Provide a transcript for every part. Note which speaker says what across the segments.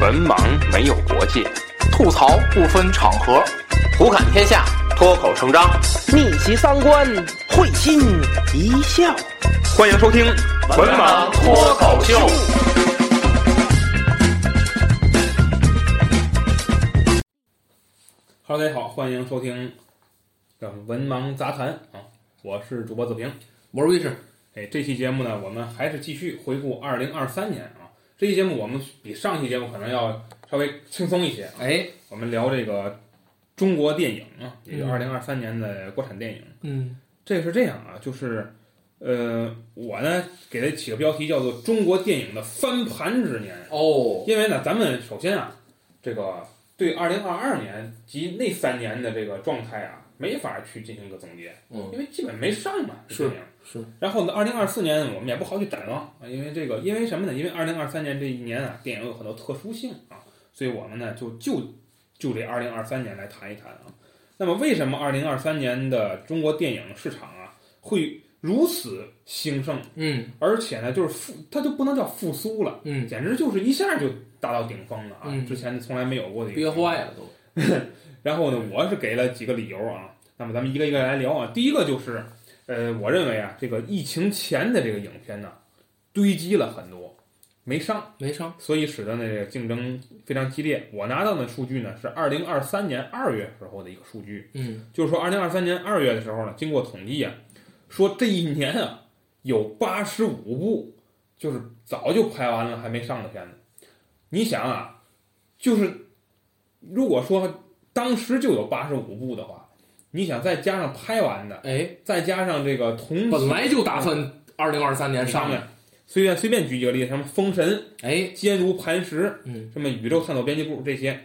Speaker 1: 文盲没有国界，吐槽不分场合，胡侃天下，脱口成章。
Speaker 2: 逆袭三观，会心一笑。
Speaker 1: 欢迎收听《文盲脱口秀》。Hello，大家好，欢迎收听呃《文盲杂谈》啊，我是主播子平。
Speaker 3: 我是卫士，
Speaker 1: 哎，这期节目呢，我们还是继续回顾二零二三年啊。这期节目我们比上期节目可能要稍微轻松一些啊。
Speaker 3: 哎，
Speaker 1: 我们聊这个中国电影啊，也就二零二三年的国产电影。
Speaker 3: 嗯，
Speaker 1: 这个是这样啊，就是呃，我呢给它起个标题叫做“中国电影的翻盘之年
Speaker 3: 哦”，，
Speaker 1: 因为呢，咱们首先啊，这个对二零二二年及那三年的这个状态啊，没法去进行一个总结，
Speaker 3: 嗯
Speaker 1: 因为基本没上嘛，这
Speaker 3: 是
Speaker 1: 电影。
Speaker 3: 是，
Speaker 1: 然后呢，二零二四年我们也不好去展望啊，因为这个，因为什么呢？因为二零二三年这一年啊，电影有很多特殊性啊，所以我们呢就就就这二零二三年来谈一谈啊。那么，为什么二零二三年的中国电影市场啊会如此兴盛？
Speaker 3: 嗯
Speaker 1: 而且呢，就是复，它就不能叫复苏了，
Speaker 3: 嗯，
Speaker 1: 简直就是一下就达到顶峰了啊！
Speaker 3: 嗯
Speaker 1: 之前从来没有过的一个
Speaker 3: 憋坏了都，
Speaker 1: 然后呢，我是给了几个理由啊。那么咱们一个一个来聊啊。第一个就是，呃，我认为啊，这个疫情前的这个影片呢，堆积了很多，没上，
Speaker 3: 没伤，
Speaker 1: 所以使得呢这个竞争非常激烈。我拿到的数据呢是二零二三年二月时候的一个数据，
Speaker 3: 嗯，
Speaker 1: 就是说二零二三年二月的时候呢，经过统计啊，说这一年啊有八十五部就是早就拍完了还没上的片子。你想啊，就是如果说当时就有八十五部的话，你想再加上拍完的，
Speaker 3: 哎，
Speaker 1: 再加上这个同期
Speaker 3: 本来就打算二零二三年上
Speaker 1: 面
Speaker 3: 的，，
Speaker 1: 随便随便举几个例子，什么《封神》
Speaker 3: 哎，
Speaker 1: 《坚如磐石》，
Speaker 3: 嗯，
Speaker 1: 什么《宇宙探索编辑部》这些，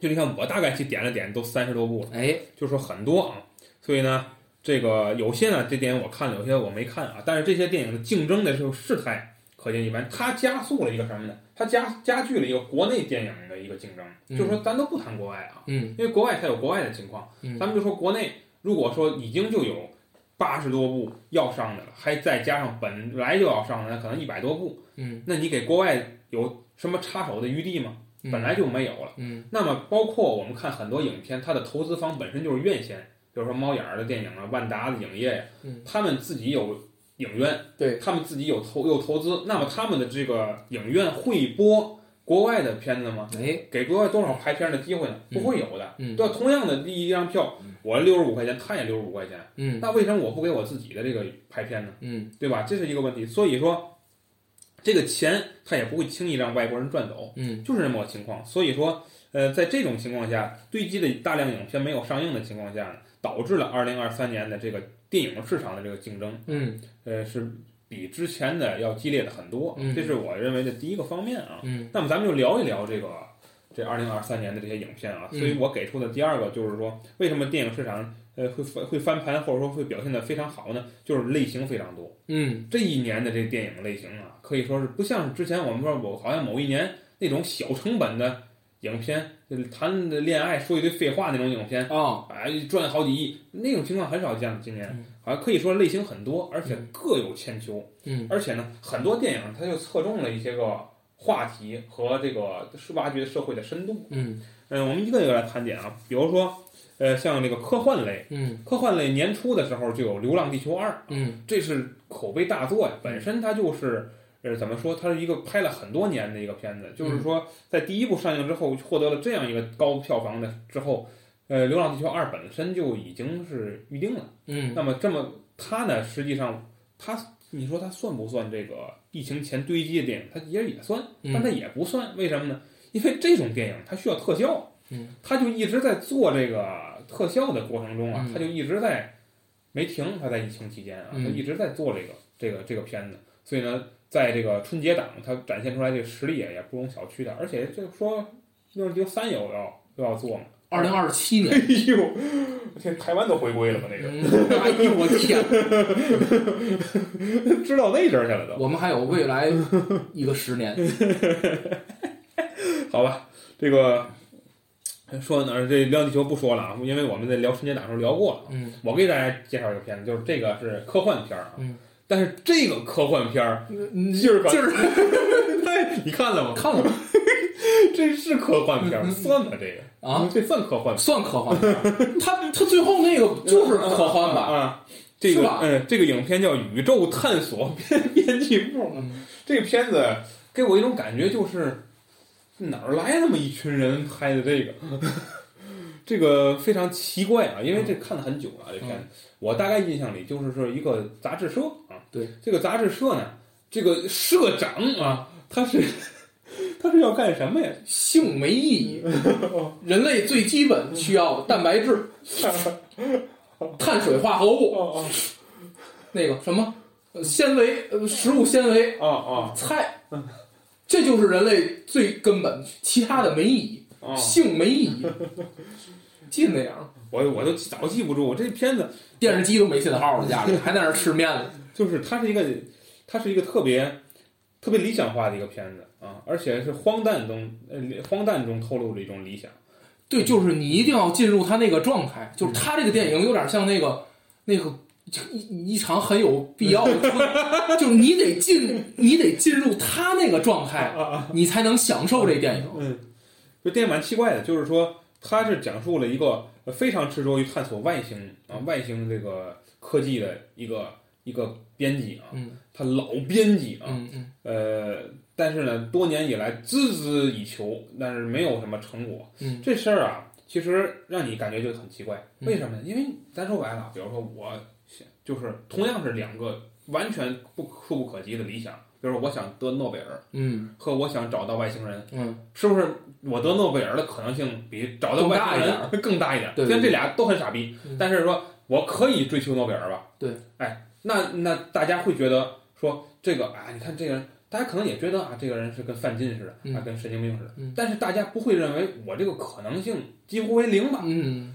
Speaker 1: 就你看我大概去点了点，都三十多部了。
Speaker 3: 哎，
Speaker 1: 就是说很多啊，所以呢，这个有些呢，这电影我看了，有些我没看啊。但是这些电影的竞争的这个事态可见一斑，它加速了一个什么呢？它加加剧了一个国内电影的一个竞争。
Speaker 3: 嗯
Speaker 1: 就是说，咱都不谈国外啊，
Speaker 3: 嗯
Speaker 1: 因为国外它有国外的情况，
Speaker 3: 嗯
Speaker 1: 咱们就说国内，如果说已经就有八十多部要上的了，还再加上本来就要上的，那可能一百多部，
Speaker 3: 嗯，
Speaker 1: 那你给国外有什么插手的余地吗？
Speaker 3: 嗯
Speaker 1: 本来就没有了。啊
Speaker 3: 嗯
Speaker 1: 那么，包括我们看很多影片，它的投资方本身就是院线，比如说猫眼儿的电影啊、万达的影业呀，
Speaker 3: 嗯
Speaker 1: 他们自己有影院，
Speaker 3: 对
Speaker 1: 他们自己有投有投资，那么他们的这个影院会播国外的片子吗？
Speaker 3: 哎，
Speaker 1: 给国外多少排片的机会呢？不
Speaker 3: 嗯
Speaker 1: 会有的。
Speaker 3: 嗯
Speaker 1: 对吧，同样的一张票，我六十五块钱，他也六十五块钱，
Speaker 3: 嗯
Speaker 1: 那为什么我不给我自己的这个排片呢？
Speaker 3: 嗯
Speaker 1: 对吧？这是一个问题。所以说，这个钱他也不会轻易让外国人赚走。
Speaker 3: 嗯
Speaker 1: 就是这么个情况。所以说，呃，在这种情况下，堆积的大量影片没有上映的情况下呢，导致了2023年的这个电影市场的这个竞争，
Speaker 3: 嗯
Speaker 1: 呃，是比之前的要激烈的很多
Speaker 3: 嗯。
Speaker 1: 这是我认为的第一个方面啊。
Speaker 3: 嗯
Speaker 1: 那么咱们就聊一聊这个这2023年的这些影片啊。
Speaker 3: 嗯
Speaker 1: 所以我给出的第二个就是说，为什么电影市场呃会翻会翻盘，或者说会表现的非常好呢？就是类型非常多。
Speaker 3: 嗯
Speaker 1: 这一年的这电影类型啊，可以说是不像是之前我们说我好像某一年那种小成本的影片，就是谈恋爱说一堆废话那种影片，
Speaker 3: 啊，
Speaker 1: 哎，赚好几亿那种情况很少见。今年
Speaker 3: 嗯
Speaker 1: 好像可以说类型很多，而且各有千秋。
Speaker 3: 嗯
Speaker 1: 而且呢，很多电影它就侧重了一些个话题和这个是挖掘社会的深度。
Speaker 3: 嗯
Speaker 1: 嗯，我们一个一个来盘点啊，比如说，呃，像这个科幻类，
Speaker 3: 嗯
Speaker 1: 科幻类年初的时候就有《流浪地球二》。
Speaker 3: 嗯
Speaker 1: 这是口碑大作呀，本身它就是。呃，怎么说？它是一个拍了很多年的一个片子，就是说，在第一部上映之后，获得了这样一个高票房的之后，呃，《流浪地球二》本身就已经是预定了。
Speaker 3: 嗯，
Speaker 1: 那么，这么它呢，实际上它，你说它算不算这个疫情前堆积的电影？它也也算，
Speaker 3: 嗯
Speaker 1: 但它也不算。为什么呢？因为这种电影它需要特效，
Speaker 3: 嗯，
Speaker 1: 它就一直在做这个特效的过程中啊，
Speaker 3: 嗯
Speaker 1: 它就一直在没停，它在疫情期间啊，它
Speaker 3: 嗯
Speaker 1: 一直在做这个这个这个片子，所以呢，在这个春节档，它展现出来这个实力也也不容小觑的，而且这说六六三也要又要做嘛，
Speaker 3: 二零二七 年
Speaker 1: 哎，呦，这台湾都回归了吧？那个
Speaker 3: 嗯，哎呦我天，嗯
Speaker 1: 知道那阵儿去了都。
Speaker 3: 我们还有未来一个 十年，
Speaker 1: 好吧，这个说哪儿？这《聊地球》不说了啊，因为我们在聊春节档的时候聊过了。
Speaker 3: 嗯
Speaker 1: 我给大家介绍一个片子，就是这个是科幻片儿啊。
Speaker 3: 嗯
Speaker 1: 但是这个科幻片儿劲 儿可
Speaker 3: 劲儿
Speaker 1: 太，你看了吗？
Speaker 3: 看了吗
Speaker 1: 这是科幻片儿，算吧这个
Speaker 3: 嗯啊，
Speaker 1: 这算科幻片
Speaker 3: 算科幻片儿。他他最后那个就是科幻
Speaker 1: 儿
Speaker 3: 吧？
Speaker 1: 啊。这
Speaker 3: 是
Speaker 1: 个
Speaker 3: 吧
Speaker 1: 嗯，这个影片叫《宇宙探索 编编辑部》，
Speaker 3: 嗯
Speaker 1: 这个片子给我一种感觉就是哪儿来那么一群人拍的这个， 这个非常奇怪啊，因为这看了很久了、这片子，我大概印象里就是说一个杂志社啊，
Speaker 3: 对，
Speaker 1: 这个杂志社呢，这个社长啊，他是他是要干什么呀？
Speaker 3: 性没意义，人类最基本需要蛋白质、碳水化合物，
Speaker 1: 哦
Speaker 3: 那个什么呃纤维，呃，食物纤维
Speaker 1: 哦，哦
Speaker 3: 菜，这就是人类最根本，其他的没意义，
Speaker 1: 哦哦，
Speaker 3: 性没意义，记得那样，
Speaker 1: 我我都早记不住，我这片子
Speaker 3: 电视机都没信号了，家里还在那儿吃面呢，
Speaker 1: 就是它是一个，它是一个特别特别理想化的一个片子啊，而且是荒诞中呃荒诞中透露了一种理想。
Speaker 3: 对，就是你一定要进入他那个状态，
Speaker 1: 嗯
Speaker 3: 就是他这个电影有点像那个那个一一场很有必要的春， 就是你得进你得进入他那个状
Speaker 1: 啊
Speaker 3: 态，你才能享受这电影。
Speaker 1: 嗯，就电影蛮奇怪的，就是说它是讲述了一个呃非常执着于探索外星啊外星这个科技的一个一个编辑啊，
Speaker 3: 嗯
Speaker 1: 他老编辑啊，
Speaker 3: 嗯嗯，
Speaker 1: 呃，但是呢，多年以来孜孜以求，但是没有什么成果。
Speaker 3: 嗯
Speaker 1: 这事儿啊，其实让你感觉就很奇怪，
Speaker 3: 嗯
Speaker 1: 为什么呢？因为咱说白了，啊比如说我想，就是同样是两个完全不触不可及的理想，比如说我想得诺贝尔
Speaker 3: 嗯
Speaker 1: 和我想找到外星人，
Speaker 3: 嗯，
Speaker 1: 是不是我得诺贝尔的可能性比找到外星人会更大一点？
Speaker 3: 对对对
Speaker 1: 虽然这俩都很傻逼，
Speaker 3: 嗯
Speaker 1: 但是说我可以追求诺贝尔吧？
Speaker 3: 对，
Speaker 1: 哎，那那大家会觉得说这个啊，你看这个人，大家可能也觉得啊，这个人是跟犯禁似的，啊，
Speaker 3: 嗯
Speaker 1: 跟神经病似的，
Speaker 3: 嗯
Speaker 1: 但是大家不会认为我这个可能性几乎为零吧？
Speaker 3: 嗯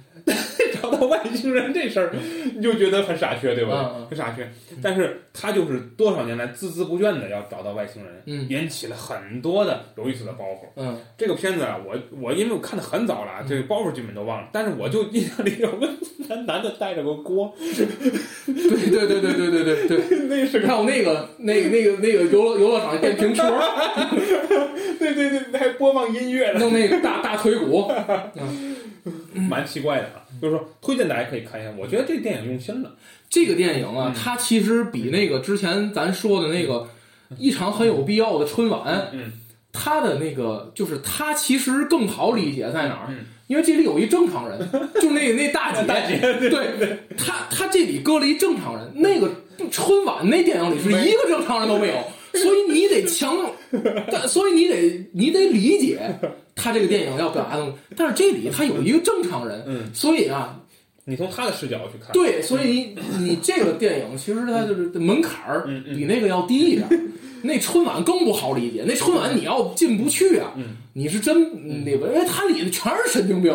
Speaker 1: 找到外星人这事儿，你就觉得很傻缺，对吧？
Speaker 3: 嗯嗯
Speaker 1: 很傻缺。但是他就是多少年来孜孜不倦的要找到外星人，
Speaker 3: 嗯
Speaker 1: 引起了很多的有意思的包袱。
Speaker 3: 嗯，
Speaker 1: 这个片子啊，我我因为我看的很早了啊，这个包袱基本都忘了，但是我就印象里有个 男男的带着个锅，
Speaker 3: 对对对对对对对对。
Speaker 1: 那是个
Speaker 3: 还有那个、那个、那个、那个游乐游乐场电 瓶车，
Speaker 1: 对对对，还播放音乐呢，
Speaker 3: 弄那个大大腿骨，
Speaker 1: 嗯蛮奇怪的啊。就是说，推荐大家可以看一下，我觉得这个电影用心了。
Speaker 3: 这个电影
Speaker 1: 嗯
Speaker 3: 啊，它其实比那个之前咱说的那个一场很有必要的春晚，
Speaker 1: 嗯，
Speaker 3: 它的那个就是它其实更好理解在哪儿
Speaker 1: 嗯？
Speaker 3: 因为这里有一正 常人，就那那大姐，
Speaker 1: 大姐对
Speaker 3: 对，她她这里搁了一正常人，那个春晚那电影里是一个正常 人都没有，所以你得强，但所以你得你得理解他这个电影要表达的东西，但是这里他有一个正常人，
Speaker 1: 嗯，
Speaker 3: 所以啊，
Speaker 1: 你从他的视角去看，
Speaker 3: 对，所以你你这个电影其实它就是门槛儿
Speaker 1: 嗯嗯
Speaker 3: 比那个要低一点 儿。那春晚更不好理解，那春晚你要进不去啊，
Speaker 1: 嗯
Speaker 3: 你是真里边，因为它里头全是神经病，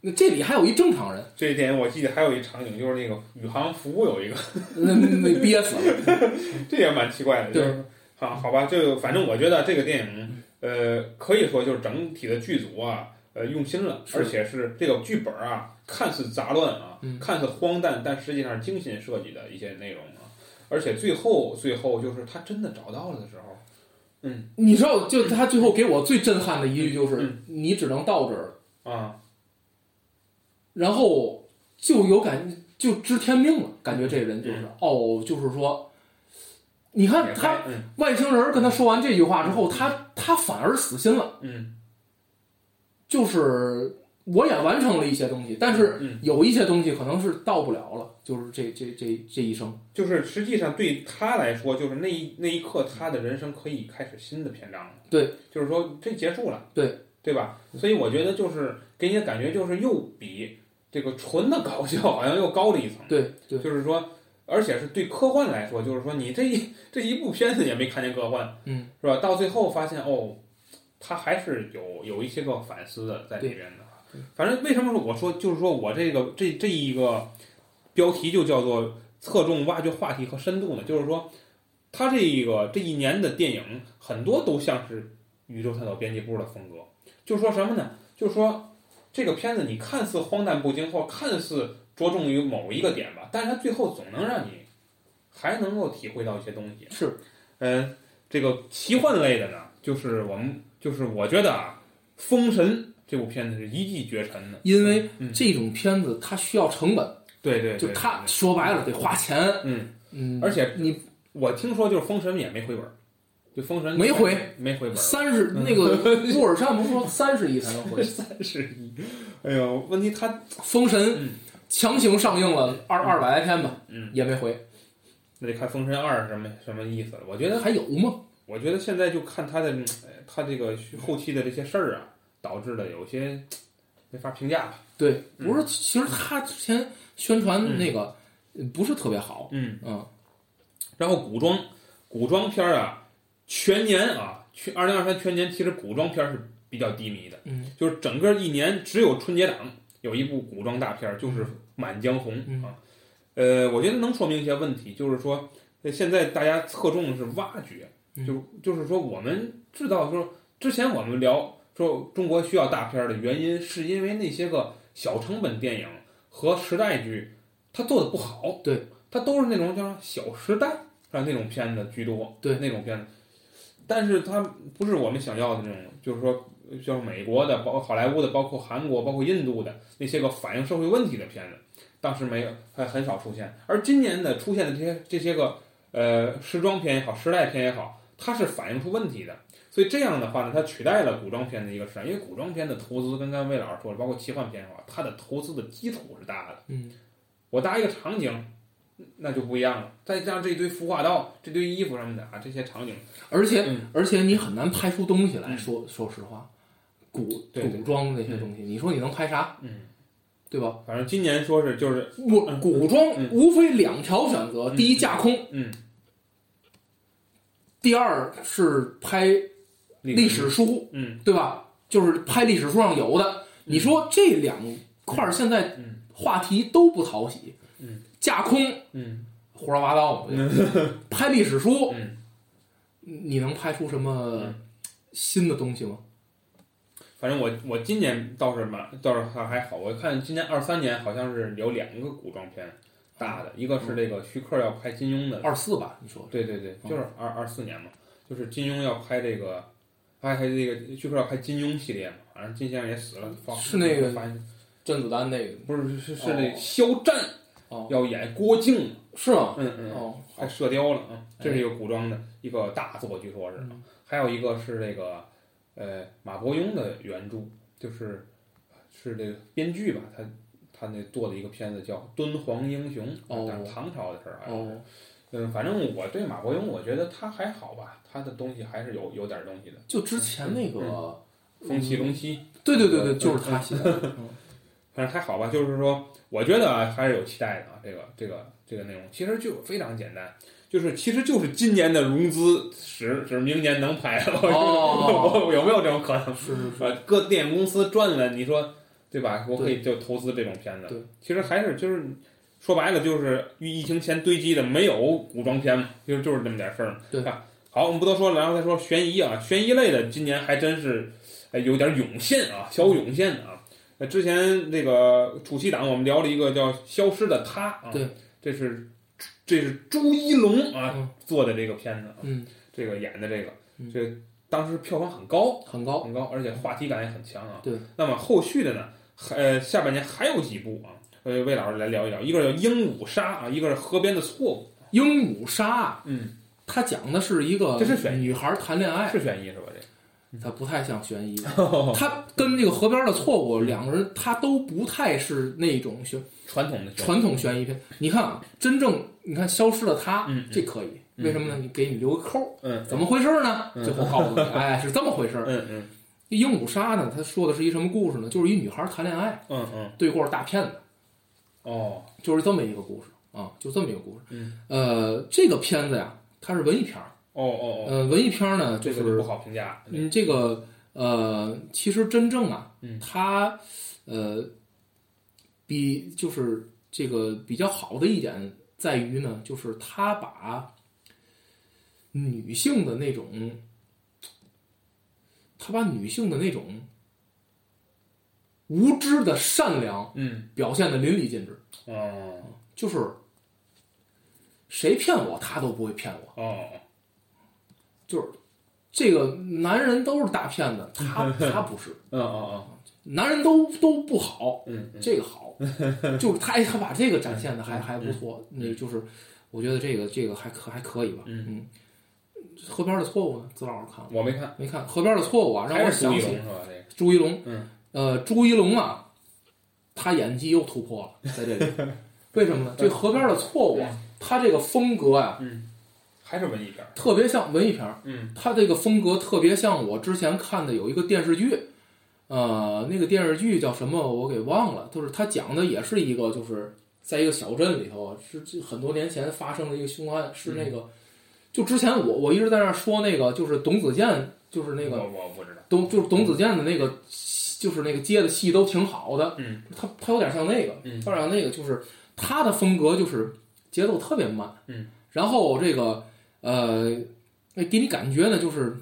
Speaker 3: 那这里还有一正常人，
Speaker 1: 这一点我记得还有一场景，就是那个宇航服有一个，
Speaker 3: 那那那憋死了。
Speaker 1: 这也蛮奇怪的。
Speaker 3: 对
Speaker 1: 就是，好，啊好吧，这个反正我觉得这个电影，呃，可以说就是整体的剧组啊，呃，用心了，
Speaker 3: 是
Speaker 1: 而且是这个剧本啊，看似杂乱啊，
Speaker 3: 嗯
Speaker 1: 看似荒诞，但实际上是精心设计的一些内容啊。而且最后，最后就是他真的找到了的时候，
Speaker 3: 你知道，就他最后给我最震撼的一句就是
Speaker 1: 嗯：“
Speaker 3: 你只能到这儿。
Speaker 1: 啊，”
Speaker 3: 然后就有感，就知天命了，感觉这人就是哦，就是说，你看
Speaker 1: 嗯也
Speaker 3: 他
Speaker 1: 该嗯
Speaker 3: 外星人跟他说完这句话之后，他他反而死心了。
Speaker 1: 嗯
Speaker 3: 就是我也完成了一些东西，但是
Speaker 1: 嗯，
Speaker 3: 有一些东西可能是到不了了，就是这这这这一生。
Speaker 1: 就是实际上对他来说，就是那一那一刻，他的人生可以开始新的篇章了。
Speaker 3: 对，
Speaker 1: 就是说这结束了。
Speaker 3: 对，
Speaker 1: 对吧？所以我觉得就是给你的感觉就是又比这个纯的搞笑好像又高了一层。
Speaker 3: 对对，
Speaker 1: 就是说，而且是对科幻来说，就是说你这一这一部片子也没看见科幻，
Speaker 3: 嗯，
Speaker 1: 是吧？到最后发现哦，他还是有有一些个反思的在里面的
Speaker 3: 对。
Speaker 1: 反正为什么说我说就是说我这个这这一个标题就叫做侧重挖掘话题和深度呢？就是说，他这一个这一年的电影很多都像是宇宙探索编辑部的风格，就是说什么呢？就是说这个片子你看似荒诞不经或看似着重于某一个点吧，但是它最后总能让你还能够体会到一些东西。
Speaker 3: 是，
Speaker 1: 嗯，这个奇幻类的呢，就是我们就是我觉得啊，《封神》这部片子是一骑绝尘的。
Speaker 3: 因为
Speaker 1: 嗯
Speaker 3: 这种片子它需要成本，
Speaker 1: 对对对，
Speaker 3: 就
Speaker 1: 对
Speaker 3: 它说白了得花钱。
Speaker 1: 嗯，
Speaker 3: 嗯，
Speaker 1: 而且
Speaker 3: 你
Speaker 1: 我听说就是《封神》也没回本儿，就《封神》
Speaker 3: 没回
Speaker 1: 没回本儿。
Speaker 3: 三十那个 乌尔善不是说三十亿才能回？
Speaker 1: 三十一，哎呦，问题他
Speaker 3: 封神
Speaker 1: 嗯
Speaker 3: 强行上映了二二百来天吧，
Speaker 1: 嗯，
Speaker 3: 也没回，
Speaker 1: 那得看《封神二》是什么什么意思了。我觉得，
Speaker 3: 还有吗？
Speaker 1: 我觉得现在就看他的嗯哎他这个后期的这些事儿啊，导致的有些嗯没法评价吧。
Speaker 3: 对，
Speaker 1: 嗯
Speaker 3: 不是，其实他之前宣传那个呃不是特别好，
Speaker 1: 嗯，
Speaker 3: 嗯，
Speaker 1: 然后古装古装片儿啊，全年啊，去二零二三全年其实古装片儿是比较低迷的，
Speaker 3: 嗯，
Speaker 1: 就是整个一年只有春节档有一部古装大片儿，就是《满江红》
Speaker 3: 嗯
Speaker 1: 啊，呃，我觉得能说明一些问题，就是说呃现在大家侧重的是挖掘，
Speaker 3: 嗯
Speaker 1: 就就是说我们知道说之前我们聊说中国需要大片儿的原因，是因为那些个小成本电影和时代剧，它做的不好，
Speaker 3: 对，
Speaker 1: 它都是那种叫《小时代》啊那种片子居多，
Speaker 3: 对
Speaker 1: 那种片子，但是它不是我们想要的那种，就是说像美国的、包括好莱坞的、包括韩国、包括印度的那些个反映社会问题的片子，当时没有，还很少出现。而今年的出现的这些这些个呃时装片也好，时代片也好，它是反映出问题的。所以这样的话呢，它取代了古装片的一个时代，因为古装片的投资，跟刚才魏老师说了，包括奇幻片的话，它的投资的基础是大的。
Speaker 3: 嗯，
Speaker 1: 我搭一个场景，那就不一样了。再加上这一堆服化道、这堆衣服什么的啊，这些场景，
Speaker 3: 而且
Speaker 1: 嗯
Speaker 3: 而且你很难拍出东西来
Speaker 1: 嗯
Speaker 3: 说，说实话，古
Speaker 1: 对对
Speaker 3: 古装那些东西，你说你能拍啥？
Speaker 1: 嗯，
Speaker 3: 对吧？
Speaker 1: 反正今年说是就是，
Speaker 3: 我
Speaker 1: 嗯
Speaker 3: 古装
Speaker 1: 嗯
Speaker 3: 无非两条选择，
Speaker 1: 嗯
Speaker 3: 第一架空，
Speaker 1: 嗯，
Speaker 3: 第二是拍历史，书，
Speaker 1: 嗯
Speaker 3: 对吧？就是拍历史书上有的。你说这两块儿现在
Speaker 1: 嗯
Speaker 3: 话题都不讨喜，
Speaker 1: 嗯，
Speaker 3: 架空
Speaker 1: 嗯
Speaker 3: 胡说八道，我觉得拍历史书，
Speaker 1: 嗯，
Speaker 3: 你能拍出什么
Speaker 1: 嗯
Speaker 3: 新的东西吗？
Speaker 1: 反正我我今年倒是蛮倒是还还好，我看今年二三年好像是有两个古装片大的，一个是这个徐克要拍金庸的，
Speaker 3: 二四吧，你说
Speaker 1: 对对对，就是二二四年嘛，就是金庸要拍这个，拍拍这个徐克要拍金庸系列嘛，反正金先生也死了，放
Speaker 3: 是那个
Speaker 1: 发现
Speaker 3: 甄子丹那个
Speaker 1: 不是是是那
Speaker 3: 哦
Speaker 1: 肖战
Speaker 3: 哦
Speaker 1: 要演郭靖，
Speaker 3: 是吗？
Speaker 1: 嗯嗯。
Speaker 3: 哦，
Speaker 1: 还射雕了啊，这是
Speaker 3: 哎
Speaker 1: 一个古装的一个大作，据说是啊。
Speaker 3: 嗯
Speaker 1: 还有一个是这个呃马伯庸的原著，就是是这个编剧吧，他他那做的一个片子叫《敦煌英雄》，
Speaker 3: 哦
Speaker 1: 啊唐朝的事儿啊。
Speaker 3: 哦，
Speaker 1: 嗯，反正我对马伯庸，我觉得他还好吧，他的东西还是有有点东西的，
Speaker 3: 就之前那个，
Speaker 1: 《风起龙息》
Speaker 3: 对对对对，
Speaker 1: 嗯
Speaker 3: 就是他写的。 嗯
Speaker 1: 反正还好吧，就是说，我觉得啊还是有期待的啊。这个这个这个内容其实就非常简单，就是其实就是今年的融资使使明年能拍了。
Speaker 3: 哦
Speaker 1: 我有没有这种可能？
Speaker 3: 是是是，
Speaker 1: 啊，各电影公司赚了，你说对吧？我可以就投资这种片子。
Speaker 3: 对，
Speaker 1: 其实还是就是说白了，就是疫情前堆积的没有古装片嘛，就是就是这么点事儿嘛。
Speaker 3: 对
Speaker 1: 啊，好，我们不多说了，然后再说悬疑啊，悬疑类的今年还真是哎有点涌现啊，小涌现啊。呃，之前这个暑期档我们聊了一个叫《消失的她》啊，
Speaker 3: 对，
Speaker 1: 这是这是朱一龙啊、
Speaker 3: 嗯
Speaker 1: 做的这个片子啊，
Speaker 3: 嗯，
Speaker 1: 这个演的这个
Speaker 3: 嗯，
Speaker 1: 这当时票房很高，
Speaker 3: 很高。
Speaker 1: 很高，而且话题感也很强啊。
Speaker 3: 对，
Speaker 1: 那么后续的呢，还呃下半年还有几部啊，呃魏老师来聊一聊，一个叫《鹦鹉杀》啊，一个是《河边的错误
Speaker 3: 鹦鹉杀，
Speaker 1: 嗯，
Speaker 3: 它讲的是一个
Speaker 1: 这是悬疑
Speaker 3: 女孩谈恋》，爱，
Speaker 1: 是哦悬疑是吧？这
Speaker 3: 它不太像悬疑， 它跟这个河边的错误两个人，它都不太是那种悬
Speaker 1: 传统的悬疑
Speaker 3: 传统悬疑片。你看啊，真正你看消失的她，
Speaker 1: 嗯嗯
Speaker 3: 这可以，
Speaker 1: 嗯
Speaker 3: 为什么呢？你给你留个扣儿，
Speaker 1: 嗯
Speaker 3: 怎么回事呢？
Speaker 1: 嗯
Speaker 3: 最后告诉你，哎，是这么回事儿。
Speaker 1: 嗯嗯
Speaker 3: 鹦鹉杀呢，它说的是一什么故事呢？就是一女孩谈恋爱，
Speaker 1: 嗯嗯
Speaker 3: 对过大骗子。
Speaker 1: 哦
Speaker 3: 就是这么一个故事啊，就这么一个故事。
Speaker 1: 嗯
Speaker 3: 呃，这个片子呀，它是文艺片儿。
Speaker 1: 哦哦哦，
Speaker 3: 呃，文艺片儿呢，
Speaker 1: 这
Speaker 3: 就
Speaker 1: 个
Speaker 3: 是
Speaker 1: 就不好评价。
Speaker 3: 嗯，这个呃，其实真正啊，
Speaker 1: 嗯
Speaker 3: 它呃，比就是这个比较好的一点在于呢，就是它把女性的那种，它把女性的那种无知的善良
Speaker 1: 嗯
Speaker 3: 表现的淋漓尽致。
Speaker 1: 哦
Speaker 3: 就是谁骗我，他都不会骗我。
Speaker 1: 哦，
Speaker 3: 就是这个男人都是大骗子， 他他不是，
Speaker 1: 嗯嗯
Speaker 3: 男人都都不好，
Speaker 1: 嗯嗯
Speaker 3: 这个 好，就是他哎，他把这个展现的还还不错，那就是我觉得这个这个还可还可以吧。嗯，河边的错误呢？子老师看了
Speaker 1: 嗯，我没看，
Speaker 3: 没看？河边的错误啊，让我
Speaker 1: 还是朱
Speaker 3: 想
Speaker 1: 一
Speaker 3: 起
Speaker 1: 龙是吧？这个，
Speaker 3: 朱一龙，
Speaker 1: 嗯，
Speaker 3: 呃，朱一龙啊，他演技又突破了，在这 里，为什么呢？这河边的错误啊，他这个风格呀、
Speaker 1: 嗯，还是文艺片儿，
Speaker 3: 特别像文艺片儿，
Speaker 1: 嗯
Speaker 3: 他这个风格特别像我之前看的有一个电视剧，呃，那个电视剧叫什么我给忘了，就是他讲的也是一个就是在一个小镇里头，是是很多年前发生的一个凶案，是那个，就之前我我一直在那儿说那个就是董子健，就是那个
Speaker 1: 我我不知道，
Speaker 3: 董就是董子健的那个就是那个接的戏都挺好的，
Speaker 1: 嗯，
Speaker 3: 他他有点像那个，
Speaker 1: 嗯
Speaker 3: 他有点像那个就是他的风格就是节奏特别慢，
Speaker 1: 嗯，
Speaker 3: 然后这个呃，给你感觉呢就是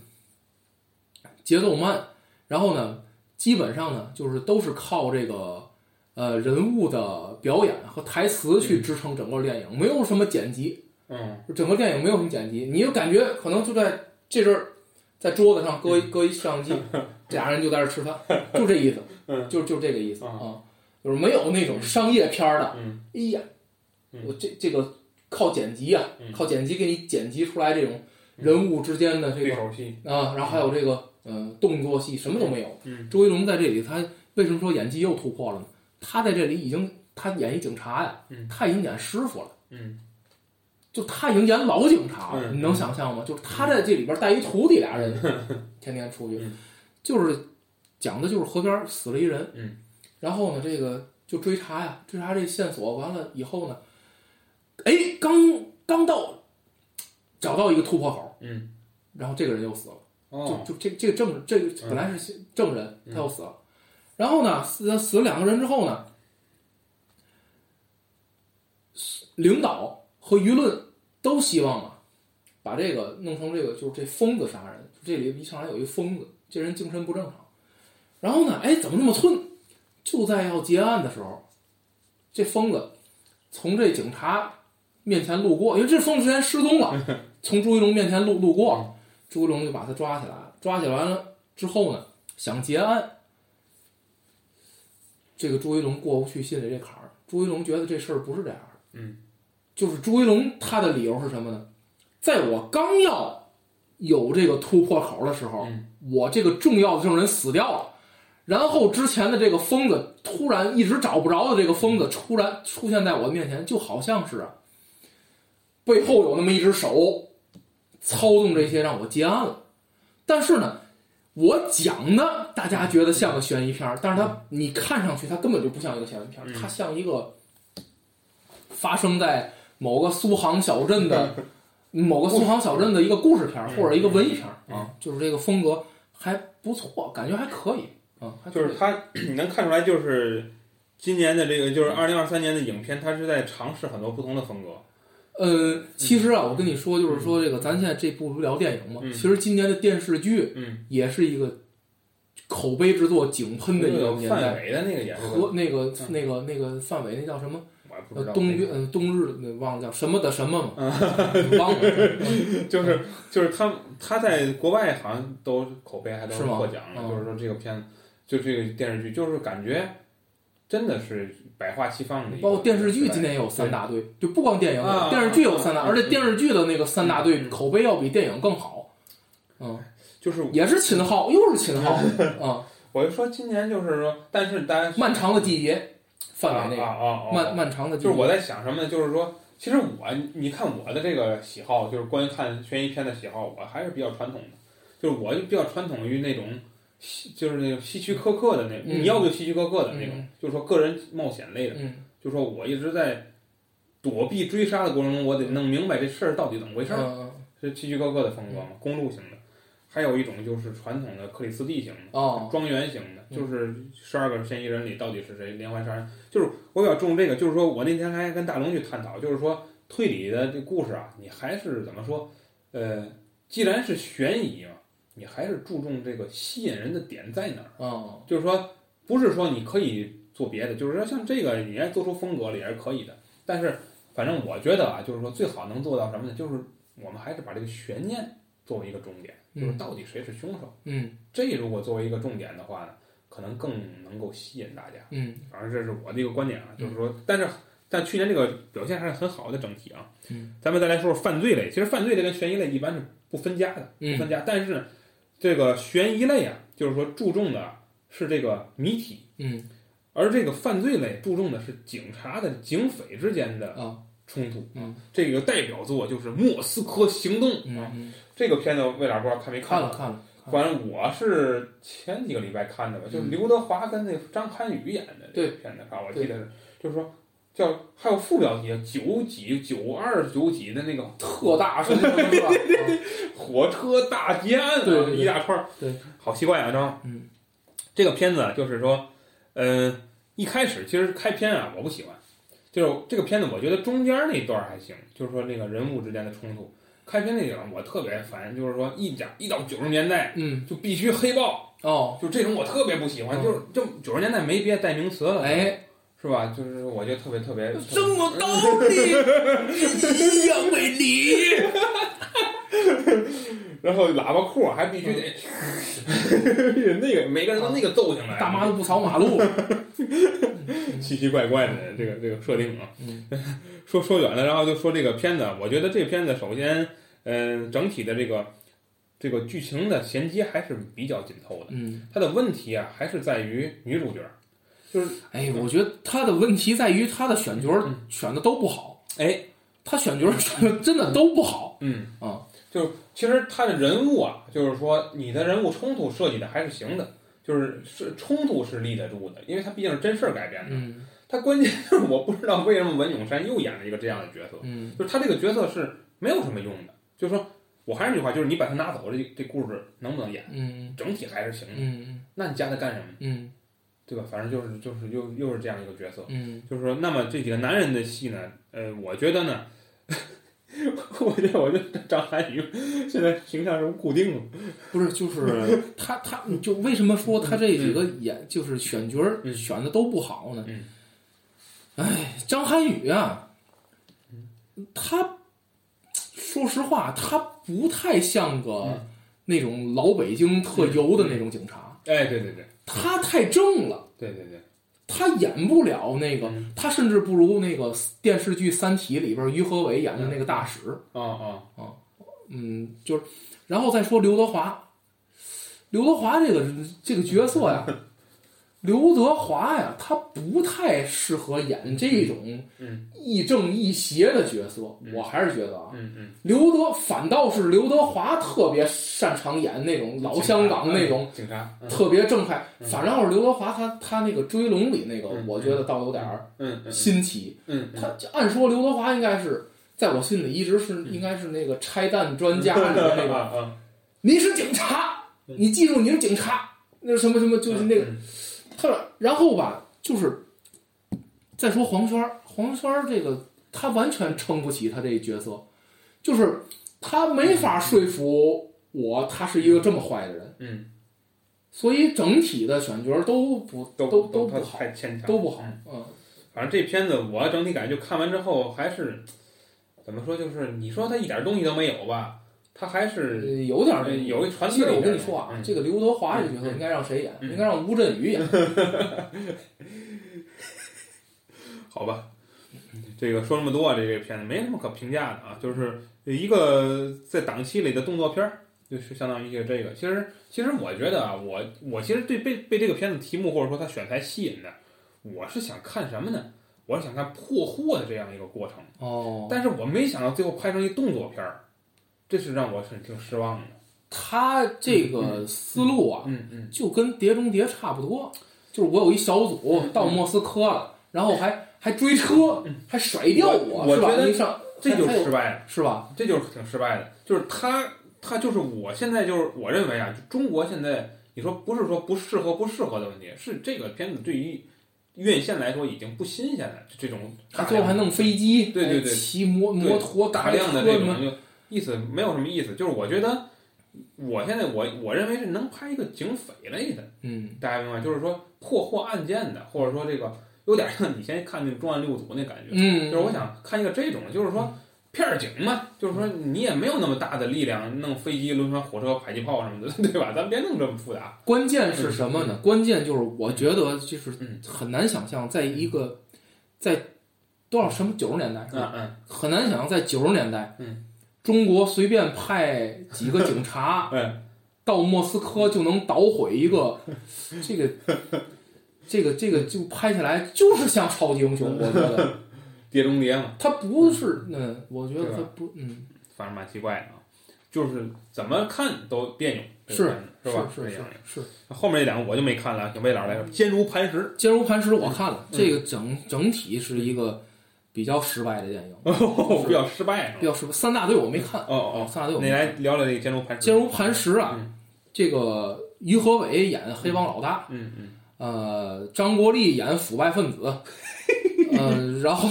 Speaker 3: 节奏慢，然后呢，基本上呢就是都是靠这个呃人物的表演和台词去支撑整个电影，没有什么剪辑，
Speaker 1: 嗯
Speaker 3: 就整个电影没有什么剪辑，你就感觉可能就在这阵儿，在桌子上搁一搁一摄 像机，俩人就在这儿吃饭，就这意思，
Speaker 1: 嗯
Speaker 3: 就就这个意思
Speaker 1: 啊
Speaker 3: 啊，就是没有那种商业片儿的，
Speaker 1: 嗯
Speaker 3: 哎呀
Speaker 1: 嗯，
Speaker 3: 我这这个靠剪辑啊
Speaker 1: 嗯，
Speaker 3: 靠剪辑给你剪辑出来这种人物之间的这
Speaker 1: 对
Speaker 3: 个
Speaker 1: 手戏，
Speaker 3: 啊，然后还有这个嗯、呃动作戏什么都没有。
Speaker 1: 嗯
Speaker 3: 周一龙在这里他为什么说演技又突破了呢？他在这里已经他演一警察呀
Speaker 1: 嗯，
Speaker 3: 他已经演师傅了。
Speaker 1: 嗯
Speaker 3: 就他已经演老警察了，
Speaker 1: 嗯
Speaker 3: 你能想象吗？就是他在这里边带一徒弟俩人， 天天出去
Speaker 1: 嗯，
Speaker 3: 就是讲的就是河边死了一人，
Speaker 1: 嗯，
Speaker 3: 然后呢，这个就追查呀，追查这线索，完了以后呢，哎，刚刚到找到一个突破口，
Speaker 1: 嗯，
Speaker 3: 然后这个人又死了。
Speaker 1: 哦，
Speaker 3: 就就这这个证人，这个
Speaker 1: 嗯
Speaker 3: 本来是证人，
Speaker 1: 嗯
Speaker 3: 他又死了。然后呢，死死了两个人之后呢，领导和舆论都希望啊，把这个弄成这个就是这疯子杀人。这里一上来有一疯子，这人精神不正常。然后呢，哎，怎么那么寸？就在要结案的时候，这疯子从这警察面前路过，因为这疯子之前失踪了， 从朱一龙面前路路过。朱一龙就把他抓起来了。抓起来了之后呢，想结案，这个朱一龙过不去心里这坎儿。朱一龙觉得这事儿不是这样的，
Speaker 1: 嗯，
Speaker 3: 就是朱一龙他的理由是什么呢？在我刚要有这个突破口的时候，
Speaker 1: 嗯
Speaker 3: 我这个重要的证人死掉了。然后之前的这个疯子突然一直找不着的这个疯子突然出现在我的面前，就好像是啊背后有那么一只手操纵这些让我结案了。但是呢，我讲的大家觉得像个悬疑片儿，但是它你看上去它根本就不像一个悬疑片儿，
Speaker 1: 嗯
Speaker 3: 它像一个发生在某个苏杭小镇的某个苏杭小镇的一个故事片儿
Speaker 1: 嗯
Speaker 3: 或者一个文艺片儿
Speaker 1: 嗯
Speaker 3: 啊，就是这个风格还不错，感觉还可以啊，还可
Speaker 1: 就
Speaker 3: 以
Speaker 1: 是他，你能看出来，就是今年的这个，就是二零二三年的影片，它是在尝试很多不同的风格，
Speaker 3: 呃，其实啊，我跟你说，就是说这个，咱现在这不聊电影嘛，
Speaker 1: 嗯
Speaker 3: 其实今年的电视剧
Speaker 1: 嗯，
Speaker 3: 也是一个口碑之作、井喷的一个年
Speaker 1: 范
Speaker 3: 代。
Speaker 1: 围的那个也是，
Speaker 3: 和那个
Speaker 1: 嗯
Speaker 3: 那个那个范伟那叫什么？
Speaker 1: 我也不
Speaker 3: 呃
Speaker 1: 知道，
Speaker 3: 冬日嗯冬日那忘了叫什么的什么嘛，
Speaker 1: 嗯
Speaker 3: 忘了。
Speaker 1: 就是就是他他在国外好像都口碑还都
Speaker 3: 是吗
Speaker 1: 获奖了，
Speaker 3: 嗯
Speaker 1: 就是说这个片子，就这个电视剧，就是感觉真的是百花齐放的一个时代，
Speaker 3: 包括电视剧今年也有三大队，就不光电影
Speaker 1: 啊，
Speaker 3: 电视剧有三大，
Speaker 1: 啊
Speaker 3: 而且电视剧的那个三大队
Speaker 1: 嗯嗯
Speaker 3: 口碑要比电影更好。嗯，
Speaker 1: 就是
Speaker 3: 也是秦昊，又 是秦昊啊！
Speaker 1: 我就说今年就是说，但是大家
Speaker 3: 漫长的季节，范伟那
Speaker 1: 啊啊啊，
Speaker 3: 个
Speaker 1: 啊
Speaker 3: 漫漫长的季
Speaker 1: 就
Speaker 3: 节
Speaker 1: 是我在想什么呢？就是说，其实我你看我的这个喜好，就是关于看悬疑片的喜好，我还是比较传统的，就是我就比较传统于那种希，就是那种希区柯克的那种，
Speaker 3: 嗯
Speaker 1: 你要不就希区柯克的那种，
Speaker 3: 嗯
Speaker 1: 就是说个人冒险类的，
Speaker 3: 嗯。
Speaker 1: 就是说我一直在躲避追杀的过程中，我得弄明白这事儿到底怎么回事儿，
Speaker 3: 嗯
Speaker 1: 是希区柯克的风格嘛，公路型的，还有一种就是传统的克里斯蒂型的。
Speaker 3: 哦，
Speaker 1: 庄园型的，
Speaker 3: 嗯
Speaker 1: 就是十二个嫌疑人里到底是谁连环杀人，就是我比较重这个，就是说我那天还跟大龙去探讨，就是说推理的这故事啊，你还是怎么说，呃，既然是悬疑嘛，你还是注重这个吸引人的点在哪儿，
Speaker 3: 哦，
Speaker 1: 就是说不是说你可以做别的，就是说像这个你要做出风格了也是可以的，但是反正我觉得啊，就是说最好能做到什么呢？就是我们还是把这个悬念作为一个重点，就是
Speaker 3: 嗯
Speaker 1: 到底谁是凶手。
Speaker 3: 嗯
Speaker 1: 这如果作为一个重点的话呢，可能更能够吸引大家。
Speaker 3: 嗯
Speaker 1: 反正这是我的一个观点啊，就是说，但是但去年这个表现还是很好的整体啊。
Speaker 3: 嗯，
Speaker 1: 咱们再来说说犯罪类，其实犯罪类跟悬疑类一般是不分家的，不
Speaker 3: 嗯
Speaker 1: 分家。但是呢，这个悬疑类啊，就是说注重的是这个谜题，
Speaker 3: 嗯
Speaker 1: 而这个犯罪类注重的是警察的警匪之间的
Speaker 3: 啊
Speaker 1: 冲突。
Speaker 3: 嗯，
Speaker 1: 这个代表作就是《莫斯科行动》啊，
Speaker 3: 嗯，
Speaker 1: 这个片子魏老师不知道看没
Speaker 3: 看
Speaker 1: 过
Speaker 3: 了看了，
Speaker 1: 反正我是前几个礼拜看的吧，就是
Speaker 3: 嗯
Speaker 1: 刘德华跟那张涵予演的这
Speaker 3: 对
Speaker 1: 个片子吧，我记得是，就是说叫还有副标题九几九二九几的那个
Speaker 3: 特 大声音是吧？
Speaker 1: 火车大劫案、啊，
Speaker 3: 对对对
Speaker 1: 一大串儿，
Speaker 3: 对，
Speaker 1: 好奇怪啊，张，
Speaker 3: 嗯，
Speaker 1: 这个片子啊，就是说，嗯、一开始其实开篇啊，我不喜欢，就是这个片子，我觉得中间那段还行，就是说那个人物之间的冲突，开篇那段我特别烦，就是说一讲一到九十年代
Speaker 3: 嗯
Speaker 1: 就必须黑豹。
Speaker 3: 哦，
Speaker 1: 就这种我特别不喜欢，
Speaker 3: 嗯
Speaker 1: 就是这九十年代没别的代名词了，
Speaker 3: 哎，
Speaker 1: 是吧？就是我觉得特别特别，
Speaker 3: 这么高的一样为你，
Speaker 1: 然后喇叭裤还必须得、 那个每个人都那个揍进来，
Speaker 3: 嗯大妈都不扫马路，
Speaker 1: 奇奇怪怪的这个这个设定啊。
Speaker 3: 嗯
Speaker 1: 说说远了，然后就说这个片子啊，我觉得这片子首先，嗯、整体的这个这个剧情的衔接还是比较紧凑的，
Speaker 3: 嗯，
Speaker 1: 它的问题啊还是在于女主角，就是
Speaker 3: 哎，我觉得他的问题在于他的选角
Speaker 1: 嗯
Speaker 3: 选的都不好，
Speaker 1: 哎，
Speaker 3: 他选角选的真的都不好
Speaker 1: 嗯。
Speaker 3: 啊，
Speaker 1: 就是其实他的人物啊，就是说你的人物冲突设计的还是行的，就是是冲突是立得住的，因为它毕竟是真事儿改编的。
Speaker 3: 嗯
Speaker 1: 他关键 是我不知道为什么文咏珊又演了一个这样的角色，
Speaker 3: 嗯
Speaker 1: 就是他这个角色是没有什么用的。就是说我还是那句话，就是你把他拿走，这这故事能不能演，
Speaker 3: 嗯
Speaker 1: 整体还是行的。
Speaker 3: 嗯
Speaker 1: 那你加他干什么？
Speaker 3: 嗯
Speaker 1: 对吧？反正就是就是又又是这样一个角色。
Speaker 3: 嗯
Speaker 1: 就是说，那么这几个男人的戏呢，呃，我觉得呢， 我觉得我觉得张涵予现在形象是固定的，
Speaker 3: 不是， 就是他他你就为什么说他这几个演就是选角儿
Speaker 1: 嗯
Speaker 3: 选的都不好呢？
Speaker 1: 嗯
Speaker 3: 哎，张涵予啊，
Speaker 1: 嗯
Speaker 3: 他说实话，他不太像个
Speaker 1: 嗯
Speaker 3: 那种老北京特油的那种警察，
Speaker 1: 哎，对对对，
Speaker 3: 他太正了。
Speaker 1: 对对对，
Speaker 3: 他演不了那个
Speaker 1: 嗯，
Speaker 3: 他甚至不如那个电视剧《三体》里边于和伟演的那个大使。
Speaker 1: 啊啊，
Speaker 3: 嗯，就是，然后再说刘德华，刘德华这个这个角色 呀，刘德华呀，他不太适合演这种
Speaker 1: 嗯
Speaker 3: 亦正亦邪的角色。
Speaker 1: 嗯
Speaker 3: 我还是觉得啊，
Speaker 1: 嗯嗯，
Speaker 3: 刘德反倒是刘德华特别擅长演那种老香港那种
Speaker 1: 警察，嗯
Speaker 3: 特别正派。
Speaker 1: 嗯
Speaker 3: 反倒是刘德华他他那个《追龙》里那个
Speaker 1: 嗯，
Speaker 3: 我觉得倒有点儿
Speaker 1: 嗯嗯
Speaker 3: 新奇。
Speaker 1: 嗯嗯，
Speaker 3: 他按说刘德华应该是在我心里一直是
Speaker 1: 嗯
Speaker 3: 应该是那个拆弹专家里 的那个，
Speaker 1: 啊啊，
Speaker 3: 你是警察，
Speaker 1: 嗯
Speaker 3: 你记住你是警察，那什么什么就是那个
Speaker 1: 嗯
Speaker 3: 他，然后吧，就是再说黄轩儿，黄轩儿这个他完全撑不起他这一角色，就是他没法说服我他是一个这么坏的人，
Speaker 1: 嗯，
Speaker 3: 所以整体的选角都不
Speaker 1: 都
Speaker 3: 都
Speaker 1: 都
Speaker 3: 不好，
Speaker 1: 太牵强，
Speaker 3: 都不好
Speaker 1: 嗯，
Speaker 3: 嗯
Speaker 1: 反正这片子我整体感觉看完之后还是怎么说，就是你说他一点东西都没有吧，他还
Speaker 3: 呃
Speaker 1: 是
Speaker 3: 有点儿
Speaker 1: 呃有一传
Speaker 3: 其
Speaker 1: 奇
Speaker 3: 实
Speaker 1: 的。
Speaker 3: 我跟你说啊，
Speaker 1: 嗯
Speaker 3: 这个刘德华这个角色
Speaker 1: 嗯
Speaker 3: 应该让谁演？
Speaker 1: 嗯
Speaker 3: 应该让吴镇宇演。
Speaker 1: 好吧，这个说这么多啊，这个片子没什么可评价的啊，就是一个在档期里的动作片儿，就是相当于一个这个。其实，其实我觉得啊，我我其实对被被这个片子题目或者说它选材吸引的，我是想看什么呢？我是想看破获的这样一个过程，
Speaker 3: 哦，
Speaker 1: 但是我没想到最后拍成一动作片儿，这是让我是挺失望的。
Speaker 3: 他这个思路啊，
Speaker 1: 嗯嗯
Speaker 3: 就跟《碟中谍》差不多，就是我有一小组
Speaker 1: 嗯
Speaker 3: 到莫斯科了，然后还还追车，还甩掉
Speaker 1: 我我
Speaker 3: 是吧
Speaker 1: 觉？得
Speaker 3: 你上，
Speaker 1: 这就
Speaker 3: 还
Speaker 1: 是
Speaker 3: 有
Speaker 1: 失败了。
Speaker 3: 是吧？
Speaker 1: 这就是挺失败的。就是他，他就是我现在就是我认为啊，就中国现在你说不是说不适合不适合的问题，是这个片子对于院线来说已经不新鲜了。这种
Speaker 3: 他
Speaker 1: 大
Speaker 3: 最后还
Speaker 1: 量
Speaker 3: 弄飞机，
Speaker 1: 对对对
Speaker 3: 哎骑摩
Speaker 1: 对
Speaker 3: 摩托，
Speaker 1: 大
Speaker 3: 开
Speaker 1: 量的
Speaker 3: 车
Speaker 1: 这
Speaker 3: 什么
Speaker 1: 种就意思没有什么意思。就是我觉得，我现在我我认为是能拍一个警匪类的，
Speaker 3: 嗯
Speaker 1: 大家明白？就是说破获案件的，或者说这个有点像以前看那《重案六组》那感觉。
Speaker 3: 嗯，
Speaker 1: 就是我想看一个这种，就是说片儿警嘛，就是说你也没有那么大的力量弄飞机、轮船、火车、迫击炮什么的， 对吧？咱们别弄这么复杂。
Speaker 3: 关键是什么呢？关键就是我觉得就是
Speaker 1: 嗯
Speaker 3: 很难想象，在一个在多少什么九十年代是吧
Speaker 1: 嗯嗯
Speaker 3: 很难想象在九十年代，
Speaker 1: 嗯，
Speaker 3: 中国随便派几个警察
Speaker 1: 嗯，
Speaker 3: 到莫斯科就能捣毁 一个这个。这个这个就拍起来就是像超级英雄，我觉 得
Speaker 1: 碟中谍嘛，
Speaker 3: 他不是，嗯，我觉得
Speaker 1: 对吧
Speaker 3: 他不，嗯，
Speaker 1: 反正蛮奇怪的啊，就是怎么看都别扭，这
Speaker 3: 是
Speaker 1: 个片子是吧？哎
Speaker 3: 是
Speaker 1: 这
Speaker 3: 是
Speaker 1: 样
Speaker 3: 是，
Speaker 1: 后面这两个我就没看了，请魏老师来说，坚如磐石。
Speaker 3: 坚如磐石我看了，
Speaker 1: 嗯
Speaker 3: 这个整整体是一个比较失败的电影，
Speaker 1: 哦， 比较失败
Speaker 3: 比
Speaker 1: 是吧？
Speaker 3: 较失败。三大队我没看，
Speaker 1: 哦哦，
Speaker 3: 三大队我
Speaker 1: 你
Speaker 3: 没
Speaker 1: 来
Speaker 3: 看。
Speaker 1: 聊聊这个坚如磐石。
Speaker 3: 坚如磐石啊，
Speaker 1: 嗯
Speaker 3: 这个于和伟演黑帮老大，
Speaker 1: 嗯嗯，
Speaker 3: 呃，张国立演腐败分子，呃，然后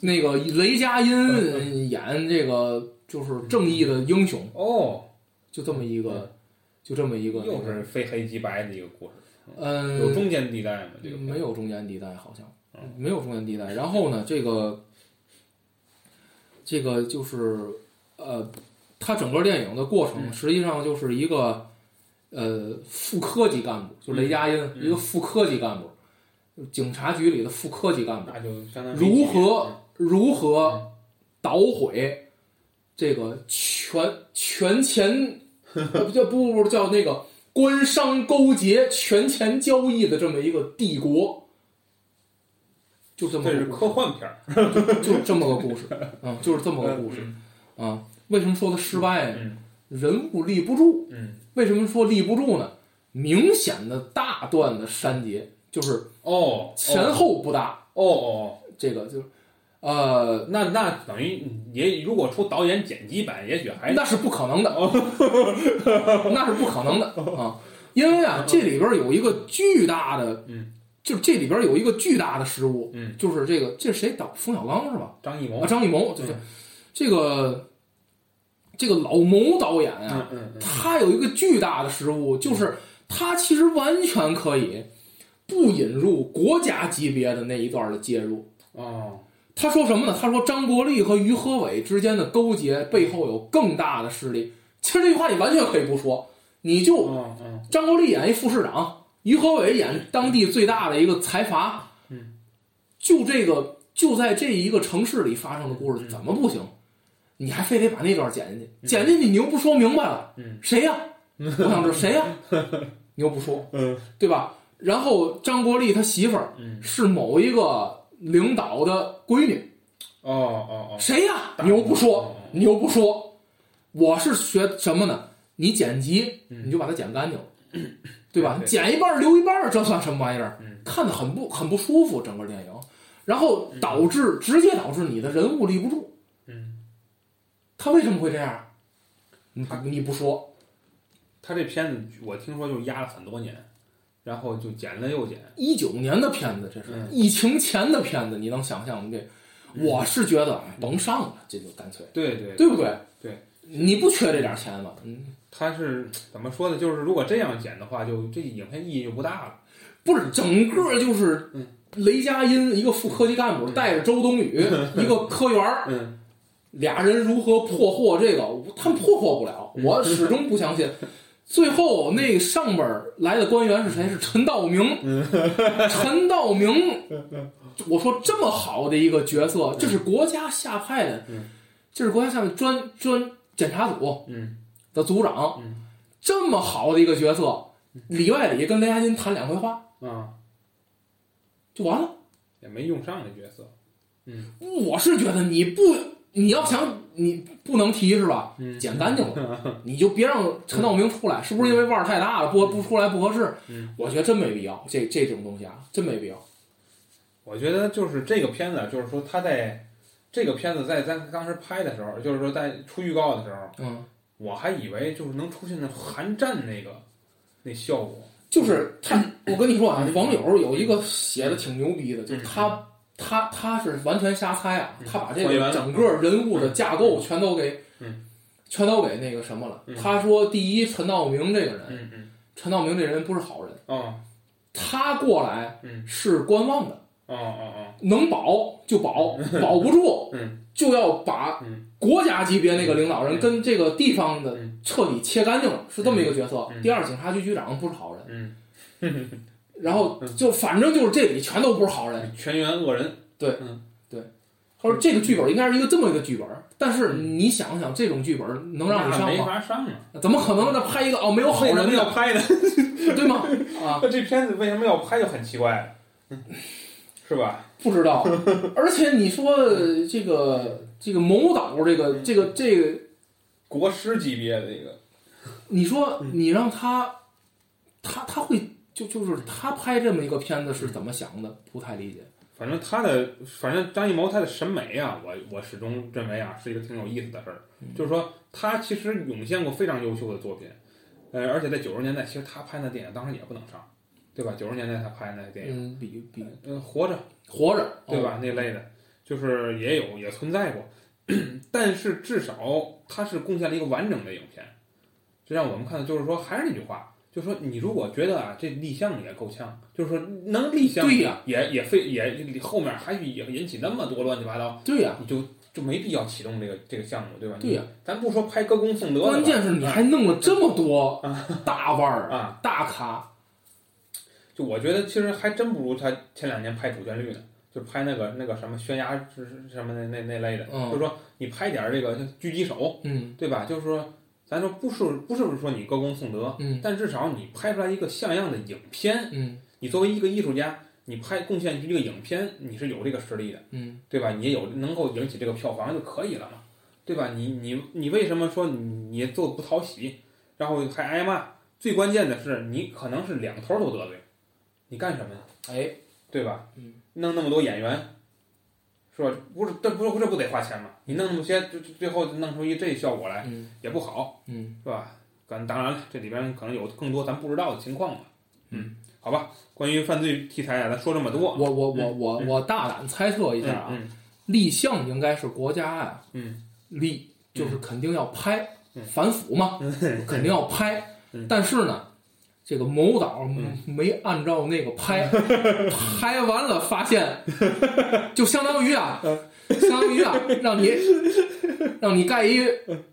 Speaker 3: 那个雷佳音演这个就是正义的英雄，
Speaker 1: 哦，
Speaker 3: 就这么一个，就这么一个，
Speaker 1: 又是非黑即白的一个故事，
Speaker 3: 嗯，
Speaker 1: 有中间地带吗？这个
Speaker 3: 没有中间地带，好像
Speaker 1: 嗯
Speaker 3: 没有中间地带。然后呢，这个这个就是呃，它整个电影的过程
Speaker 1: 嗯
Speaker 3: 实际上就是一个呃副科级干部，就雷佳音，
Speaker 1: 嗯
Speaker 3: 一个副科级干部，警察局里的副科级干部，
Speaker 1: 那就相当于
Speaker 3: 如何如
Speaker 1: 嗯
Speaker 3: 何捣毁这个权权钱，不叫不不叫那个官商勾结、权钱交易的这么一个帝国，就这么
Speaker 1: 这
Speaker 3: 个
Speaker 1: 是
Speaker 3: 故事
Speaker 1: 科幻片儿，
Speaker 3: 就这么个故事，嗯，就是这么个故事啊。为什么说它失败呢？
Speaker 1: 嗯
Speaker 3: 人物立不住，
Speaker 1: 嗯，
Speaker 3: 为什么说立不住呢？明显的大段的删节，就是
Speaker 1: 哦，
Speaker 3: 前
Speaker 1: 哦
Speaker 3: 后不搭，
Speaker 1: 哦哦，
Speaker 3: 这个就是，呃，
Speaker 1: 那那等于也如果出导演剪辑版，也许还
Speaker 3: 哎那是不可能的，
Speaker 1: 哦
Speaker 3: 那是不可能的啊！因为啊，这里边有一个巨大的，
Speaker 1: 嗯，
Speaker 3: 就是这里边有一个巨大的失误，
Speaker 1: 嗯，哦
Speaker 3: 就是这个这是谁导？冯小刚是吧？
Speaker 1: 张艺谋
Speaker 3: 啊，，张艺谋就是
Speaker 1: 嗯
Speaker 3: 这个这个老谋导演啊，
Speaker 1: 嗯嗯嗯，
Speaker 3: 他有一个巨大的失误，就是他其实完全可以不引入国家级别的那一段的介入，
Speaker 1: 哦，
Speaker 3: 他说什么呢？他说张国立和于和伟之间的勾结背后有更大的势力。其实这句话你完全可以不说，你就
Speaker 1: 嗯嗯
Speaker 3: 张国立演一副市长，于和伟演当地最大的一个财阀，
Speaker 1: 嗯，
Speaker 3: 就这个就在这一个城市里发生的故事，
Speaker 1: 嗯
Speaker 3: 怎么不行？你还非得把那段剪进去，剪进去你又不说明白了，
Speaker 1: 嗯
Speaker 3: 谁 呀、我想知道谁呀、你又不说，
Speaker 1: 嗯
Speaker 3: 对吧？然后张国立他媳妇儿
Speaker 1: 嗯，
Speaker 3: 是某一个领导的闺女，
Speaker 1: 哦哦哦，哦
Speaker 3: 谁呀？你又不说，你又不说，我是学什么呢？你剪辑，
Speaker 1: 嗯
Speaker 3: 你就把它剪 干净，对吧？
Speaker 1: 对
Speaker 3: 剪一半儿留一半儿，这算什么玩意儿
Speaker 1: 嗯？
Speaker 3: 看得很不很不舒服，整个电影，然后导致直接导致你的人物立不住。
Speaker 1: 嗯，
Speaker 3: 他为什么会这样？你不
Speaker 1: 他
Speaker 3: 你不说，
Speaker 1: 他这片子我听说就压了很多年，然后就剪了又剪，
Speaker 3: 一九年的片子，这是
Speaker 1: 嗯
Speaker 3: 疫情前的片子，你能想象吗？这我是觉得哎甭上了，这就干脆，
Speaker 1: 对对
Speaker 3: 对不对？
Speaker 1: 对，
Speaker 3: 你不缺这点钱吗？嗯。
Speaker 1: 他是怎么说呢？就是如果这样剪的话，就这影片意义就不大了。
Speaker 3: 不是整个就是
Speaker 1: 嗯
Speaker 3: 雷佳音一个副科级干部带着周 冬雨一个科员儿，
Speaker 1: 嗯
Speaker 3: 俩人如何破获这个？他们破获不了，
Speaker 1: 嗯
Speaker 3: 我始终不相信。最后那上边儿来的官员是谁？是陈道明。
Speaker 1: 嗯
Speaker 3: 陈道明，我说这么好的一个角色，这是国家下派的
Speaker 1: 嗯，
Speaker 3: 这是国家下面专专检查组
Speaker 1: 嗯
Speaker 3: 的组长
Speaker 1: 嗯，
Speaker 3: 这么好的一个角色，里外里跟雷佳音谈两回话
Speaker 1: 啊，
Speaker 3: 就完了。
Speaker 1: 也没用上这角色。
Speaker 3: 我是觉得你不，你要想你不能提是吧？
Speaker 1: 嗯
Speaker 3: 剪干净了，你就别让陈道明出来，是不是因为腕儿太大了，不不出来不合适？
Speaker 1: 嗯
Speaker 3: 我觉得真没必要，这这种东西啊，真没必要。
Speaker 1: 我觉得就是这个片子，就是说他在这个片子在咱当时拍的时候，就是说在出预告的时候，
Speaker 3: 嗯，
Speaker 1: 我还以为就是能出现那寒战那个那效果。
Speaker 3: 就是他，我跟你说啊，网友有一个写的挺牛逼的，就是他他他是完全瞎猜啊，
Speaker 1: 嗯
Speaker 3: 他把这
Speaker 1: 还原
Speaker 3: 个
Speaker 1: 了
Speaker 3: 整个人物的架构全都给
Speaker 1: 嗯
Speaker 3: 全都给那个什么了
Speaker 1: 嗯。
Speaker 3: 他说，第一，陈道明这个人，
Speaker 1: 嗯嗯，
Speaker 3: 陈道明这人不是好人。
Speaker 1: 哦，
Speaker 3: 他过来
Speaker 1: 嗯
Speaker 3: 是观望的，
Speaker 1: 哦哦
Speaker 3: 能保就保， 保不住
Speaker 1: 嗯
Speaker 3: 就要把
Speaker 1: 嗯
Speaker 3: 国家级别那个领导人跟这个地方的
Speaker 1: 嗯
Speaker 3: 彻底切干净了，是这么一个角色
Speaker 1: 嗯。
Speaker 3: 第二，警察局局长不是好人，
Speaker 1: 嗯
Speaker 3: 然后就反正就是这里全都不是好人。
Speaker 1: 嗯，全员恶人，
Speaker 3: 他说这个剧本应该是一个这么一个剧本，但是你想想，这种剧本能让你
Speaker 1: 那
Speaker 3: 上
Speaker 1: 没
Speaker 3: 吗？
Speaker 1: 法上啊！
Speaker 3: 怎么可能让他拍一个哦没有好
Speaker 1: 为什
Speaker 3: 人
Speaker 1: 么要
Speaker 3: 的，
Speaker 1: 拍的？
Speaker 3: 对吗？啊，
Speaker 1: 这片子为什么要拍就很奇怪，嗯是吧？
Speaker 3: 不知道。而且你说呃这个这个某岛这个这个这个，
Speaker 1: 国师级别的一个，
Speaker 3: 你说
Speaker 1: 嗯
Speaker 3: 你让他他他会就就是他拍这么一个片子是怎么想的？不太理解。
Speaker 1: 反正他的，反正张艺谋他的审美啊，我我始终认为啊，是一个挺有意思的事儿。就是说，他其实涌现过非常优秀的作品，呃，而且在九十年代，其实他拍那电影当时也不能上，对吧？九十年代他拍那电影，
Speaker 3: 嗯，比比
Speaker 1: 嗯、活着，
Speaker 3: 活着
Speaker 1: 对？吧？那类的，就是也有也存在过， 但是至少它是贡献了一个完整的影片。这让我们看到，就是说，还是那句话，就是说，你如果觉得啊，这立项也够呛，就是说能立项，
Speaker 3: 对呀
Speaker 1: 也也非也后面还也引起那么多乱七八糟，
Speaker 3: 哦对呀，
Speaker 1: 你就就没必要启动这个这个项目，对吧？
Speaker 3: 对呀
Speaker 1: 咱不说拍歌功颂德的吧，
Speaker 3: 关键是你还弄了这么多大腕儿、
Speaker 1: 啊，
Speaker 3: 大咖，
Speaker 1: 就我觉得其实还真不如他前两年拍主旋律呢，就拍那个那个什么悬崖之什么那那那类的，
Speaker 3: 嗯
Speaker 1: 就是说你拍点儿这个像狙击手，
Speaker 3: 嗯
Speaker 1: 对吧？就是说，咱说不是不是说你歌功颂德，
Speaker 3: 嗯
Speaker 1: 但至少你拍出来一个像样的影片，
Speaker 3: 嗯
Speaker 1: 你作为一个艺术家，你拍贡献一个影片，你是有这个实力的，
Speaker 3: 嗯
Speaker 1: 对吧？你也有能够引起这个票房就可以了嘛，对吧？你你你为什么说你你做不讨喜，然后还挨骂？最关键的是，你可能是两头都得罪，你干什么呀？
Speaker 3: 哎，
Speaker 1: 对吧？
Speaker 3: 嗯，
Speaker 1: 弄那么多演员，是吧？不是，这不是这不得花钱吗？你弄那么些，最最最后弄出一这效果来
Speaker 3: 嗯
Speaker 1: 也不好，
Speaker 3: 嗯。
Speaker 1: 是吧？当当然了，这里边可能有更多咱不知道的情况吧。嗯，好吧，关于犯罪题材啊，咱说这么多。
Speaker 3: 我我我我
Speaker 1: 嗯
Speaker 3: 我大胆猜测一下啊，
Speaker 1: 嗯
Speaker 3: 立项应该是国家呀、
Speaker 1: 嗯
Speaker 3: 立就是肯定要拍，
Speaker 1: 嗯
Speaker 3: 反腐嘛， 肯定要拍。
Speaker 1: 嗯
Speaker 3: 但是呢，这个某岛
Speaker 1: 嗯
Speaker 3: 没按照那个拍，拍完了发现，就相当于啊，
Speaker 1: 嗯
Speaker 3: 相当于啊，让 你让你盖一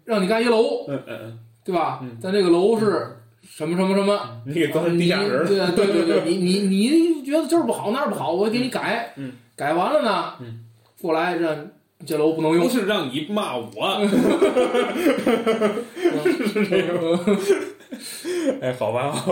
Speaker 3: 让你盖一楼，
Speaker 1: 嗯嗯嗯
Speaker 3: 对吧
Speaker 1: 嗯？
Speaker 3: 咱这个楼是什么什么什么。
Speaker 1: 嗯，你给
Speaker 3: 啊
Speaker 1: 装成
Speaker 3: 你
Speaker 1: 地下人儿了。
Speaker 3: 对对对 对，你你你觉得这儿不好那儿不好，我给你改，
Speaker 1: 嗯
Speaker 3: 改完了呢，
Speaker 1: 嗯
Speaker 3: 过来这这楼不能
Speaker 1: 不
Speaker 3: 用，
Speaker 1: 是让你骂
Speaker 3: 嗯
Speaker 1: 我，
Speaker 3: 是这样，
Speaker 1: 哎，好吧，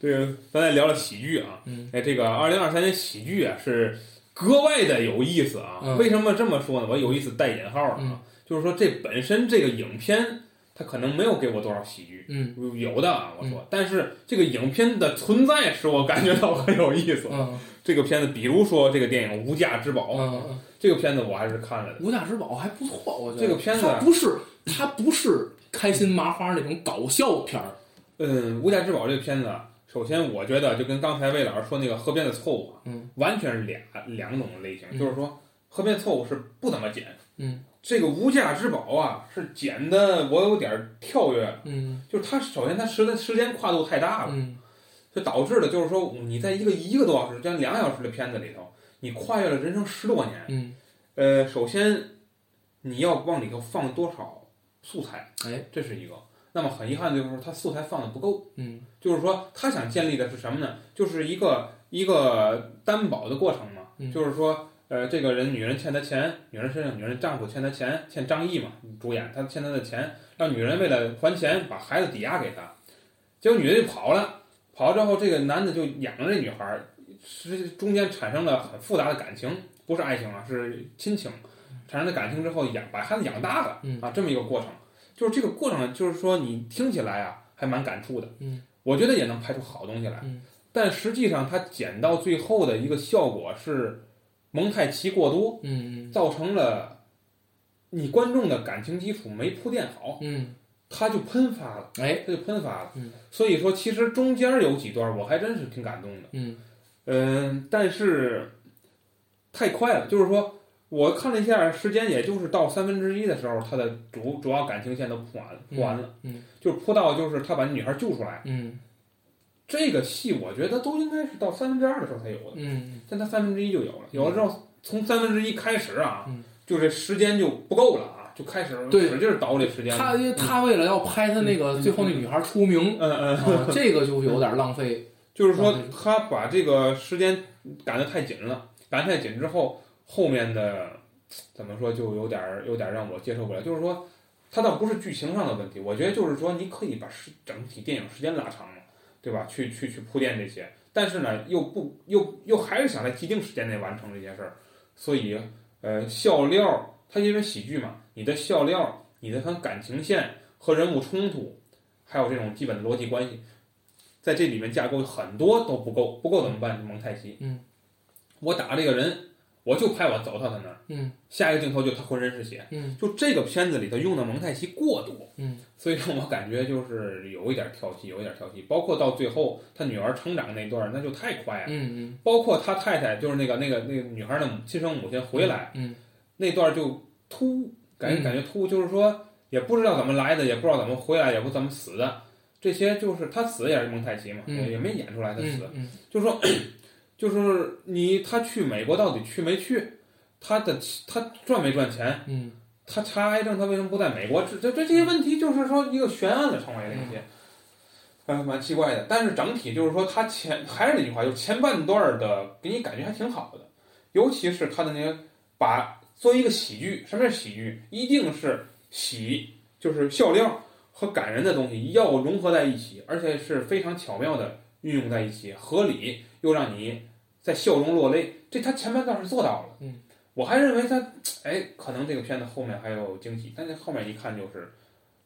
Speaker 1: 这个咱再聊聊喜剧啊，
Speaker 3: 嗯
Speaker 1: 哎，这个二零二三年喜剧啊是格外的有意思啊，
Speaker 3: 嗯
Speaker 1: 为什么这么说呢？我有意思带引号啊，
Speaker 3: 嗯
Speaker 1: 就是说这本身这个影片它可能没有给我多少喜剧，
Speaker 3: 嗯
Speaker 1: 有的啊，我说，但是这个影片的存在使我感觉到很有意思。
Speaker 3: 嗯
Speaker 1: 这个片子，比如说这个电影《无价之宝》
Speaker 3: 嗯，嗯
Speaker 1: 这个片子我还是看了的，
Speaker 3: 无价之宝还不错，我觉得
Speaker 1: 这个片子啊
Speaker 3: 它不是它不是开心麻花那种搞笑片儿，
Speaker 1: 嗯，《无价之宝》这个片子啊，首先我觉得就跟刚才魏老师说那个《河边的错误》啊，
Speaker 3: 嗯，
Speaker 1: 完全是俩两种类型，
Speaker 3: 嗯
Speaker 1: 就是说《河边的错误》是不怎么剪，
Speaker 3: 嗯
Speaker 1: 这个《无价之宝》啊是剪的我有点儿跳跃，
Speaker 3: 嗯
Speaker 1: 就是它首先它时间时间跨度太大了，
Speaker 3: 嗯
Speaker 1: 就导致了就是说你在一个一个多小时将两个小时的片子里头，你跨越了人生十多年，
Speaker 3: 嗯，
Speaker 1: 呃，首先你要往里头放多少素材，
Speaker 3: 哎，
Speaker 1: 这是一个。那么很遗憾的就是它素材放的不够。
Speaker 3: 嗯
Speaker 1: 就是说他想建立的是什么呢？就是一个一个担保的过程嘛，
Speaker 3: 嗯
Speaker 1: 就是说。呃，这个人，女人欠他钱，女人身上，女人丈夫欠他钱，欠张译嘛，主演他欠他的钱，让女人为了还钱把孩子抵押给他，结果女人就跑了，跑了之后，这个男的就养着这女孩儿，是中间产生了很复杂的感情，不是爱情啊，是亲情，产生了感情之后养把孩子养大了
Speaker 3: 嗯
Speaker 1: 啊，这么一个过程，就是这个过程，就是说你听起来啊还蛮感触的，
Speaker 3: 嗯，
Speaker 1: 我觉得也能拍出好东西来，
Speaker 3: 嗯，
Speaker 1: 但实际上它剪到最后的一个效果是蒙太奇过多，
Speaker 3: 嗯
Speaker 1: 造成了你观众的感情基础没铺垫好，
Speaker 3: 嗯，
Speaker 1: 它就喷发了，
Speaker 3: 哎，
Speaker 1: 它就喷发了，
Speaker 3: 嗯，
Speaker 1: 所以说其实中间有几段我还真是挺感动的。
Speaker 3: 嗯
Speaker 1: 嗯，但是太快了，就是说我看了一下时间，也就是到三分之一的时候，他的主主要感情线都铺完了，铺完了，
Speaker 3: 嗯
Speaker 1: 就是铺到就是他把那女孩救出来，
Speaker 3: 嗯
Speaker 1: 这个戏我觉得都应该是到三分之二的时候才有的，
Speaker 3: 嗯，
Speaker 1: 但它三分之一就有了，有了之后从三分之一开始啊，
Speaker 3: 嗯
Speaker 1: 就这时间就不够了啊，就开始
Speaker 3: 对
Speaker 1: 使劲儿倒这时间了。
Speaker 3: 他因为他为了要拍他那个最后那女孩出名，
Speaker 1: 嗯嗯，
Speaker 3: 啊，这个就有点浪费。
Speaker 1: 就是说
Speaker 3: 嗯
Speaker 1: 他把这个时间赶得太紧了，赶得太紧之后，后面的怎么说就有点儿有点儿让我接受不了。就是说，它倒不是剧情上的问题，我觉得就是说你可以把时整体电影时间拉长了，对吧？去去去铺垫这些，但是呢，又不又又还是想在既定时间内完成这件事儿，所以呃，笑料它因为喜剧嘛，你的笑料、你的它感情线和人物冲突，还有这种基本的逻辑关系。在这里面架构很多都不够，不够怎么办？蒙太奇。
Speaker 3: 嗯，
Speaker 1: 我打这个人，我就拍我走到他那儿。
Speaker 3: 嗯，
Speaker 1: 下一个镜头就他浑身是血。
Speaker 3: 嗯，
Speaker 1: 就这个片子里头用的蒙太奇过多。
Speaker 3: 嗯，
Speaker 1: 所以让我感觉就是有一点跳戏，有一点跳戏。包括到最后他女儿成长那段儿，那就太快了。
Speaker 3: 嗯
Speaker 1: 包括他太太，就是那个那个那个女孩的母亲生母亲回来，
Speaker 3: 嗯
Speaker 1: 那段就突感觉
Speaker 3: 嗯
Speaker 1: 感觉突，就是说也不知道怎么来的，也不知道怎么回来，也不怎么死的。这些就是他死也是蒙太奇嘛，
Speaker 3: 嗯
Speaker 1: 也没演出来他
Speaker 3: 嗯
Speaker 1: 死，
Speaker 3: 嗯
Speaker 1: 就是说，就是你他去美国到底去没去，他的他赚没赚钱，
Speaker 3: 嗯
Speaker 1: 他查癌症，他为什么不在美国治？这这这些问题就是说一个悬案的成为了一些，嗯，蛮奇怪的。但是整体就是说，他前还是那句话，就是前半段儿的给你感觉还挺好的，尤其是他的那些把作为一个喜剧，什么是喜剧？一定是喜，就是笑料和感人的东西要融合在一起，而且是非常巧妙的运用在一起，合理又让你在笑中落泪。这他前半段是做到了。
Speaker 3: 嗯，
Speaker 1: 我还认为他哎，可能这个片子后面还有惊喜，但是后面一看就是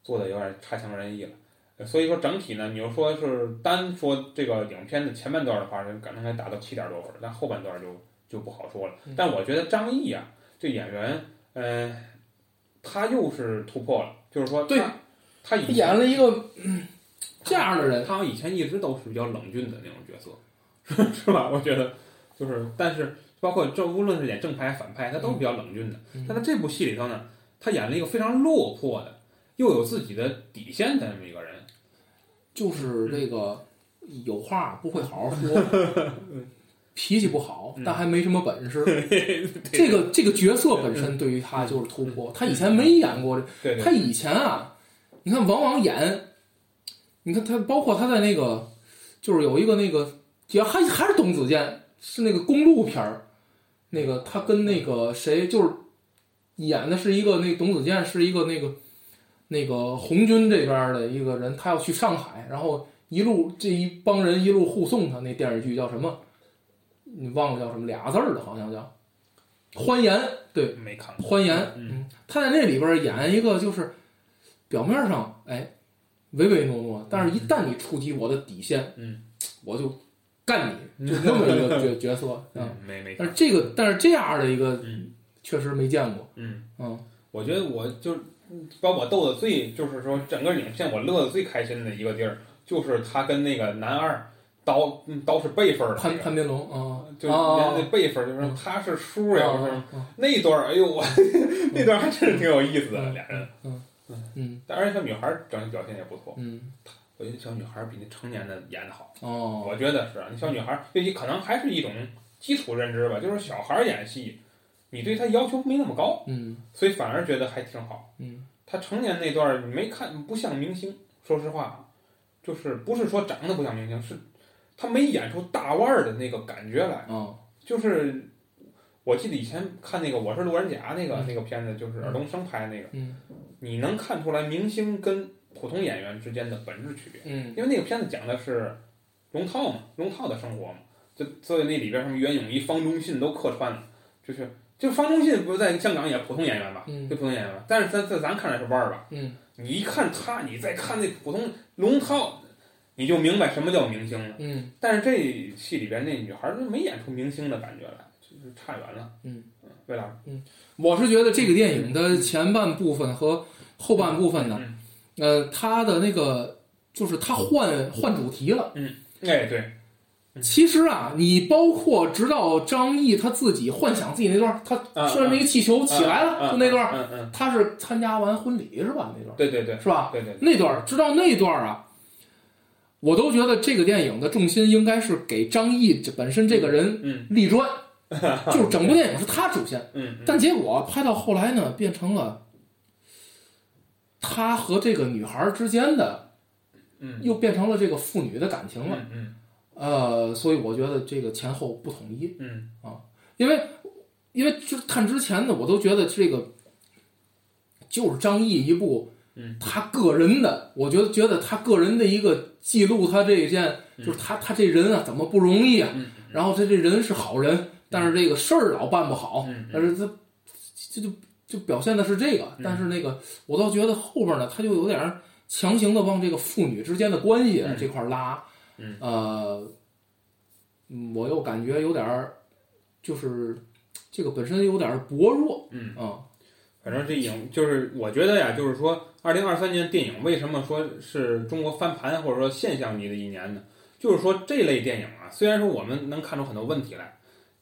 Speaker 1: 做的有点差强人意了。呃所以说整体呢，你要说是单说这个影片的前半段的话，可能还达到七点多分儿，但后半段就就不好说了
Speaker 3: 嗯。
Speaker 1: 但我觉得张译啊，这演员，嗯、他又是突破了，就是说他
Speaker 3: 对，
Speaker 1: 他
Speaker 3: 他
Speaker 1: 以
Speaker 3: 演
Speaker 1: 前
Speaker 3: 了一个嗯这样的人，
Speaker 1: 他以前一直都是比较冷峻的那种角色， 是是吧？我觉得就是，但是包括这无论是演正派还是反派，他都是比较冷峻的。
Speaker 3: 嗯
Speaker 1: 但在这部戏里头呢，他演了一个非常落魄的，又有自己的底线的那么一个人。
Speaker 3: 就是这个有话不会好好说，脾气不好，但还没什么本事。这个这个角色本身对于他就是突破，他以前没演过这
Speaker 1: 对
Speaker 3: 他以前啊，你看往往演，你看他包括他在那个，就是有一个那个也还还是董子健，是那个公路片儿，那个他跟那个谁就是演的是一个那董子健是一个那个那个红军这边儿的一个人，他要去上海，然后一路这一帮人一路护送他，那电视剧叫什么？你忘了叫什么俩字儿的，好像叫《欢颜》对。
Speaker 1: 没看过。
Speaker 3: 欢颜，
Speaker 1: 嗯，
Speaker 3: 他在那里边演一个就是表面上哎唯唯诺诺，但是一旦你触及我的底线，
Speaker 1: 嗯，
Speaker 3: 我就干你，就那么一 个角角色啊。嗯
Speaker 1: 嗯，没没
Speaker 3: 但
Speaker 1: 看
Speaker 3: 是
Speaker 1: 过。
Speaker 3: 这个，但是这样的一个
Speaker 1: 嗯
Speaker 3: 确实没见过，
Speaker 1: 嗯，
Speaker 3: 嗯
Speaker 1: 我觉得我就是嗯把我逗的最，就是说整个影片我乐的最开心的一个地儿，就是他跟那个男二刀嗯刀是辈分儿的那
Speaker 3: 潘
Speaker 1: 个，嗯
Speaker 3: 潘斌龙啊，
Speaker 1: 就
Speaker 3: 啊
Speaker 1: 连那辈分儿，就是说他是叔呀，我说
Speaker 3: 啊啊
Speaker 1: 那段儿，哎呦我 那段儿还真是挺有意思的，俩人。
Speaker 3: 嗯嗯
Speaker 1: 但而且小女孩儿整体表现也不错，
Speaker 3: 嗯
Speaker 1: 我觉得小女孩儿比那成年的演的好。
Speaker 3: 哦，
Speaker 1: 我觉得是啊，你小女孩儿对你可能还是一种基础认知吧，就是小孩儿演戏，你对她要求没那么高，
Speaker 3: 嗯
Speaker 1: 所以反而觉得还挺好。
Speaker 3: 嗯
Speaker 1: 她成年那段儿你没看，不像明星，说实话，就是不是说长得不像明星，是她没演出大腕儿的那个感觉来。
Speaker 3: 哦
Speaker 1: 就是我记得以前看那个《我是路人甲》那个
Speaker 3: 嗯
Speaker 1: 那个片子，就是尔冬升拍的那个，
Speaker 3: 嗯
Speaker 1: 你能看出来明星跟普通演员之间的本质区别。
Speaker 3: 嗯
Speaker 1: 因为那个片子讲的是龙套嘛，龙套的生活嘛，就所以那里边什么袁咏仪、方中信都客串了，就是就方中信不是在香港也普通演员吧，
Speaker 3: 嗯
Speaker 1: 就普通演员吧，但是咱在咱看来是腕儿吧，
Speaker 3: 嗯
Speaker 1: 你一看他，你再看那普通龙套，你就明白什么叫明星了。
Speaker 3: 嗯
Speaker 1: 但是这戏里边那女孩儿就没演出明星的感觉来，就是差远了。
Speaker 3: 嗯，
Speaker 1: 魏老师，
Speaker 3: 我是觉得这个电影的前半部分和后半部分呢，
Speaker 1: 嗯
Speaker 3: 呃，他的那个就是他换换主题了。
Speaker 1: 哎对，
Speaker 3: 其实啊，你包括直到张译他自己幻想自己那段儿，他
Speaker 1: 啊
Speaker 3: 虽然那个气球起来了，
Speaker 1: 嗯
Speaker 3: 就那段儿，
Speaker 1: 嗯嗯，嗯
Speaker 3: 他是参加完婚礼是吧？那段儿
Speaker 1: 对对对
Speaker 3: 是吧？
Speaker 1: 对对对，
Speaker 3: 那段儿直到那段儿啊，我都觉得这个电影的重心应该是给张译这本身这个人
Speaker 1: 嗯
Speaker 3: 立砖，就是整部电影是他主线。
Speaker 1: 嗯嗯
Speaker 3: 但结果拍到后来呢，变成了他和这个女孩之间的，
Speaker 1: 嗯
Speaker 3: 又变成了这个父女的感情了。
Speaker 1: 嗯嗯
Speaker 3: 呃，所以我觉得这个前后不统一。
Speaker 1: 嗯
Speaker 3: 因为因为就是看之前的，我都觉得这个就是张译一部，
Speaker 1: 嗯，
Speaker 3: 他个人的，我觉得觉得他个人的一个记录，他这一件就是他他这人啊怎么不容易啊，
Speaker 1: 嗯
Speaker 3: 然后他这人是好人，但是这个事儿老办不好，
Speaker 1: 嗯
Speaker 3: 哦但是他这就就表现的是这个，但是那个我倒觉得后边呢，他就有点儿强行的往这个父女之间的关系啊
Speaker 1: 嗯
Speaker 3: 这块儿拉，
Speaker 1: 嗯
Speaker 3: 呃，嗯我又感觉有点儿就是这个本身有点儿薄弱，
Speaker 1: 嗯
Speaker 3: 啊，
Speaker 1: 反正这影就是我觉得呀，就是说，二零二三年电影为什么说是中国翻盘或者说现象级的一年呢？就是说这类电影啊，虽然说我们能看出很多问题来，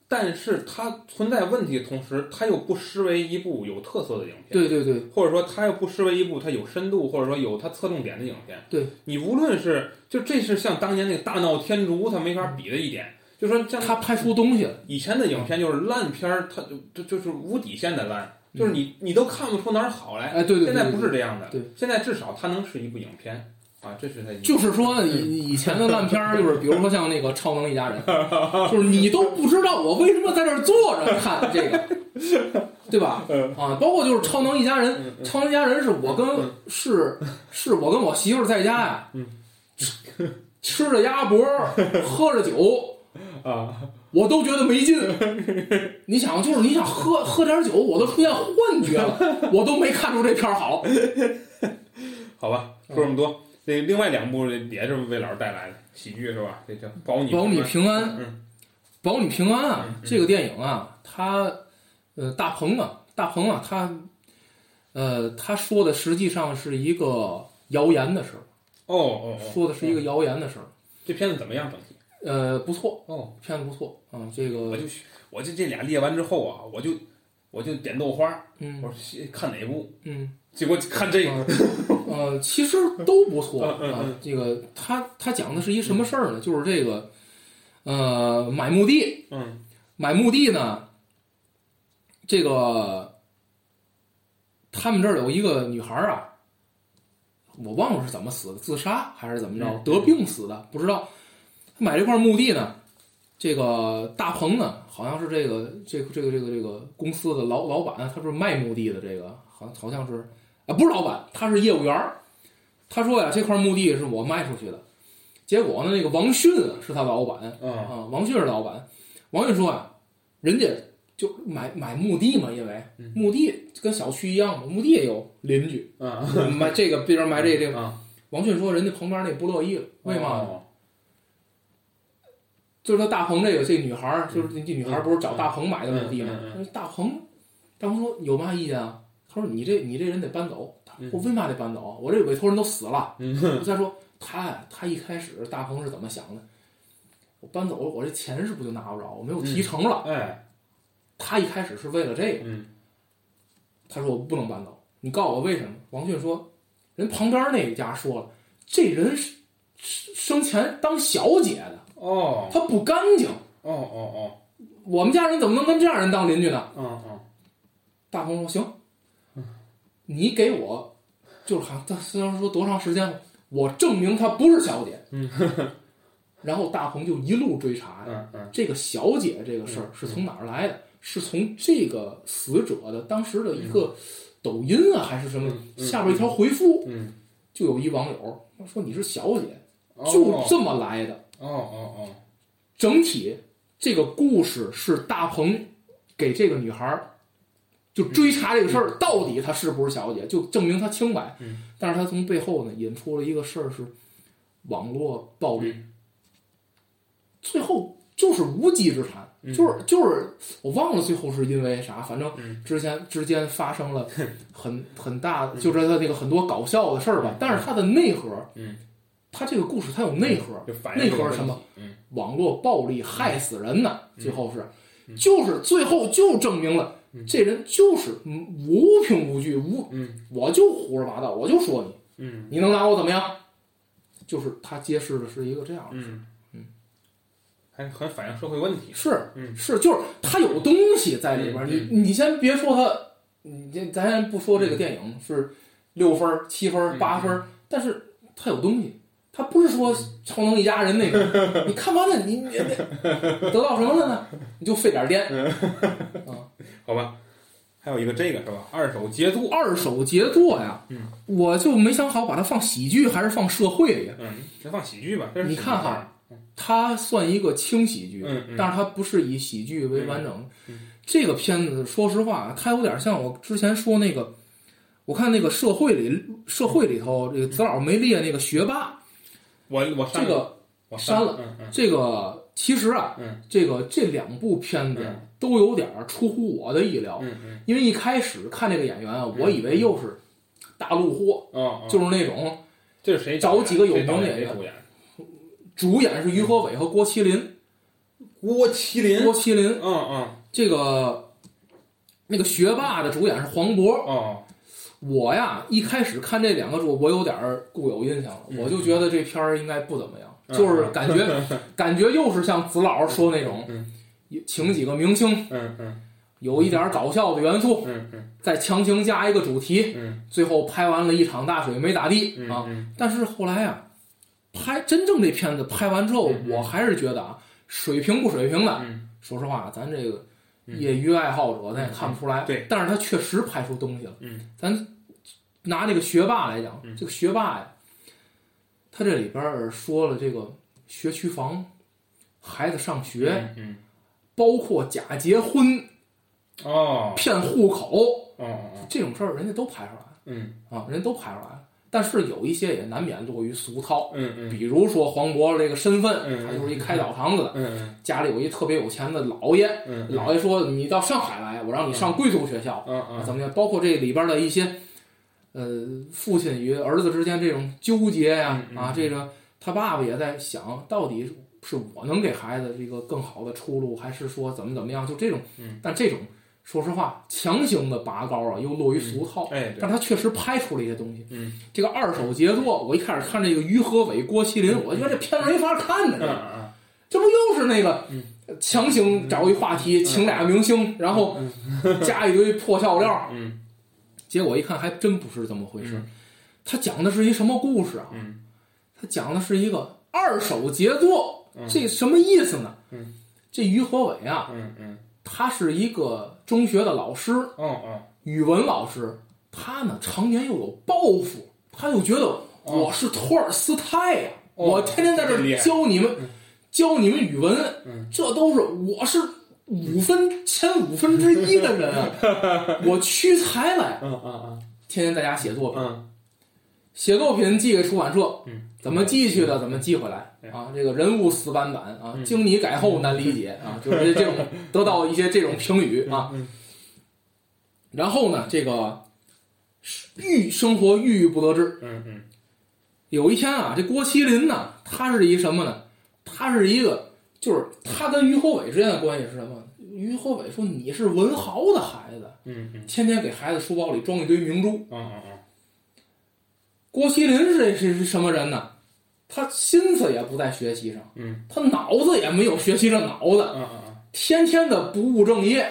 Speaker 1: 但是它存在问题的同时，它又不失为一部有特色的影片。
Speaker 3: 对对对，
Speaker 1: 或者说它又不失为一部它有深度或者说有它侧重点的影片。
Speaker 3: 对
Speaker 1: 你无论是就这是像当年那个大闹天竺它没法比的一点，就说像
Speaker 3: 他拍出东西来，
Speaker 1: 以前的影片就是烂片儿，它就就就是无底线的烂，就是你你都看不出哪儿好来。
Speaker 3: 哎，对对，
Speaker 1: 现
Speaker 3: 对
Speaker 1: 在不是这样的
Speaker 3: 对，
Speaker 1: 现在至少它能是一部影片啊，这是它一
Speaker 3: 就是说，以以前的烂片儿，就是比如说像那个《超能一家人》，就是你都不知道我为什么在这儿坐着看这个，对吧？啊，包括就是《超能一家人》，《超能一家人》是我跟是是我跟我媳妇儿在家呀，吃吃着鸭脖，喝着酒，
Speaker 1: 啊，
Speaker 3: 我都觉得没劲。你想，就是你想喝喝点酒，我都出现幻觉了，我都没看出这片儿好。
Speaker 1: 好吧，
Speaker 3: 啊
Speaker 1: 说这么多。这另外两部也是为老师带来的喜剧是吧？这叫保你
Speaker 3: 保你平安，
Speaker 1: 嗯
Speaker 3: 保你平安啊
Speaker 1: 嗯！嗯
Speaker 3: 这个电影啊，他呃，大鹏啊，大鹏啊，他呃，他说的实际上是一个谣言的事儿，
Speaker 1: 哦哦哦，
Speaker 3: 说的是一个谣言的事儿。
Speaker 1: 这片子怎么样整体？
Speaker 3: 呃，不错，
Speaker 1: 哦，
Speaker 3: 片子不错啊、这
Speaker 1: 我
Speaker 3: 个
Speaker 1: 就学我就这俩列完之后啊，我就我就点豆花，我
Speaker 3: 嗯
Speaker 1: 说西看哪部，
Speaker 3: 嗯
Speaker 1: 结果看这个，
Speaker 3: 呃，其实都不错
Speaker 1: 嗯嗯
Speaker 3: 啊
Speaker 1: 嗯。
Speaker 3: 这个他他讲的是一什么事儿呢？就是这个呃，买墓地，
Speaker 1: 嗯
Speaker 3: 买墓地呢，这个他们这儿有一个女孩儿啊，我忘了是怎么死的，自杀还是怎么着
Speaker 1: 嗯，
Speaker 3: 得病死的，不知道。他买这块墓地呢，这个大鹏呢，好像是这个这个这个这个这个公司的老老板，他是卖墓地的，这个好像好像是啊，不是老板，他是业务员儿。他说呀，这块墓地是我卖出去的。结果呢，那个王迅啊是他老板，
Speaker 1: 嗯
Speaker 3: 啊，王迅是老板。王迅说啊，人家就买买墓地嘛，因为
Speaker 1: 嗯
Speaker 3: 墓地跟小区一样嘛，墓地也有 邻居，
Speaker 1: 嗯，
Speaker 3: 买这个这边买这个这个。
Speaker 1: 啊，
Speaker 3: 王迅说，人家旁边那不乐意了，为嘛？
Speaker 1: 哦？
Speaker 3: 就是他大鹏这个这女孩儿，就是这女孩儿不是找大鹏买的墓地吗
Speaker 1: 嗯嗯嗯？
Speaker 3: 大鹏，大鹏说有嘛意见啊？他说你这你这人得搬走。他说
Speaker 1: 嗯
Speaker 3: 我为嘛得搬走啊？我这委托人都死了。
Speaker 1: 嗯
Speaker 3: 再说他呀，他一开始大鹏是怎么想的？我搬走了，我这钱是不是就拿不着？我没有提成了。
Speaker 1: 哎，
Speaker 3: 他一开始是为了这个，
Speaker 1: 嗯
Speaker 3: 他说我不能搬走，你告诉我为什么？王迅说，人旁边那一家说了，这人是是生前当小姐的，
Speaker 1: 哦
Speaker 3: 他不干净，
Speaker 1: 哦哦
Speaker 3: 我们家人怎么能跟这样人当邻居呢？
Speaker 1: 哦，嗯
Speaker 3: 大鹏说：“行，你给我，就是好像他虽然说多长时间了，我证明她不是小姐。”嗯， 然后大鹏就一路追查
Speaker 1: 嗯嗯嗯
Speaker 3: 这个小姐这个事儿是从哪儿来的，是从这个死者的当时的一个抖音啊还是什么
Speaker 1: 嗯嗯
Speaker 3: 下边一条回复，
Speaker 1: 嗯，
Speaker 3: 就有一网友说你是小姐，
Speaker 1: 哦
Speaker 3: 就这么来的。
Speaker 1: 哦哦
Speaker 3: 整体这个故事是大鹏给这个女孩儿就
Speaker 1: 嗯
Speaker 3: 追查这个事儿，到底她是不是小姐，就证明她清白。
Speaker 1: 嗯
Speaker 3: 但是她从背后呢引出了一个事儿是网络暴力，
Speaker 1: 嗯
Speaker 3: 最后就是无稽之谈，就是就是我忘了最后是因为啥，反正
Speaker 1: 嗯
Speaker 3: 之前之间发生了很很大，就是他那个很多搞笑的事儿吧。但是它的内核，
Speaker 1: 嗯，
Speaker 3: 它这个故事它有内核，
Speaker 1: 哦，就反映
Speaker 3: 内
Speaker 1: 这个
Speaker 3: 核
Speaker 1: 问
Speaker 3: 是
Speaker 1: 题
Speaker 3: 什么？？
Speaker 1: 嗯
Speaker 3: 网络暴力害死人呢？最后
Speaker 1: 嗯
Speaker 3: 是，就是最后就证明了这人就是嗯无凭无据，无
Speaker 1: 嗯
Speaker 3: 我就胡说八道，我就说你，
Speaker 1: 嗯
Speaker 3: 你能拿我怎么样？就是它揭示的是一个这样的事，
Speaker 1: 嗯还很反映社会问题。
Speaker 3: 是
Speaker 1: 嗯
Speaker 3: 是，就是它有东西在里边儿。
Speaker 1: 嗯
Speaker 3: 你你先别说它，你这咱先不说这个电影是六分儿、七分儿、
Speaker 1: 嗯
Speaker 3: 八分儿，但是它有东西，它不是说超能一家人那 个。你看完了，你你你得到什么了呢？你就费点儿电。
Speaker 1: 嗯好吧，还有一个这个是吧？二手杰作，
Speaker 3: 二手杰作呀，
Speaker 1: 嗯
Speaker 3: 我就没想好把它放喜剧还是放社会里。啊
Speaker 1: 嗯，先放喜剧吧。这是
Speaker 3: 你看哈，它算一个轻喜剧，
Speaker 1: 嗯嗯
Speaker 3: 但是它不是以喜剧为完整。
Speaker 1: 嗯
Speaker 3: 这个片子，说实话，它有点像我之前说那个，我看那个社会里社会里头这个子老没列那个学霸，
Speaker 1: 我我
Speaker 3: 这
Speaker 1: 删了，
Speaker 3: 个
Speaker 1: 我
Speaker 3: 删
Speaker 1: 了，嗯
Speaker 3: 这个其实啊，
Speaker 1: 嗯
Speaker 3: 这个这两部片子
Speaker 1: 嗯
Speaker 3: 都有点出乎我的意料，
Speaker 1: 嗯嗯
Speaker 3: 因为一开始看这个演员啊，我
Speaker 1: 嗯
Speaker 3: 以为又是大陆货，
Speaker 1: 嗯，哦，哦
Speaker 3: 就是那种
Speaker 1: 这是谁
Speaker 3: 找几个有
Speaker 1: 谁导
Speaker 3: 名
Speaker 1: 演
Speaker 3: 的
Speaker 1: 谁主演？
Speaker 3: 主演是于和伟和郭麒麟，
Speaker 1: 郭麒麟，
Speaker 3: 郭麒麟
Speaker 1: 嗯嗯
Speaker 3: 这个那个学霸的主演是黄渤。
Speaker 1: 哦，
Speaker 3: 我呀，一开始看这两个主，我有点儿固有印象了，
Speaker 1: 嗯
Speaker 3: 我就觉得这片儿应该不怎么样，
Speaker 1: 嗯
Speaker 3: 就是感觉、 感觉又是像子老师说那种，
Speaker 1: 嗯
Speaker 3: 请几个明星，
Speaker 1: 嗯嗯
Speaker 3: 有一点儿搞笑的元素，
Speaker 1: 嗯嗯
Speaker 3: 再强行加一个主题，
Speaker 1: 嗯
Speaker 3: 最后拍完了一场大水没咋地
Speaker 1: 嗯
Speaker 3: 啊。
Speaker 1: 嗯
Speaker 3: 但是后来啊，拍真正这片子拍完之后，
Speaker 1: 嗯嗯
Speaker 3: 我还是觉得啊，水平不水平的，
Speaker 1: 嗯
Speaker 3: 说实话，咱这个
Speaker 1: 嗯
Speaker 3: 业余爱好者咱也看不出来。
Speaker 1: 嗯对，
Speaker 3: 但是他确实拍出东西了。
Speaker 1: 嗯，
Speaker 3: 咱拿这个学霸来讲，
Speaker 1: 嗯
Speaker 3: 这个学霸呀，他这里边儿说了这个学区房、孩子上学，
Speaker 1: 嗯嗯
Speaker 3: 包括假结婚、
Speaker 1: 哦
Speaker 3: 骗户口
Speaker 1: 哦哦
Speaker 3: 这种事儿，人家都拍出来了
Speaker 1: 嗯
Speaker 3: 啊，人家都拍出来了。但是有一些也难免落于俗套，
Speaker 1: 嗯嗯
Speaker 3: 比如说黄渤这个身份，
Speaker 1: 嗯嗯
Speaker 3: 他就是一开澡堂子的，
Speaker 1: 嗯
Speaker 3: 家里有一特别有钱的老爷，
Speaker 1: 嗯嗯
Speaker 3: 老爷说你到上海来，我让你上贵族学校，
Speaker 1: 嗯
Speaker 3: 啊
Speaker 1: 嗯
Speaker 3: 怎么样？包括这里边的一些，呃，父亲与儿子之间这种纠结呀、
Speaker 1: 嗯嗯
Speaker 3: 啊，这个他爸爸也在想，到底是我能给孩子这个更好的出路，还是说怎么怎么样？就这种，
Speaker 1: 嗯
Speaker 3: 但这种说实话，强行的拔高啊，又落于俗套。
Speaker 1: 哎对
Speaker 3: 但他确实拍出了一些东西。
Speaker 1: 嗯
Speaker 3: 这个二手杰作，我一开始看这个于和伟、郭麒麟，我觉得这片子没法看呢。
Speaker 1: 嗯嗯
Speaker 3: 这不又是那个
Speaker 1: 嗯
Speaker 3: 强行找一话题，请俩明星，然后 加一堆破笑料。
Speaker 1: 嗯
Speaker 3: 结果一看，还真不是这么回事。他讲的是一什么故事啊？
Speaker 1: 嗯
Speaker 3: 他讲的是一个二手杰作，
Speaker 1: 嗯
Speaker 3: 这什么意思呢？
Speaker 1: 嗯
Speaker 3: 这于和伟啊，
Speaker 1: 嗯嗯
Speaker 3: 他是一个中学的老师，
Speaker 1: 哦哦
Speaker 3: 语文老师。他呢，常年又有抱负，他就觉得我是托尔斯泰呀、
Speaker 1: 哦
Speaker 3: 我天天在这
Speaker 1: 这厉
Speaker 3: 儿
Speaker 1: 害
Speaker 3: 教你们，教你们语文，
Speaker 1: 嗯
Speaker 3: 这都是我是五分前五分之一的人啊， 我屈才来，
Speaker 1: 嗯嗯
Speaker 3: 天天在家写作品，
Speaker 1: 嗯
Speaker 3: 写作品寄给出版社，
Speaker 1: 嗯嗯
Speaker 3: 怎么寄去的，怎么寄回来
Speaker 1: 对
Speaker 3: 啊？这个人物死板板啊，经你改后难理解啊，就是这 种得到一些这种评语啊。
Speaker 1: 嗯
Speaker 3: 然后呢，这个郁生活郁郁不得志。
Speaker 1: 嗯嗯
Speaker 3: 有一天啊，这郭麒麟呢，他是一什么呢？他是一个，就是他跟于和伟之间的关系是什么？于和伟说你是文豪的孩子，
Speaker 1: 嗯嗯
Speaker 3: 天天给孩子书包里装一堆明珠。
Speaker 1: 嗯嗯
Speaker 3: 郭麒麟是这是什么人呢？他心思也不在学习上，
Speaker 1: 嗯，
Speaker 3: 他脑子也没有学习这脑子，
Speaker 1: 嗯
Speaker 3: 天天的不务 正业，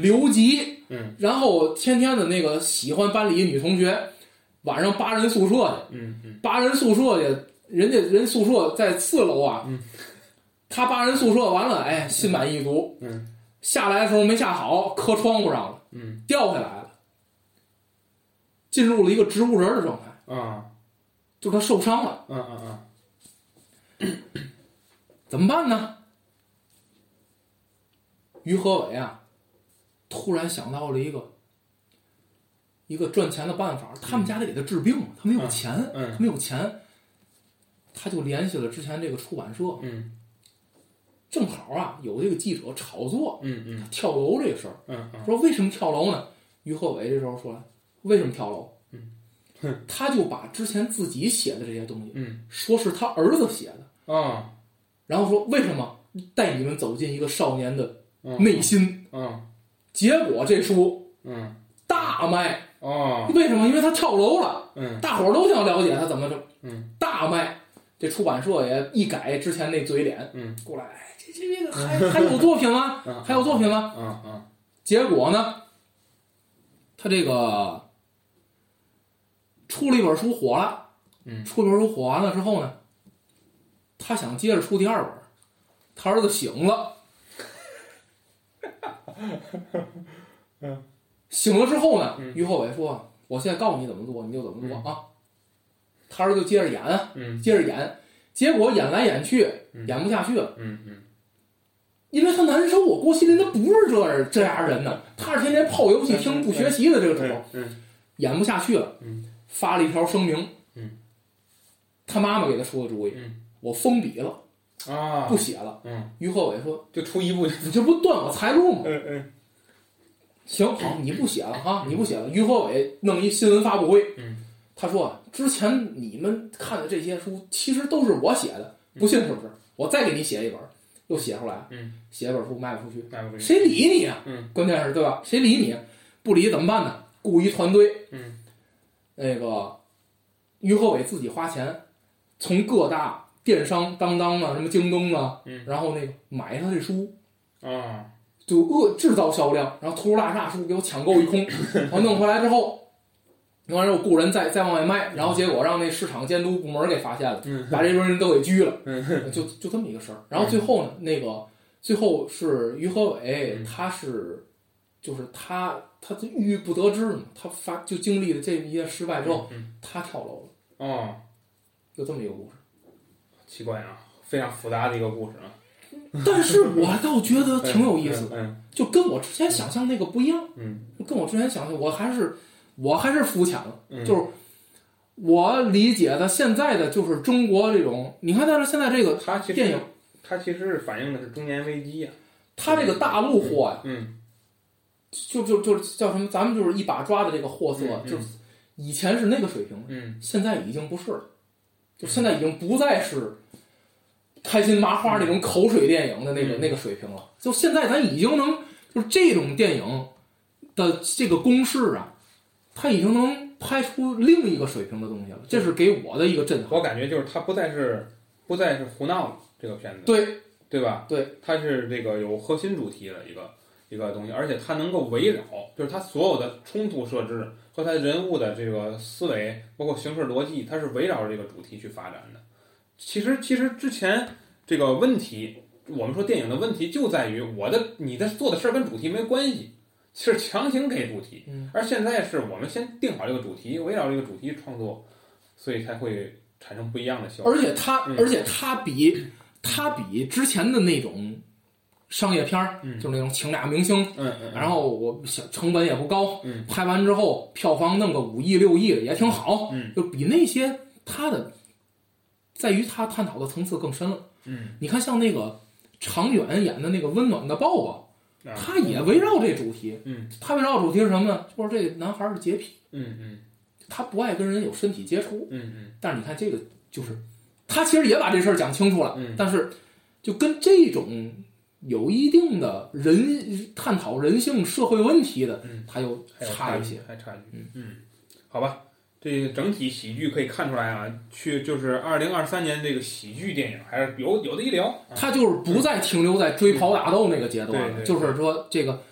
Speaker 3: 留级，
Speaker 1: 嗯，
Speaker 3: 然后天天的那个喜欢班里一女同学，晚上八人宿舍
Speaker 1: 嗯
Speaker 3: 去，八人宿舍去，人家人宿舍在四楼啊，
Speaker 1: 嗯
Speaker 3: 他八人宿舍完了，哎，心满意足，
Speaker 1: 嗯
Speaker 3: 下来的时候没下好，磕窗户上了，
Speaker 1: 嗯
Speaker 3: 掉下来了，进入了一个植物人儿的状态，
Speaker 1: 啊
Speaker 3: 就是他受伤了。
Speaker 1: 嗯嗯
Speaker 3: 怎么办呢？于和伟啊，突然想到了一个一个赚钱的办法。他们家里给他治病了，他没有钱，
Speaker 1: 嗯
Speaker 3: 他没有钱，他就联系了之前这个出版社，
Speaker 1: 嗯
Speaker 3: 正好啊有这个记者炒作
Speaker 1: 嗯嗯
Speaker 3: 跳楼这个事儿，
Speaker 1: 嗯嗯
Speaker 3: 说为什么跳楼呢？于和伟这时候说了，为什么跳楼？
Speaker 1: 嗯哼
Speaker 3: 他就把之前自己写的这些东西，
Speaker 1: 嗯
Speaker 3: 说是他儿子写的。
Speaker 1: 啊
Speaker 3: 然后说为什么带你们走进一个少年的内心？
Speaker 1: 嗯
Speaker 3: 结果这书
Speaker 1: 嗯
Speaker 3: 大卖，
Speaker 1: 哦
Speaker 3: 为什么？因为他跳楼了，
Speaker 1: 嗯
Speaker 3: 大伙儿都想了解他怎么着，
Speaker 1: 嗯
Speaker 3: 大卖。这出版社也一改之前那嘴脸，
Speaker 1: 嗯，
Speaker 3: 过来，哎这这这个还还有作品吗？
Speaker 1: 嗯
Speaker 3: 还有作品吗？
Speaker 1: 嗯嗯
Speaker 3: 结果呢，他这个出了一本书火了，
Speaker 1: 嗯
Speaker 3: 出一本书火完了之后呢，他想接着出第二本，他儿子 醒了，醒了之后呢，
Speaker 1: 嗯
Speaker 3: 于厚伟说：“我现在告诉你怎么做，你就怎么做啊。”他儿子就接着演啊，
Speaker 1: 嗯
Speaker 3: 接着演，结果演来演去，演不下去了。
Speaker 1: 嗯嗯
Speaker 3: 因为他难受，我郭麒麟他不是这样这样人呢，他是天天泡游戏厅不学习的这个主，
Speaker 1: 嗯嗯
Speaker 3: 演不下去了，
Speaker 1: 嗯
Speaker 3: 发了一条声明，
Speaker 1: 嗯，
Speaker 3: 他妈妈给他出的主意，
Speaker 1: 嗯
Speaker 3: 我封笔了，
Speaker 1: 啊
Speaker 3: 不，写了。
Speaker 1: 嗯，
Speaker 3: 于和伟说
Speaker 1: 就出一部，：“
Speaker 3: 你这不断我财路吗？”
Speaker 1: 嗯嗯
Speaker 3: 行，好，你不写了啊，你不写了。于和伟弄一新闻发布会，
Speaker 1: 嗯，
Speaker 3: 他说啊，之前你们看的这些书其实都是我写的，不信是不是？我再给你写一本，又写出来，
Speaker 1: 嗯，
Speaker 3: 写一本书卖不出去，
Speaker 1: 那不是，
Speaker 3: 谁理你啊？
Speaker 1: 嗯，
Speaker 3: 关键是对吧？谁理你？不理怎么办呢？雇一团队，
Speaker 1: 嗯，
Speaker 3: 那个于和伟自己花钱，从各大电商当当啊，什么京东啊，
Speaker 1: 嗯
Speaker 3: 然后那个买他这书，
Speaker 1: 啊，
Speaker 3: 就恶制造销量，然后图书大厦书给我抢购一空，然后弄回来之后，弄完之后雇人再再往外卖，然后结果让那市场监督部门给发现了，
Speaker 1: 嗯
Speaker 3: 把这帮人都给拘了，就就这么一个事儿。然后最后呢，那个最后是于和伟，
Speaker 1: 嗯
Speaker 3: 他是就是他他就郁郁不得志嘛，他发就经历了这一些失败之后，
Speaker 1: 嗯
Speaker 3: 他跳楼了，
Speaker 1: 哦，
Speaker 3: 就这么一 个故事。
Speaker 1: 奇怪啊，非常复杂的一个故事啊，
Speaker 3: 但是我倒觉得挺有意思的，
Speaker 1: 嗯
Speaker 3: 就跟我之前想象那个不一样。
Speaker 1: 嗯
Speaker 3: 跟我之前想的，我还是我还是肤浅了，
Speaker 1: 嗯
Speaker 3: 就是我理解的现在的就是中国这种，你看，但是现在这个
Speaker 1: 嗯，它其
Speaker 3: 电
Speaker 1: 实
Speaker 3: 影，
Speaker 1: 它其实是反映的是中年危机啊呀，
Speaker 3: 它这个大陆货呀、
Speaker 1: 嗯
Speaker 3: 就就就是叫什么，咱们就是一把抓的这个货色，
Speaker 1: 嗯嗯
Speaker 3: 就是以前是那个水平，
Speaker 1: 嗯
Speaker 3: 现在已经不是了，就现在已经不再是开心麻花那种口水电影的那个、
Speaker 1: 嗯
Speaker 3: 那个水平了，就现在咱已经能就是这种电影的这个公式啊，它已经能拍出另一个水平的东西
Speaker 1: 嗯
Speaker 3: 了，这是给我的一个震撼。
Speaker 1: 我感觉就是它不再是不再是胡闹了这个片子，
Speaker 3: 对
Speaker 1: 对吧？
Speaker 3: 对，
Speaker 1: 它是这个有核心主题的一个一个东西，而且它能够围绕，就是它所有的冲突设置和它人物的这个思维，包括行事逻辑，它是围绕着这个主题去发展的。其实，其实之前这个问题，我们说电影的问题就在于我的你的做的事儿跟主题没关系，是强行给主题
Speaker 3: 嗯，
Speaker 1: 而现在是我们先定好这个主题，围绕这个主题创作，所以才会产生不一样的效果。
Speaker 3: 而且它，
Speaker 1: 嗯
Speaker 3: 而且它比它比之前的那种商业片儿，
Speaker 1: 嗯
Speaker 3: 就是那种请俩明星，
Speaker 1: 嗯嗯，嗯
Speaker 3: 然后我小成本也不高，
Speaker 1: 嗯
Speaker 3: 拍完之后票房弄个五亿六亿的也挺好，
Speaker 1: 嗯
Speaker 3: 就比那些他的，在于他探讨的层次更深了。
Speaker 1: 嗯，
Speaker 3: 你看像那个常远演的那个温暖的抱抱，
Speaker 1: 啊
Speaker 3: 他也围绕这主题，
Speaker 1: 嗯
Speaker 3: 他围绕主题是什么呢？就是这男孩儿是洁癖，
Speaker 1: 嗯嗯
Speaker 3: 他不爱跟人有身体接触，
Speaker 1: 嗯嗯。
Speaker 3: 但是你看这个就是，他其实也把这事儿讲清楚了，
Speaker 1: 嗯
Speaker 3: 但是就跟这种有一定的人探讨人性社会问题的，
Speaker 1: 嗯
Speaker 3: 他又
Speaker 1: 还有
Speaker 3: 差
Speaker 1: 距
Speaker 3: 一些。，
Speaker 1: 还差距。
Speaker 3: 嗯
Speaker 1: 好吧，这整体喜剧可以看出来啊，去就是二零二三年这个喜剧电影还是有有的一聊。啊
Speaker 3: 他就是不再停留在追跑打斗那个阶段了，
Speaker 1: 嗯对对
Speaker 3: 就是说这个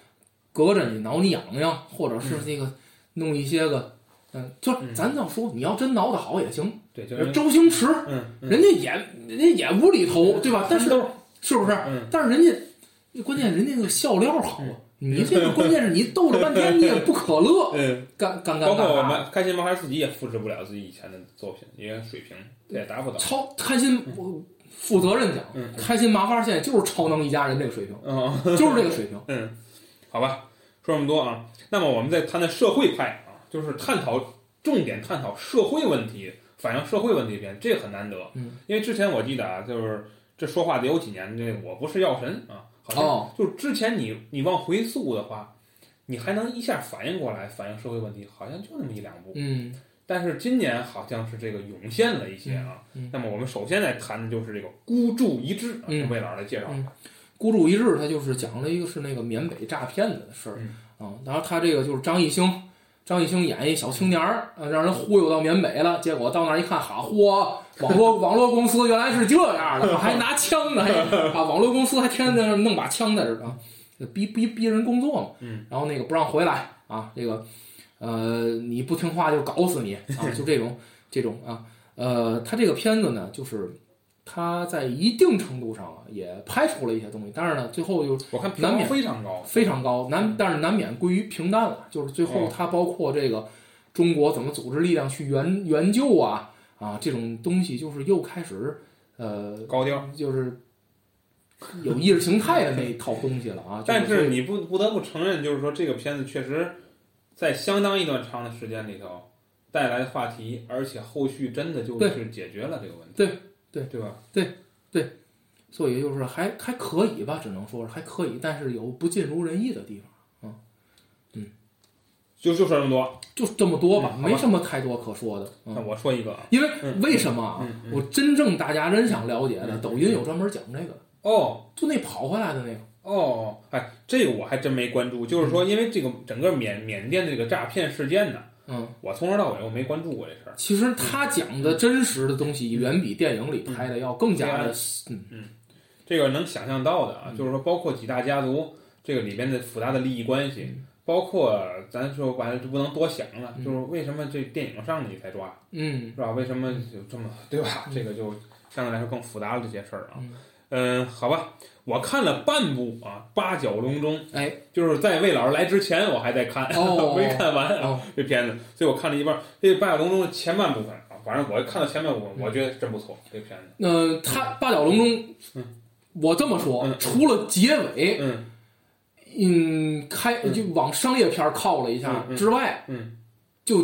Speaker 3: 隔着你挠你痒痒，或者是这个弄一些个，嗯，就是
Speaker 1: 嗯
Speaker 3: 咱要说你要真挠得好也行，
Speaker 1: 对，就是
Speaker 3: 周星驰
Speaker 1: 嗯嗯，
Speaker 3: 人家也人家也无厘头，对吧？但是
Speaker 1: 都
Speaker 3: 是不是？
Speaker 1: 嗯
Speaker 3: 但是人家关键人家那个笑料好啊，你这个关键是你逗了半天你也不可乐，
Speaker 1: 嗯，
Speaker 3: 干干干
Speaker 1: 包括我
Speaker 3: 干嘛？
Speaker 1: 们开心麻花自己也复制不了自己以前的作品，因为水平也达不到。
Speaker 3: 超开心，我负责任讲，
Speaker 1: 嗯
Speaker 3: 开心麻花现在就是超能一家人这个水平，
Speaker 1: 嗯，
Speaker 3: 就是这个水平。
Speaker 1: 嗯，好吧，说这么多啊，那么我们再谈谈社会派啊，就是探讨重点探讨社会问题，反映社会问题篇，这很难得。
Speaker 3: 嗯，
Speaker 1: 因为之前我记得啊，就是这说话得有几年，这我不是药神啊，好像、
Speaker 3: 哦
Speaker 1: 就是之前你你往回溯的话，你还能一下反应过来反映社会问题，好像就那么一两部。
Speaker 3: 嗯，
Speaker 1: 但是今年好像是这个涌现了一些啊。
Speaker 3: 嗯嗯
Speaker 1: 那么我们首先来谈的就是这个孤注一掷啊，
Speaker 3: 嗯
Speaker 1: 魏老师来介绍。
Speaker 3: 嗯孤注一掷，他就是讲了一个是那个缅北诈骗的事儿
Speaker 1: 嗯
Speaker 3: 啊、然后他这个就是张艺兴，张艺兴演一小青年儿，啊让人忽悠到缅北了，结果到那儿一看，好嚯，网络 网络公司原来是这样的，还拿枪呢，还啊，网络公司还天天在那儿弄把枪在这儿啊，逼逼逼人工作嘛，
Speaker 1: 嗯，
Speaker 3: 然后那个不让回来啊，这个呃你不听话就搞死你啊，就这种这种啊，呃，他这个片子呢，就是他在一定程度上啊也拍出了一些东西，但是呢，最后又
Speaker 1: 我看评
Speaker 3: 难
Speaker 1: 分
Speaker 3: 免
Speaker 1: 非常高，
Speaker 3: 非常高，
Speaker 1: 嗯
Speaker 3: 难，但是难免归于平淡了。就是最后
Speaker 1: 哦
Speaker 3: 它包括这个中国怎么组织力量去援援救啊啊这种东西，就是又开始呃，
Speaker 1: 高调。
Speaker 3: 就是有意识形态的那一套东西了啊。
Speaker 1: 但
Speaker 3: 就是
Speaker 1: 你不不得不承认，就是说这个片子确实在相当一段长的时间里头带来的话题，而且后续真的就
Speaker 3: 对
Speaker 1: 是解决了这个问题。
Speaker 3: 对对
Speaker 1: 对吧？
Speaker 3: 所以就是还还可以吧，只能说是还可以，但是有不尽如人意的地方，
Speaker 1: 就就说这么多。
Speaker 3: 就这么多吧，
Speaker 1: 嗯好吧
Speaker 3: 没什么太多可说的。嗯
Speaker 1: 那我说一个啊，
Speaker 3: 因为
Speaker 1: 嗯
Speaker 3: 为什么啊
Speaker 1: 嗯？嗯
Speaker 3: 我真正大家真想了解的，
Speaker 1: 嗯
Speaker 3: 抖音有专门讲这个的，
Speaker 1: 哦
Speaker 3: 就那跑回来的那个。
Speaker 1: 哦，哎，这个我还真没关注。就是说，因为这个整个缅缅甸的这个诈骗事件呢，
Speaker 3: 嗯，
Speaker 1: 我从头到尾我没关注过这事儿。
Speaker 3: 其实他讲的真实的东西，远比电影里拍的要更加的，嗯，
Speaker 1: 这个能想象到的啊，就是说包括几大家族这个里边的复杂的利益关系，包括咱说完了就不能多想了，
Speaker 3: 嗯
Speaker 1: 就是为什么这电影上你才抓
Speaker 3: 嗯
Speaker 1: 是吧？为什么有这么对吧？
Speaker 3: 嗯
Speaker 1: 这个就相对来说更复杂了这些事儿啊。
Speaker 3: 嗯，
Speaker 1: 嗯，好吧，我看了半部啊，《八角笼中》，
Speaker 3: 哎，
Speaker 1: 就是在魏老师来之前我还在看，
Speaker 3: 哦
Speaker 1: 没看完啊、
Speaker 3: 哦
Speaker 1: 这片子，所以我看了一半儿。这《八角笼中》的前半部分啊，反正我看到前半部分，
Speaker 3: 嗯
Speaker 1: 我觉得真不错，这片子。
Speaker 3: 那他八角笼中
Speaker 1: 嗯，
Speaker 3: 我这么说
Speaker 1: 嗯，
Speaker 3: 除了结尾，
Speaker 1: 嗯
Speaker 3: 嗯，开
Speaker 1: 嗯
Speaker 3: 就往商业片儿靠了一下
Speaker 1: 嗯嗯
Speaker 3: 之外，
Speaker 1: 嗯
Speaker 3: 就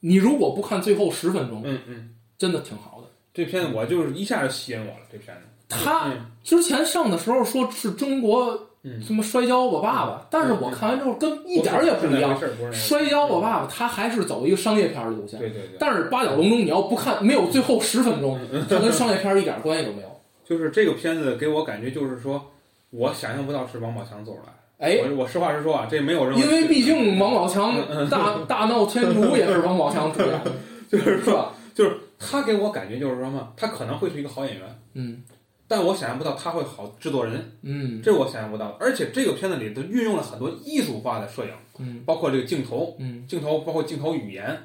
Speaker 3: 你如果不看最后十分钟，
Speaker 1: 嗯嗯，
Speaker 3: 真的挺好的。
Speaker 1: 这片子我就是一下就吸引我了，这片子。
Speaker 3: 他
Speaker 1: 嗯
Speaker 3: 之前上的时候说是中国
Speaker 1: 嗯，
Speaker 3: 什么摔跤我爸爸，但是我看完之后跟一点儿也不一样
Speaker 1: 不。是那回事儿，不是那回事儿
Speaker 3: 摔跤我爸爸他还是走一个商业片儿的路线，
Speaker 1: 对对对，
Speaker 3: 但是八角笼中，你要不看，没有最后十分钟，它跟商业片儿一点关系都没有。
Speaker 1: 就是这个片子给我感觉就是说，我想象不到是王宝强走出来。
Speaker 3: 哎，
Speaker 1: 我我实话实说啊，这没有任何
Speaker 3: 因为毕竟王宝强大大闹天竺也是王宝强主演的，
Speaker 1: 就是
Speaker 3: 是
Speaker 1: 说，
Speaker 3: 吧？
Speaker 1: 他给我感觉就是什么，他可能会是一个好演员，
Speaker 3: 嗯
Speaker 1: 但我想象不到他会好制作人，
Speaker 3: 嗯
Speaker 1: 这我想象不到的。而且这个片子里头运用了很多艺术化的摄影，
Speaker 3: 嗯
Speaker 1: 包括这个镜头，
Speaker 3: 嗯
Speaker 1: 镜头包括镜头语言，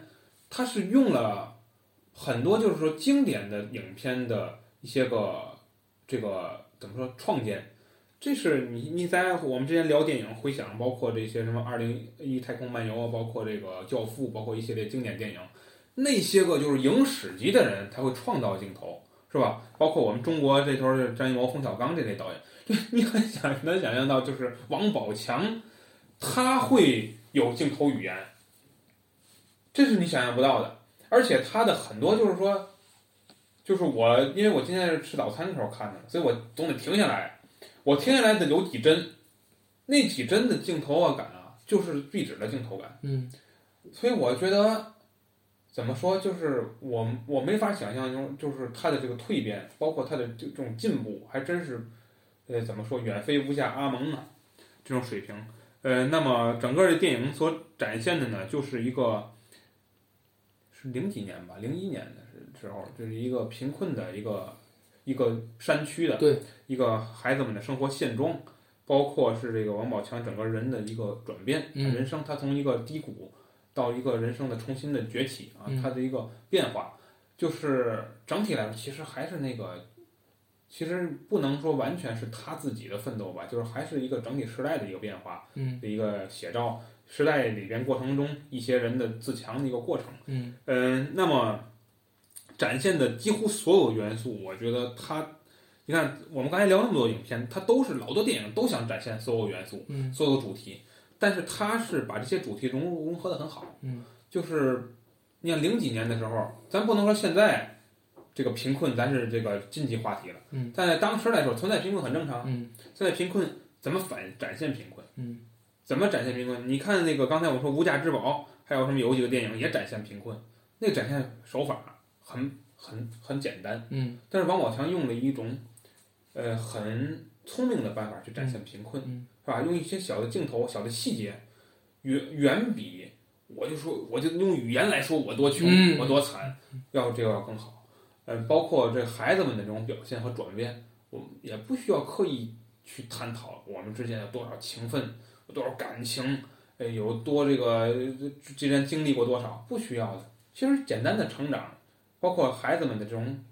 Speaker 1: 它是用了很多就是说经典的影片的一些个这个怎么说创建。这是你你在我们之前聊电影回想，包括这些什么《二零一太空漫游》啊，包括这个《教父》，包括一系列经典电影，那些个就是影史级的人才会创造镜头，是吧？包括我们中国这头儿张艺谋、冯小刚这类导演，就你很想难想象到，就是王宝强，他会有镜头语言，这是你想象不到的。而且他的很多就是说，就是我因为我今天是吃早餐的时候看的，所以我总得停下来。我停下来的有几帧，那几帧的镜头啊感啊，就是壁纸的镜头感。
Speaker 3: 嗯
Speaker 1: 所以我觉得怎么说，就是我我没法想象中，就是他的这个蜕变，包括他的这这种进步，还真是，呃，怎么说，远非无下阿蒙呢、这种水平。呃，那么整个的电影所展现的呢，就是一个是零几年吧，零一年的时候，就是一个贫困的一个一个山区的，
Speaker 3: 对，
Speaker 1: 一个孩子们的生活现状，包括是这个王宝强整个人的一个转变，
Speaker 3: 嗯
Speaker 1: 人生他从一个低谷到一个人生的重新的崛起啊，
Speaker 3: 嗯
Speaker 1: 他的一个变化，就是整体来说，其实还是那个，其实不能说完全是他自己的奋斗吧，就是还是一个整体时代的一个变化
Speaker 3: 嗯
Speaker 1: 的一个写照，时代里边过程中一些人的自强的一个过程。
Speaker 3: 嗯
Speaker 1: 嗯，那么展现的几乎所有元素，我觉得它，你看我们刚才聊那么多影片，它都是老多电影都想展现所有元素，
Speaker 3: 嗯
Speaker 1: 所有主题，但是它是把这些主题融入融合的很好。
Speaker 3: 嗯，
Speaker 1: 就是你看零几年的时候，咱不能说现在这个贫困咱是这个禁忌话题了，
Speaker 3: 嗯，
Speaker 1: 但在当时来说，存在贫困很正常。
Speaker 3: 嗯
Speaker 1: 现在贫困怎么反展现贫困？
Speaker 3: 嗯，
Speaker 1: 怎么展现贫困？你看那个刚才我说《无价之宝》，还有什么有几个电影也展现贫困，那个展现手法很很很简单，
Speaker 3: 嗯
Speaker 1: 但是王宝强用了一种呃很聪明的办法去展现贫困，
Speaker 3: 嗯
Speaker 1: 是吧？用一些小的镜头、小的细节，远远比我就说，我就用语言来说我多穷，
Speaker 3: 嗯
Speaker 1: 我多惨，要是这个要更好。嗯，包括这孩子们的这种表现和转变，我们也不需要刻意去探讨我们之间有多少情分，有多少感情，呃，有多这个呃之前经历过多少，不需要的。其实简单的成长，包括孩子们的这种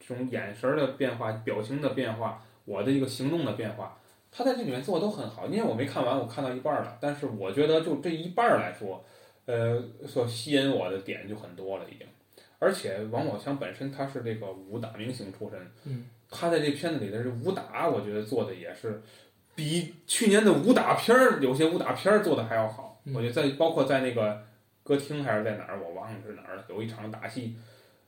Speaker 1: 这种眼神儿的变化、表情的变化、我的一个行动的变化，他在这里面做的都很好。因为我没看完，我看到一半儿了，但是我觉得就这一半儿来说，呃，所吸引我的点就很多了已经。而且王宝强本身他是这个武打明星出身，
Speaker 3: 嗯，
Speaker 1: 他在这片子里的这武打，我觉得做的也是比去年的武打片儿有些武打片儿做的还要好。
Speaker 3: 嗯
Speaker 1: 我觉得在包括在那个歌厅还是在哪儿，我忘了是哪儿了，有一场打戏，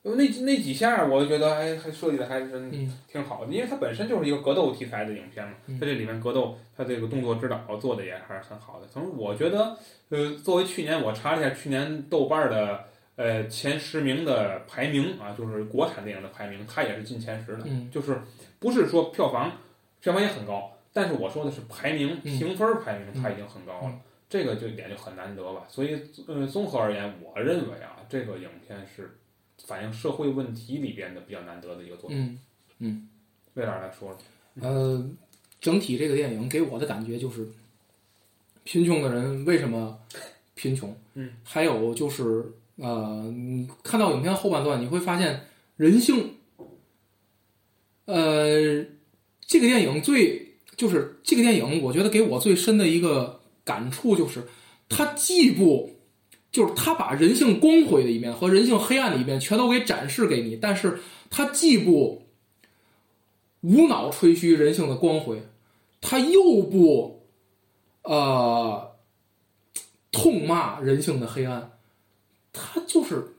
Speaker 1: 那那几下我觉得还还设计的还是
Speaker 3: 嗯
Speaker 1: 挺好的，因为它本身就是一个格斗题材的影片嘛，
Speaker 3: 嗯
Speaker 1: 在这里面格斗，它这个动作指导做的也还是很好的。从我觉得，呃，作为去年我查了一下去年豆瓣的呃前十名的排名啊，就是国产电影的排名，它也是进前十的，
Speaker 3: 嗯
Speaker 1: 就是不是说票房，票房也很高，但是我说的是排名
Speaker 3: 嗯
Speaker 1: 评分排名，它已经很高了。
Speaker 3: 嗯
Speaker 1: 这个就点就很难得吧，所以呃，综合而言，我认为啊，这个影片是反映社会问题里边的比较难得的一个作品。
Speaker 3: 嗯，
Speaker 1: 魏老师来说说，
Speaker 3: 呃，整体这个电影给我的感觉就是，贫穷的人为什么贫穷？
Speaker 1: 嗯，
Speaker 3: 还有就是呃，你看到影片后半段，你会发现人性。呃，这个电影最就是这个电影，我觉得给我最深的一个感触就是，它既不就是它把人性光辉的一面和人性黑暗的一面全都给展示给你，但是它既不无脑吹嘘人性的光辉，他又不呃痛骂人性的黑暗，他就是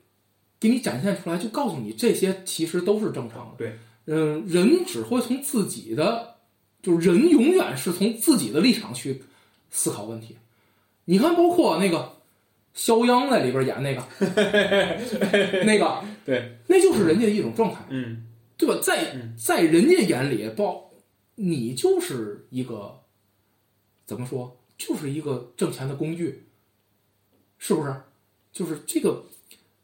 Speaker 3: 给你展现出来，就告诉你这些其实都是正常的。
Speaker 1: 对，
Speaker 3: 嗯，人只会从自己的，就是人永远是从自己的立场去思考问题。你看，包括那个肖央在里边演那个，那个，
Speaker 1: 对，
Speaker 3: 那就是人家的一种状态。
Speaker 1: 嗯，
Speaker 3: 对吧？在
Speaker 1: 嗯
Speaker 3: 在人家眼里，包你就是一个怎么说，就是一个挣钱的工具，是不是？就是这个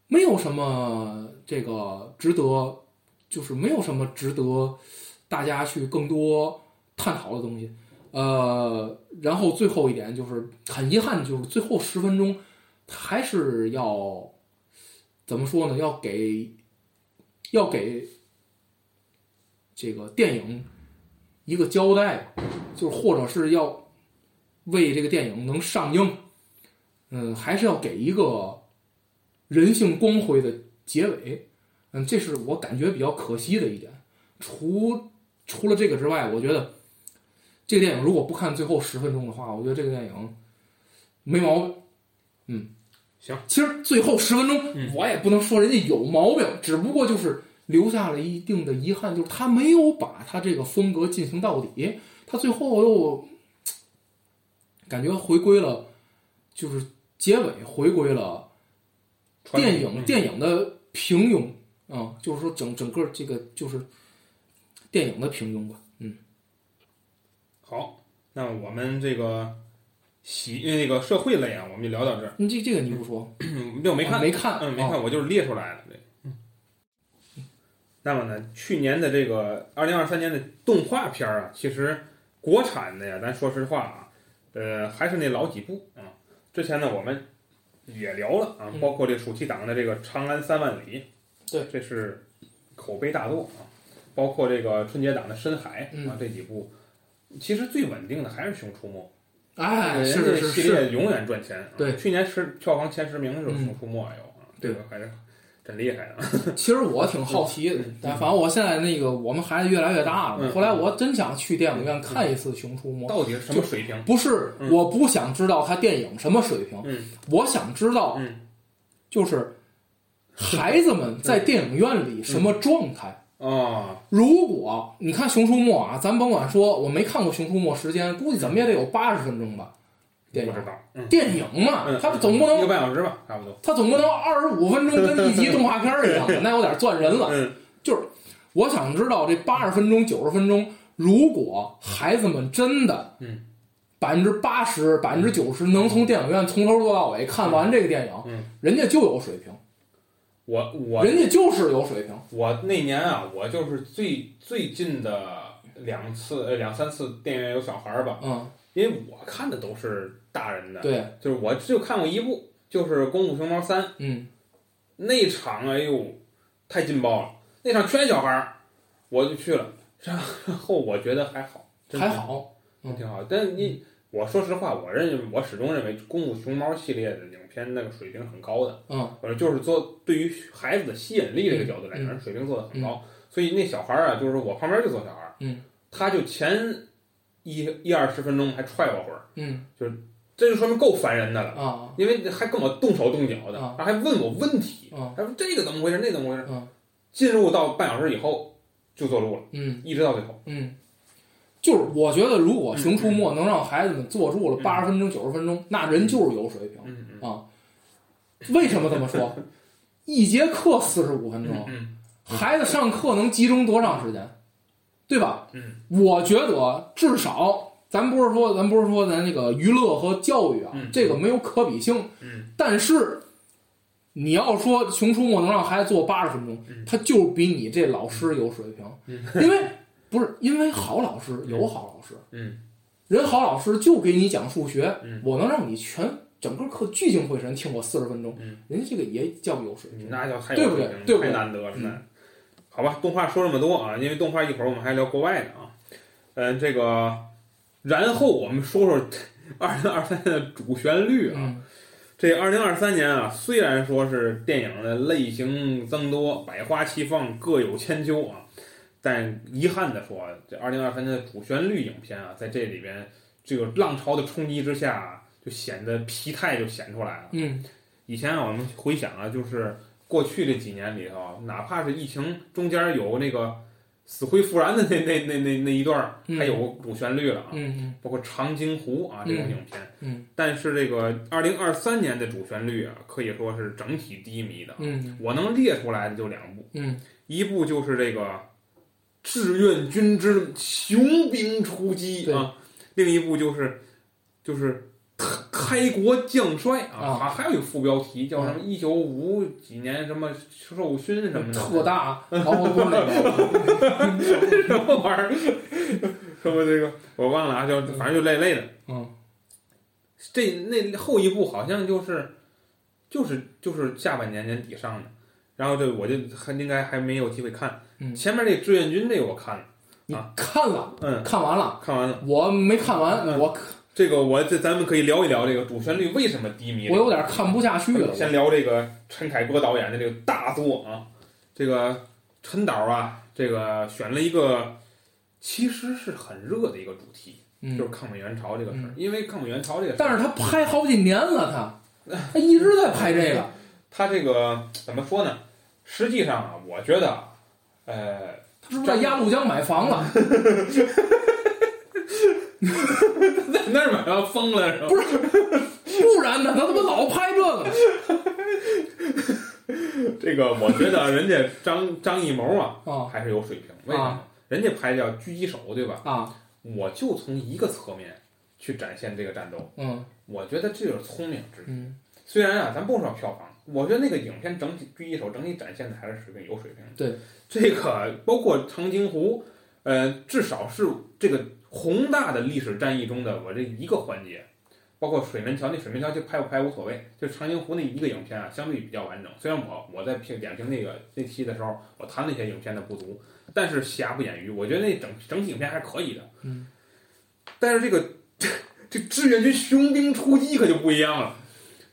Speaker 3: 没有什么这个值得，就是没有什么值得大家去更多探讨的东西。呃，然后最后一点就是很遗憾，就是最后十分钟还是要怎么说呢？要给要给这个电影一个交代吧，就是或者是要为这个电影能上映，嗯，还是要给一个人性光辉的结尾，嗯，这是我感觉比较可惜的一点。除除了这个之外，我觉得这个电影如果不看最后十分钟的话，我觉得这个电影没毛病。嗯，
Speaker 1: 行。
Speaker 3: 其实最后十分钟，
Speaker 1: 嗯
Speaker 3: 我也不能说人家有毛病，只不过就是留下了一定的遗憾，就是他没有把他这个风格进行到底，他最后又嘖感觉回归了，就是结尾回归了。
Speaker 1: 传
Speaker 3: 电
Speaker 1: 统嗯
Speaker 3: 影电影的平庸啊、就是说整整个这个就是电影的平庸吧。嗯
Speaker 1: 好，那我们这个喜那个社会类啊，我们就聊到这儿。
Speaker 3: 你这这个你不说，
Speaker 1: 嗯，这我没看，
Speaker 3: 啊 没看
Speaker 1: 嗯，没看，
Speaker 3: 哦
Speaker 1: 我就是列出来了。这，嗯。那么呢，去年的这个二零二三年的动画片儿啊，其实国产的呀，咱说实话啊，呃，还是那老几部啊。之前呢，我们也聊了啊，
Speaker 3: 嗯
Speaker 1: 包括这暑期档的这个《长安三万里》，
Speaker 3: 对
Speaker 1: 这是口碑大作啊。包括这个春节档的《深海》啊，
Speaker 3: 嗯
Speaker 1: 这几部，其实最稳定的还是《熊出没》。
Speaker 3: 哎，
Speaker 1: 人
Speaker 3: 是
Speaker 1: 家
Speaker 3: 是是
Speaker 1: 系
Speaker 3: 是，
Speaker 1: 列永远赚钱啊。
Speaker 3: 对嗯
Speaker 1: 去年是票房前十名的时候，《熊出没》有啊，这
Speaker 3: 对
Speaker 1: 个还是真厉害的啊。
Speaker 3: 其实我挺好奇的，但反正我现在那个我们孩子越来越大了，
Speaker 1: 嗯
Speaker 3: 后来我真想去电影院看一次《熊出没》。
Speaker 1: 到底是什么水平？
Speaker 3: 不是，
Speaker 1: 嗯
Speaker 3: 我不想知道他电影什么水平，
Speaker 1: 嗯
Speaker 3: 我想知道
Speaker 1: 嗯，
Speaker 3: 就是孩子们在电影院里什么状态。
Speaker 1: 哦，
Speaker 3: 如果你看《熊出没》啊，咱甭管说我没看过《熊出没》，时间估计怎么也得有八十分钟吧。
Speaker 1: 不
Speaker 3: 电影
Speaker 1: 知道，嗯，
Speaker 3: 电影嘛
Speaker 1: 嗯，
Speaker 3: 它总不
Speaker 1: 一个
Speaker 3: 能
Speaker 1: 半小时吧，差不多。
Speaker 3: 它总不能二十五分钟跟一集动画片儿一样 的，那有点钻人了。
Speaker 1: 嗯，
Speaker 3: 就是我想知道这八十分钟、九十分钟，如果孩子们真的
Speaker 1: 嗯
Speaker 3: 百分之八十、百分之九十能从电影院从头做到尾看完这个电影，
Speaker 1: 嗯
Speaker 3: 人家就有水平，
Speaker 1: 我我
Speaker 3: 人家就是有水平。
Speaker 1: 我那年啊，我就是最最近的两次呃两三次电影院有小孩儿吧，
Speaker 3: 嗯，
Speaker 1: 因为我看的都是大人的，
Speaker 3: 对，
Speaker 1: 就是我就看过一部，就是《功夫熊猫三》
Speaker 3: 嗯，
Speaker 1: 那场，哎呦，太劲爆了！那场全小孩儿，我就去了。然后我觉得还好，真的
Speaker 3: 还好，嗯
Speaker 1: 挺好。但你我说实话，我认我始终认为《功夫熊猫》系列的影片那个水平很高的，
Speaker 3: 嗯，
Speaker 1: 反正就是做对于孩子的吸引力这个角度来
Speaker 3: 嗯
Speaker 1: 讲，水平做的很高。所以那小孩儿啊，就是我旁边就坐小孩儿，
Speaker 3: 嗯，
Speaker 1: 他就前一一二十分钟还踹我会儿，
Speaker 3: 嗯
Speaker 1: 这就说明够烦人的了。
Speaker 3: 啊
Speaker 1: 因为还跟我动手动脚的，
Speaker 3: 啊
Speaker 1: 然后还问我问题，
Speaker 3: 啊
Speaker 1: 还说这个怎么回事，那怎么回事。
Speaker 3: 嗯
Speaker 1: 进入到半小时以后就做路了，
Speaker 3: 嗯
Speaker 1: 一直到最后。
Speaker 3: 嗯，就是我觉得，如果《熊出没》能让孩子们坐住了
Speaker 1: 嗯
Speaker 3: 八十分钟、九十分钟，那人就是有水平。
Speaker 1: 嗯嗯
Speaker 3: 为什么这么 说？一节课四十五分钟
Speaker 1: 嗯，嗯
Speaker 3: 孩子上课能集中多长时间，对吧？
Speaker 1: 嗯，
Speaker 3: 我觉得至少，咱不是说咱不是说咱那个娱乐和教育啊，
Speaker 1: 嗯
Speaker 3: 这个没有可比性，
Speaker 1: 嗯，
Speaker 3: 但是你要说《熊出没》能让孩子做八十分钟，
Speaker 1: 嗯
Speaker 3: 他就比你这老师有水平，
Speaker 1: 嗯
Speaker 3: 因为不是因为好老师有好老师，
Speaker 1: 嗯，
Speaker 3: 人好老师就给你讲数学，
Speaker 1: 嗯
Speaker 3: 我能让你全整个课聚精会神听我四十分钟，
Speaker 1: 嗯
Speaker 3: 人家这个也叫有水
Speaker 1: 嗯，
Speaker 3: 平，
Speaker 1: 那叫太
Speaker 3: 对
Speaker 1: 有
Speaker 3: 不
Speaker 1: 水平了，
Speaker 3: 对对不
Speaker 1: 太
Speaker 3: 对
Speaker 1: 难得了。
Speaker 3: 嗯
Speaker 1: 那好吧，动画说这么多啊，因为动画一会儿我们还聊国外的啊。嗯，这个，然后我们说说二零二三的主旋律啊。
Speaker 3: 嗯
Speaker 1: 这二零二三年啊，虽然说是电影的类型增多，百花齐放，各有千秋啊，但遗憾的说，这二零二三年的主旋律影片啊，在这里边这个浪潮的冲击之下啊，就显得疲态就显出来了。
Speaker 3: 嗯
Speaker 1: 以前啊，我们回想啊，就是过去这几年里头啊，哪怕是疫情中间有那个死灰复燃的那那那那那一段儿，
Speaker 3: 嗯
Speaker 1: 还有主旋律了啊，
Speaker 3: 嗯嗯
Speaker 1: 包括《长津湖》啊这种
Speaker 3: 嗯
Speaker 1: 影片。
Speaker 3: 嗯
Speaker 1: 但是这个二零二三年的主旋律啊，可以说是整体低迷的。
Speaker 3: 嗯
Speaker 1: 我能列出来的就两部，
Speaker 3: 嗯
Speaker 1: 一部就是这个《志愿军之雄兵出击》啊，另一部就是就是开国降帅啊，
Speaker 3: 啊
Speaker 1: 还、还有一个副标题叫什么一九五几年什么授勋什么
Speaker 3: 嗯，
Speaker 1: 的，
Speaker 3: 特大毛毛虫 那个，
Speaker 1: 什么玩意儿， 什么这个我忘了啊，就反正就类类的。
Speaker 3: 嗯
Speaker 1: 这那后一部好像就是，就是就是下半年年底上的，然后这我就还应该还没有机会看。
Speaker 3: 嗯
Speaker 1: 前面这志愿军这个我看了，
Speaker 3: 你
Speaker 1: 啊
Speaker 3: 看了
Speaker 1: 嗯，
Speaker 3: 看完了，
Speaker 1: 看完了。
Speaker 3: 我没看完，
Speaker 1: 嗯
Speaker 3: 我
Speaker 1: 这个我这咱们可以聊一聊这个主旋律为什么低迷。
Speaker 3: 我有点看不下去了，
Speaker 1: 先聊这个陈凯歌导演的这个大作啊，这个陈导啊，这个选了一个其实是很热的一个主题，就是，
Speaker 3: 嗯
Speaker 1: 抗美援朝这个事儿，因为抗美援朝这个事儿，
Speaker 3: 但是他拍好几年了， 他他一直在拍这个，
Speaker 1: 他这个怎么说呢？实际上啊，我觉得啊，呃，
Speaker 3: 他是不是在鸭绿江买房了？
Speaker 1: 在那儿买完疯了是吧？
Speaker 3: 不然呢，他他妈老拍这个，
Speaker 1: 这个我觉得啊人家张张艺谋啊
Speaker 3: 啊
Speaker 1: 还是有水平，为什么？人家拍叫狙击手对吧？
Speaker 3: 啊，
Speaker 1: 我就从一个侧面去展现这个战斗，
Speaker 3: 嗯
Speaker 1: 我觉得这就是聪明之处。
Speaker 3: 嗯，
Speaker 1: 虽然啊，咱不说票房，我觉得那个影片整体狙击手整体展现的还是水平有水平的。
Speaker 3: 对，
Speaker 1: 这个包括长津湖，呃，至少是这个宏大的历史战役中的我这一个环节，包括水门桥，那水门桥就拍不拍无所谓，就长津湖那一个影片啊，相对比较完整。虽然我我在评点评那个那期的时候，我谈了一些影片的不足，但是瑕不掩瑜，我觉得那整整体影片还是可以的。
Speaker 3: 嗯，
Speaker 1: 但是这个 这志愿军雄兵出击可就不一样了，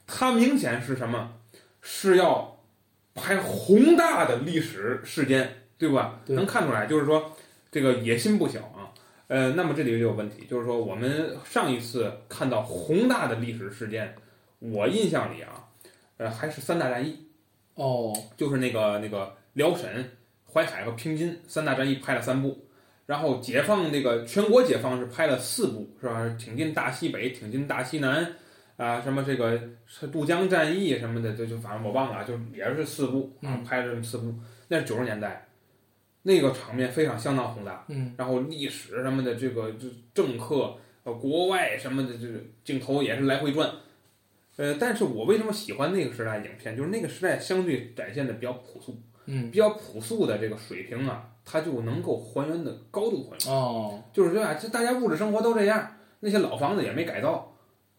Speaker 1: 它明显是什么？是要拍宏大的历史事件，对吧？
Speaker 3: 对
Speaker 1: 能看出来，就是说这个野心不小啊。呃，那么这里就有问题，就是说我们上一次看到宏大的历史事件，我印象里啊，呃，还是三大战役，
Speaker 3: 哦，
Speaker 1: 就是那个那个辽沈、淮海和平津三大战役拍了三部，然后解放那个全国解放是拍了四部，是吧？挺进大西北，挺进大西南，啊，什么这个是渡江战役什么的，就就反正我忘了啊，就也是四部，啊
Speaker 3: 嗯
Speaker 1: 拍了这么四部，那是九十年代，那个场面非常相当宏大，
Speaker 3: 嗯
Speaker 1: 然后历史什么的，这个这政客呃，国外什么的，这镜头也是来回转。呃，但是我为什么喜欢那个时代影片？就是那个时代相对展现的比较朴素，
Speaker 3: 嗯，
Speaker 1: 比较朴素的这个水平啊，它就能够还原的高度还原。
Speaker 3: 哦，
Speaker 1: 就是说啊，这大家物质生活都这样，那些老房子也没改造，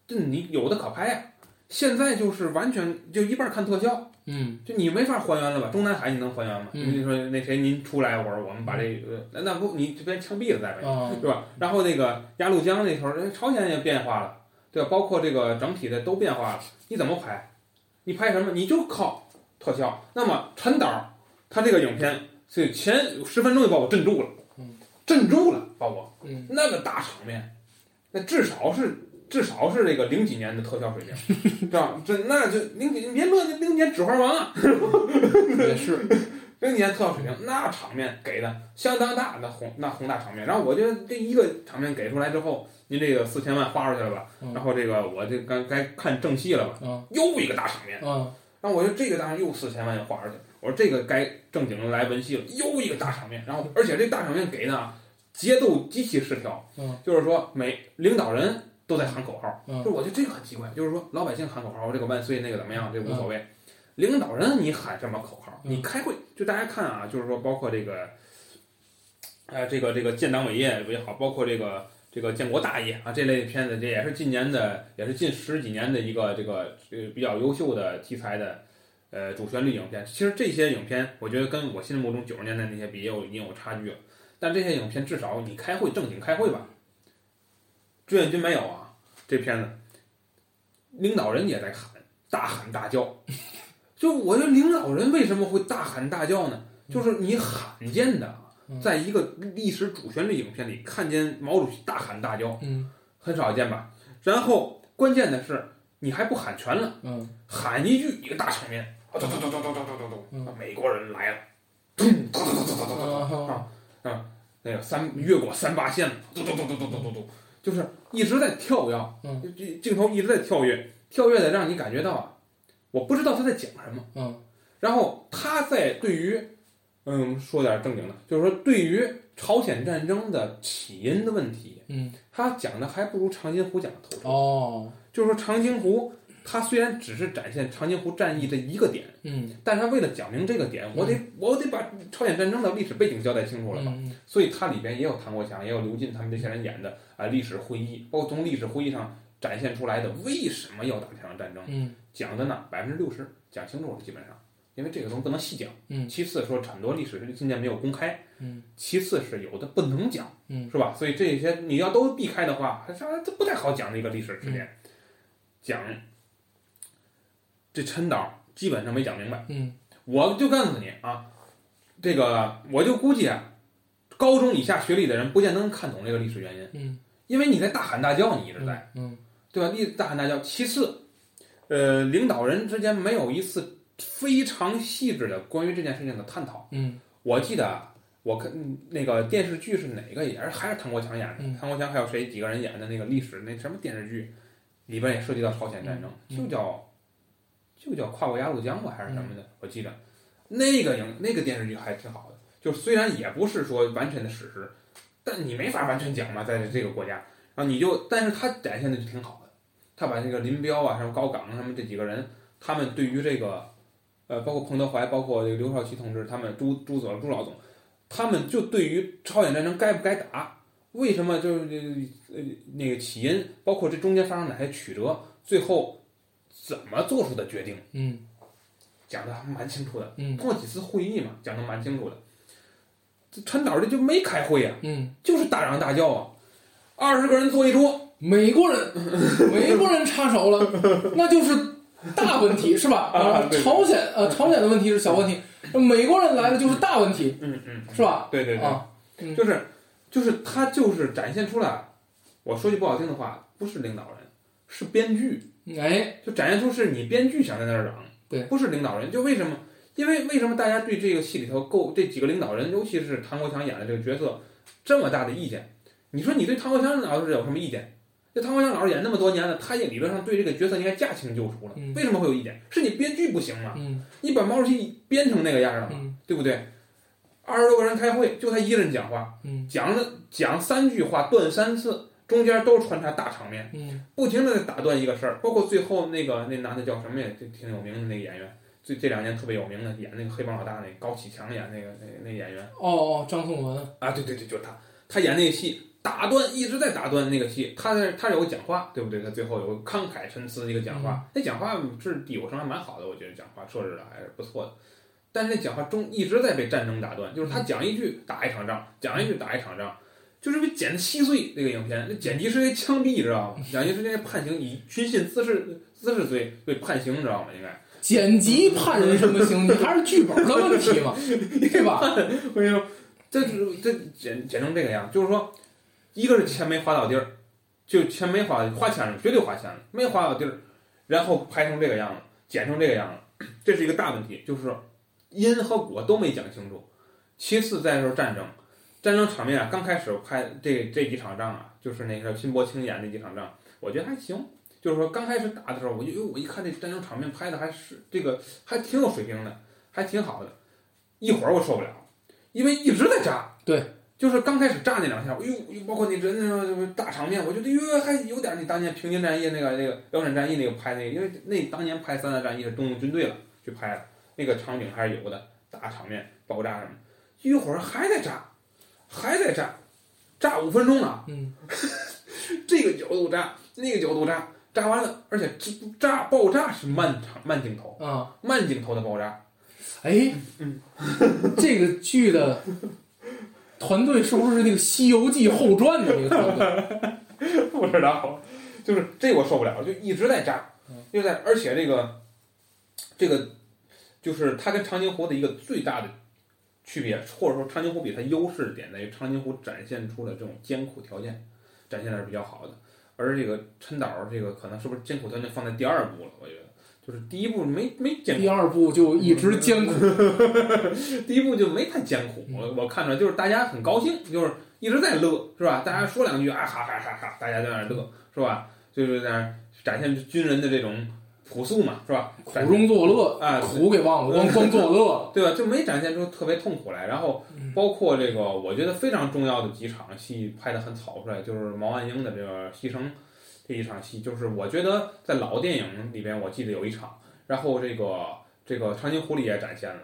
Speaker 1: 这你有的可拍呀、现在就是完全就一半看特效，
Speaker 3: 嗯，
Speaker 1: 就你没法还原了吧？中南海你能还原吗？
Speaker 3: 嗯
Speaker 1: 你说那谁您出来一会儿，我们把这个那那不你这边枪毙了再呗，
Speaker 3: 哦，
Speaker 1: 对吧？然后那个鸭绿江那头，哎朝鲜也变化了，对吧？包括这个整体的都变化了，你怎么拍？你拍什么？你就靠特效。那么陈导他这个影片，所以前十分钟就把我镇住了
Speaker 3: 嗯，
Speaker 1: 镇住了把我。
Speaker 3: 嗯，
Speaker 1: 那个大场面，那至少是至少是这个零几年的特效水平，对吧？这那就零几别论零几年《指环王》啊，
Speaker 3: 也是，
Speaker 1: 零几年特效水平，那场面给的相当大，那宏那宏大场面。然后我觉得这一个场面给出来之后，您这个四千万花出去了吧
Speaker 3: 嗯？
Speaker 1: 然后这个我这该该看正戏了吧？
Speaker 3: 嗯，
Speaker 1: 又一个大场面，
Speaker 3: 嗯，
Speaker 1: 然后我觉得这个当然又四千万又花出去，我说这个该正经的来文戏了，又一个大场面，然后而且这大场面给的啊节奏极其失调，
Speaker 3: 嗯，
Speaker 1: 就是说每领导人都在喊口号，
Speaker 3: 嗯
Speaker 1: 就是我觉得这个很奇怪，就是说老百姓喊口号，这个万岁那个怎么样，这无所谓，领导人你喊什么口号，
Speaker 3: 嗯
Speaker 1: 你开会就大家看啊，就是说包括这个，呃，这个这个建党伟业也好，包括这个。这个建国大业啊，这类片子，这也是近年的，也是近十几年的一个这个呃比较优秀的题材的呃主旋律影片。其实这些影片，我觉得跟我心目中九十年代那些比也有已经有差距了。但这些影片至少你开会正经开会吧，志愿军没有啊，这片子领导人也在喊，大喊大叫。就我觉得领导人为什么会大喊大叫呢？就是你罕见的啊
Speaker 3: 嗯，
Speaker 1: 在一个历史主旋律影片里看见毛主席大喊大叫，
Speaker 3: 嗯，
Speaker 1: 很少见吧？然后关键的是，你还不喊全了。
Speaker 3: 嗯，
Speaker 1: 喊一句一个大场面，啊，咚咚咚咚咚咚咚咚
Speaker 3: 嗯
Speaker 1: 咚，美国人来了，
Speaker 3: 啊，
Speaker 1: 那个三越过三八线了，咚咚咚咚咚咚咚咚，就是一直在跳跃，
Speaker 3: 嗯
Speaker 1: 就，这镜头一直在跳跃，跳跃的让你感觉到啊，我不知道他在讲什么，
Speaker 3: 嗯，
Speaker 1: 然后他在对于，嗯，说点正经的，就是说对于朝鲜战争的起因的问题，
Speaker 3: 嗯，
Speaker 1: 他讲的还不如长津湖讲的透彻。
Speaker 3: 哦，
Speaker 1: 就是说长津湖，它虽然只是展现长津湖战役这一个点。
Speaker 3: 嗯，
Speaker 1: 但是他为了讲明这个点，我得我得把朝鲜战争的历史背景交代清楚了吧？
Speaker 3: 嗯，
Speaker 1: 所以它里边也有唐国强，也有刘进他们这些人演的啊历史会议，包括从历史会议上展现出来的为什么要打这场战争，
Speaker 3: 嗯，
Speaker 1: 讲的呢百分之六十讲清楚了，基本上，因为这个东西不能细讲。
Speaker 3: 嗯
Speaker 1: 其次说很多历史信件没有公开，
Speaker 3: 嗯，
Speaker 1: 其次是有的不能讲，
Speaker 3: 嗯，
Speaker 1: 是吧？所以这些你要都避开的话，还是这不太好讲的一个历史事件。
Speaker 3: 嗯
Speaker 1: 讲这陈导基本上没讲明白，
Speaker 3: 嗯，
Speaker 1: 我就告诉你啊，这个我就估计啊，高中以下学历的人不见得能看懂这个历史原因，
Speaker 3: 嗯，
Speaker 1: 因为你在大喊大叫，你一直在。
Speaker 3: 嗯，
Speaker 1: 对吧？一大喊大叫。其次，呃，领导人之间没有一次非常细致的关于这件事情的探讨。
Speaker 3: 嗯，
Speaker 1: 我记得啊，我看嗯那个电视剧是哪个演，还是唐国强演的？
Speaker 3: 嗯
Speaker 1: 唐国强还有谁几个人演的那个历史那什么电视剧，里边也涉及到朝鲜战争，
Speaker 3: 嗯嗯
Speaker 1: 就叫就叫跨过鸭绿江吧，还是什么
Speaker 3: 嗯
Speaker 1: 的？我记得那个影那个电视剧还挺好的，就虽然也不是说完全的史实，但你没法完全讲嘛，在这个国家，然后你就，但是他展现的就挺好的，他把这个林彪啊，什么高岗啊，他们这几个人，他们对于这个，呃，包括彭德怀，包括这个刘少奇同志，他们朱朱总朱老总，他们就对于朝鲜战争该不该打，为什么就是呃那个起因，包括这中间发生哪些曲折，最后怎么做出的决定，
Speaker 3: 嗯，
Speaker 1: 讲的还蛮清楚的。
Speaker 3: 嗯，
Speaker 1: 通过几次会议嘛，讲的蛮清楚的。这陈导这就没开会呀、
Speaker 3: 嗯，
Speaker 1: 就是大嚷大叫啊，二十个人坐一桌，
Speaker 3: 美国人， 美国人插手了，那就是大问题是
Speaker 1: 啊
Speaker 3: 吧？朝鲜呃，朝鲜的问题是小问题，美国人来了就是大问题
Speaker 1: 嗯嗯，
Speaker 3: 是吧？
Speaker 1: 对对对，
Speaker 3: 啊，
Speaker 1: 就是就是他就是展现出来，我说句不好听的话，不是领导人，是编剧。
Speaker 3: 哎，
Speaker 1: 就展现出是你编剧想在那儿嚷，
Speaker 3: 对
Speaker 1: 不是领导人。就为什么？因为为什么大家对这个戏里头够这几个领导人，尤其是唐国强演的这个角色，这么大的意见？你说你对唐国强老师有什么意见？这唐国强老师演那么多年了，他也理论上对这个角色应该驾轻就熟了，
Speaker 3: 嗯
Speaker 1: 为什么会有意见？是你编剧不行吗？
Speaker 3: 嗯
Speaker 1: 你把毛主席编成那个样儿了吗？
Speaker 3: 嗯
Speaker 1: 对不对？二十多个人开会，就他一个人讲话，
Speaker 3: 嗯
Speaker 1: 讲了讲三句话，断三次，中间都穿插大场面，
Speaker 3: 嗯
Speaker 1: 不停的打断一个事儿，包括最后那个那男的叫什么呀？这挺有名的那个演员，最这两年特别有名的演那个黑帮老大那高启强演那个那那演员
Speaker 3: 哦哦，张颂文
Speaker 1: 啊，对对对，就是他，他演那个戏打断一直在打断那个戏，他在他有个讲话，对不对？他最后有个慷慨陈词的一个讲话，那讲话是帝国上还蛮好的，我觉得讲话设置的还是不错的。但是那讲话中一直在被战争打断，就是他讲一句打一场仗，讲一句打一场仗，就是被剪得稀碎。这个影片，那剪辑师给枪毙，知道吗？剪辑师给判刑以寻衅滋事滋事罪被判刑，知道吗？应该
Speaker 3: 剪辑判人什么刑？你还是剧本的问题 嘛，对吧？
Speaker 1: 我跟你说，这这简简成这个样，就是说，一个是钱没花到地儿，就钱没花，花钱了，绝对花钱了，没花到地儿，然后拍成这个样子，剪成这个样子，这是一个大问题，就是因和果都没讲清楚。其次再说战争，战争场面啊，刚开始拍这这几场仗啊，就是那个辛柏青演那几场仗，我觉得还行。就是说刚开始打的时候，我就我一看这战争场面拍的还是这个还挺有水平的，还挺好的。一会儿我受不了，因为一直在炸。
Speaker 3: 对，
Speaker 1: 就是刚开始炸那两下，哎呦，包括那人那种大场面，我觉得哟还有点你当年平津战役那个那个辽沈战役那个拍那个，因为那当年拍三大战役是动用军队了去拍的，那个场景还是有的，大场面爆炸什么，一会儿还在炸，还在炸，炸五分钟啊，
Speaker 3: 嗯，
Speaker 1: 这个角度炸，那个角度炸，炸完了，而且这炸爆炸是慢场慢镜头，
Speaker 3: 啊，
Speaker 1: 慢镜头的爆炸，
Speaker 3: 哎，
Speaker 1: 嗯
Speaker 3: 这个剧的团队是不是那个《西游记后传》的那个团 队？
Speaker 1: 不知道，就是这我受不了，就一直在炸，就在，而且这个这个就是它跟长津湖的一个最大的区别，或者说长津湖比它优势点在于长津湖展现出了这种艰苦条件，展现的是比较好的，而这个陈岛这个可能是不是艰苦条件放在第二部了？我觉得就是第一部没没艰苦
Speaker 3: 第二部就一直艰苦，
Speaker 1: 第一部就没太艰苦，我我看出来就是大家很高兴，就是一直在乐，是吧？大家说两句啊，哈哈哈哈，大家在那儿乐，是吧？就是在那儿展现军人的这种朴素嘛，是吧？
Speaker 3: 苦中作乐，
Speaker 1: 啊，
Speaker 3: 苦给忘了，光光作乐了。
Speaker 1: 对吧？就没展现出特别痛苦来。然后包括这个，我觉得非常重要的几场戏拍得很草率，就是毛岸英的这个牺牲这一场戏，就是我觉得在老电影里边，我记得有一场，然后这个这个长津湖里也展现了，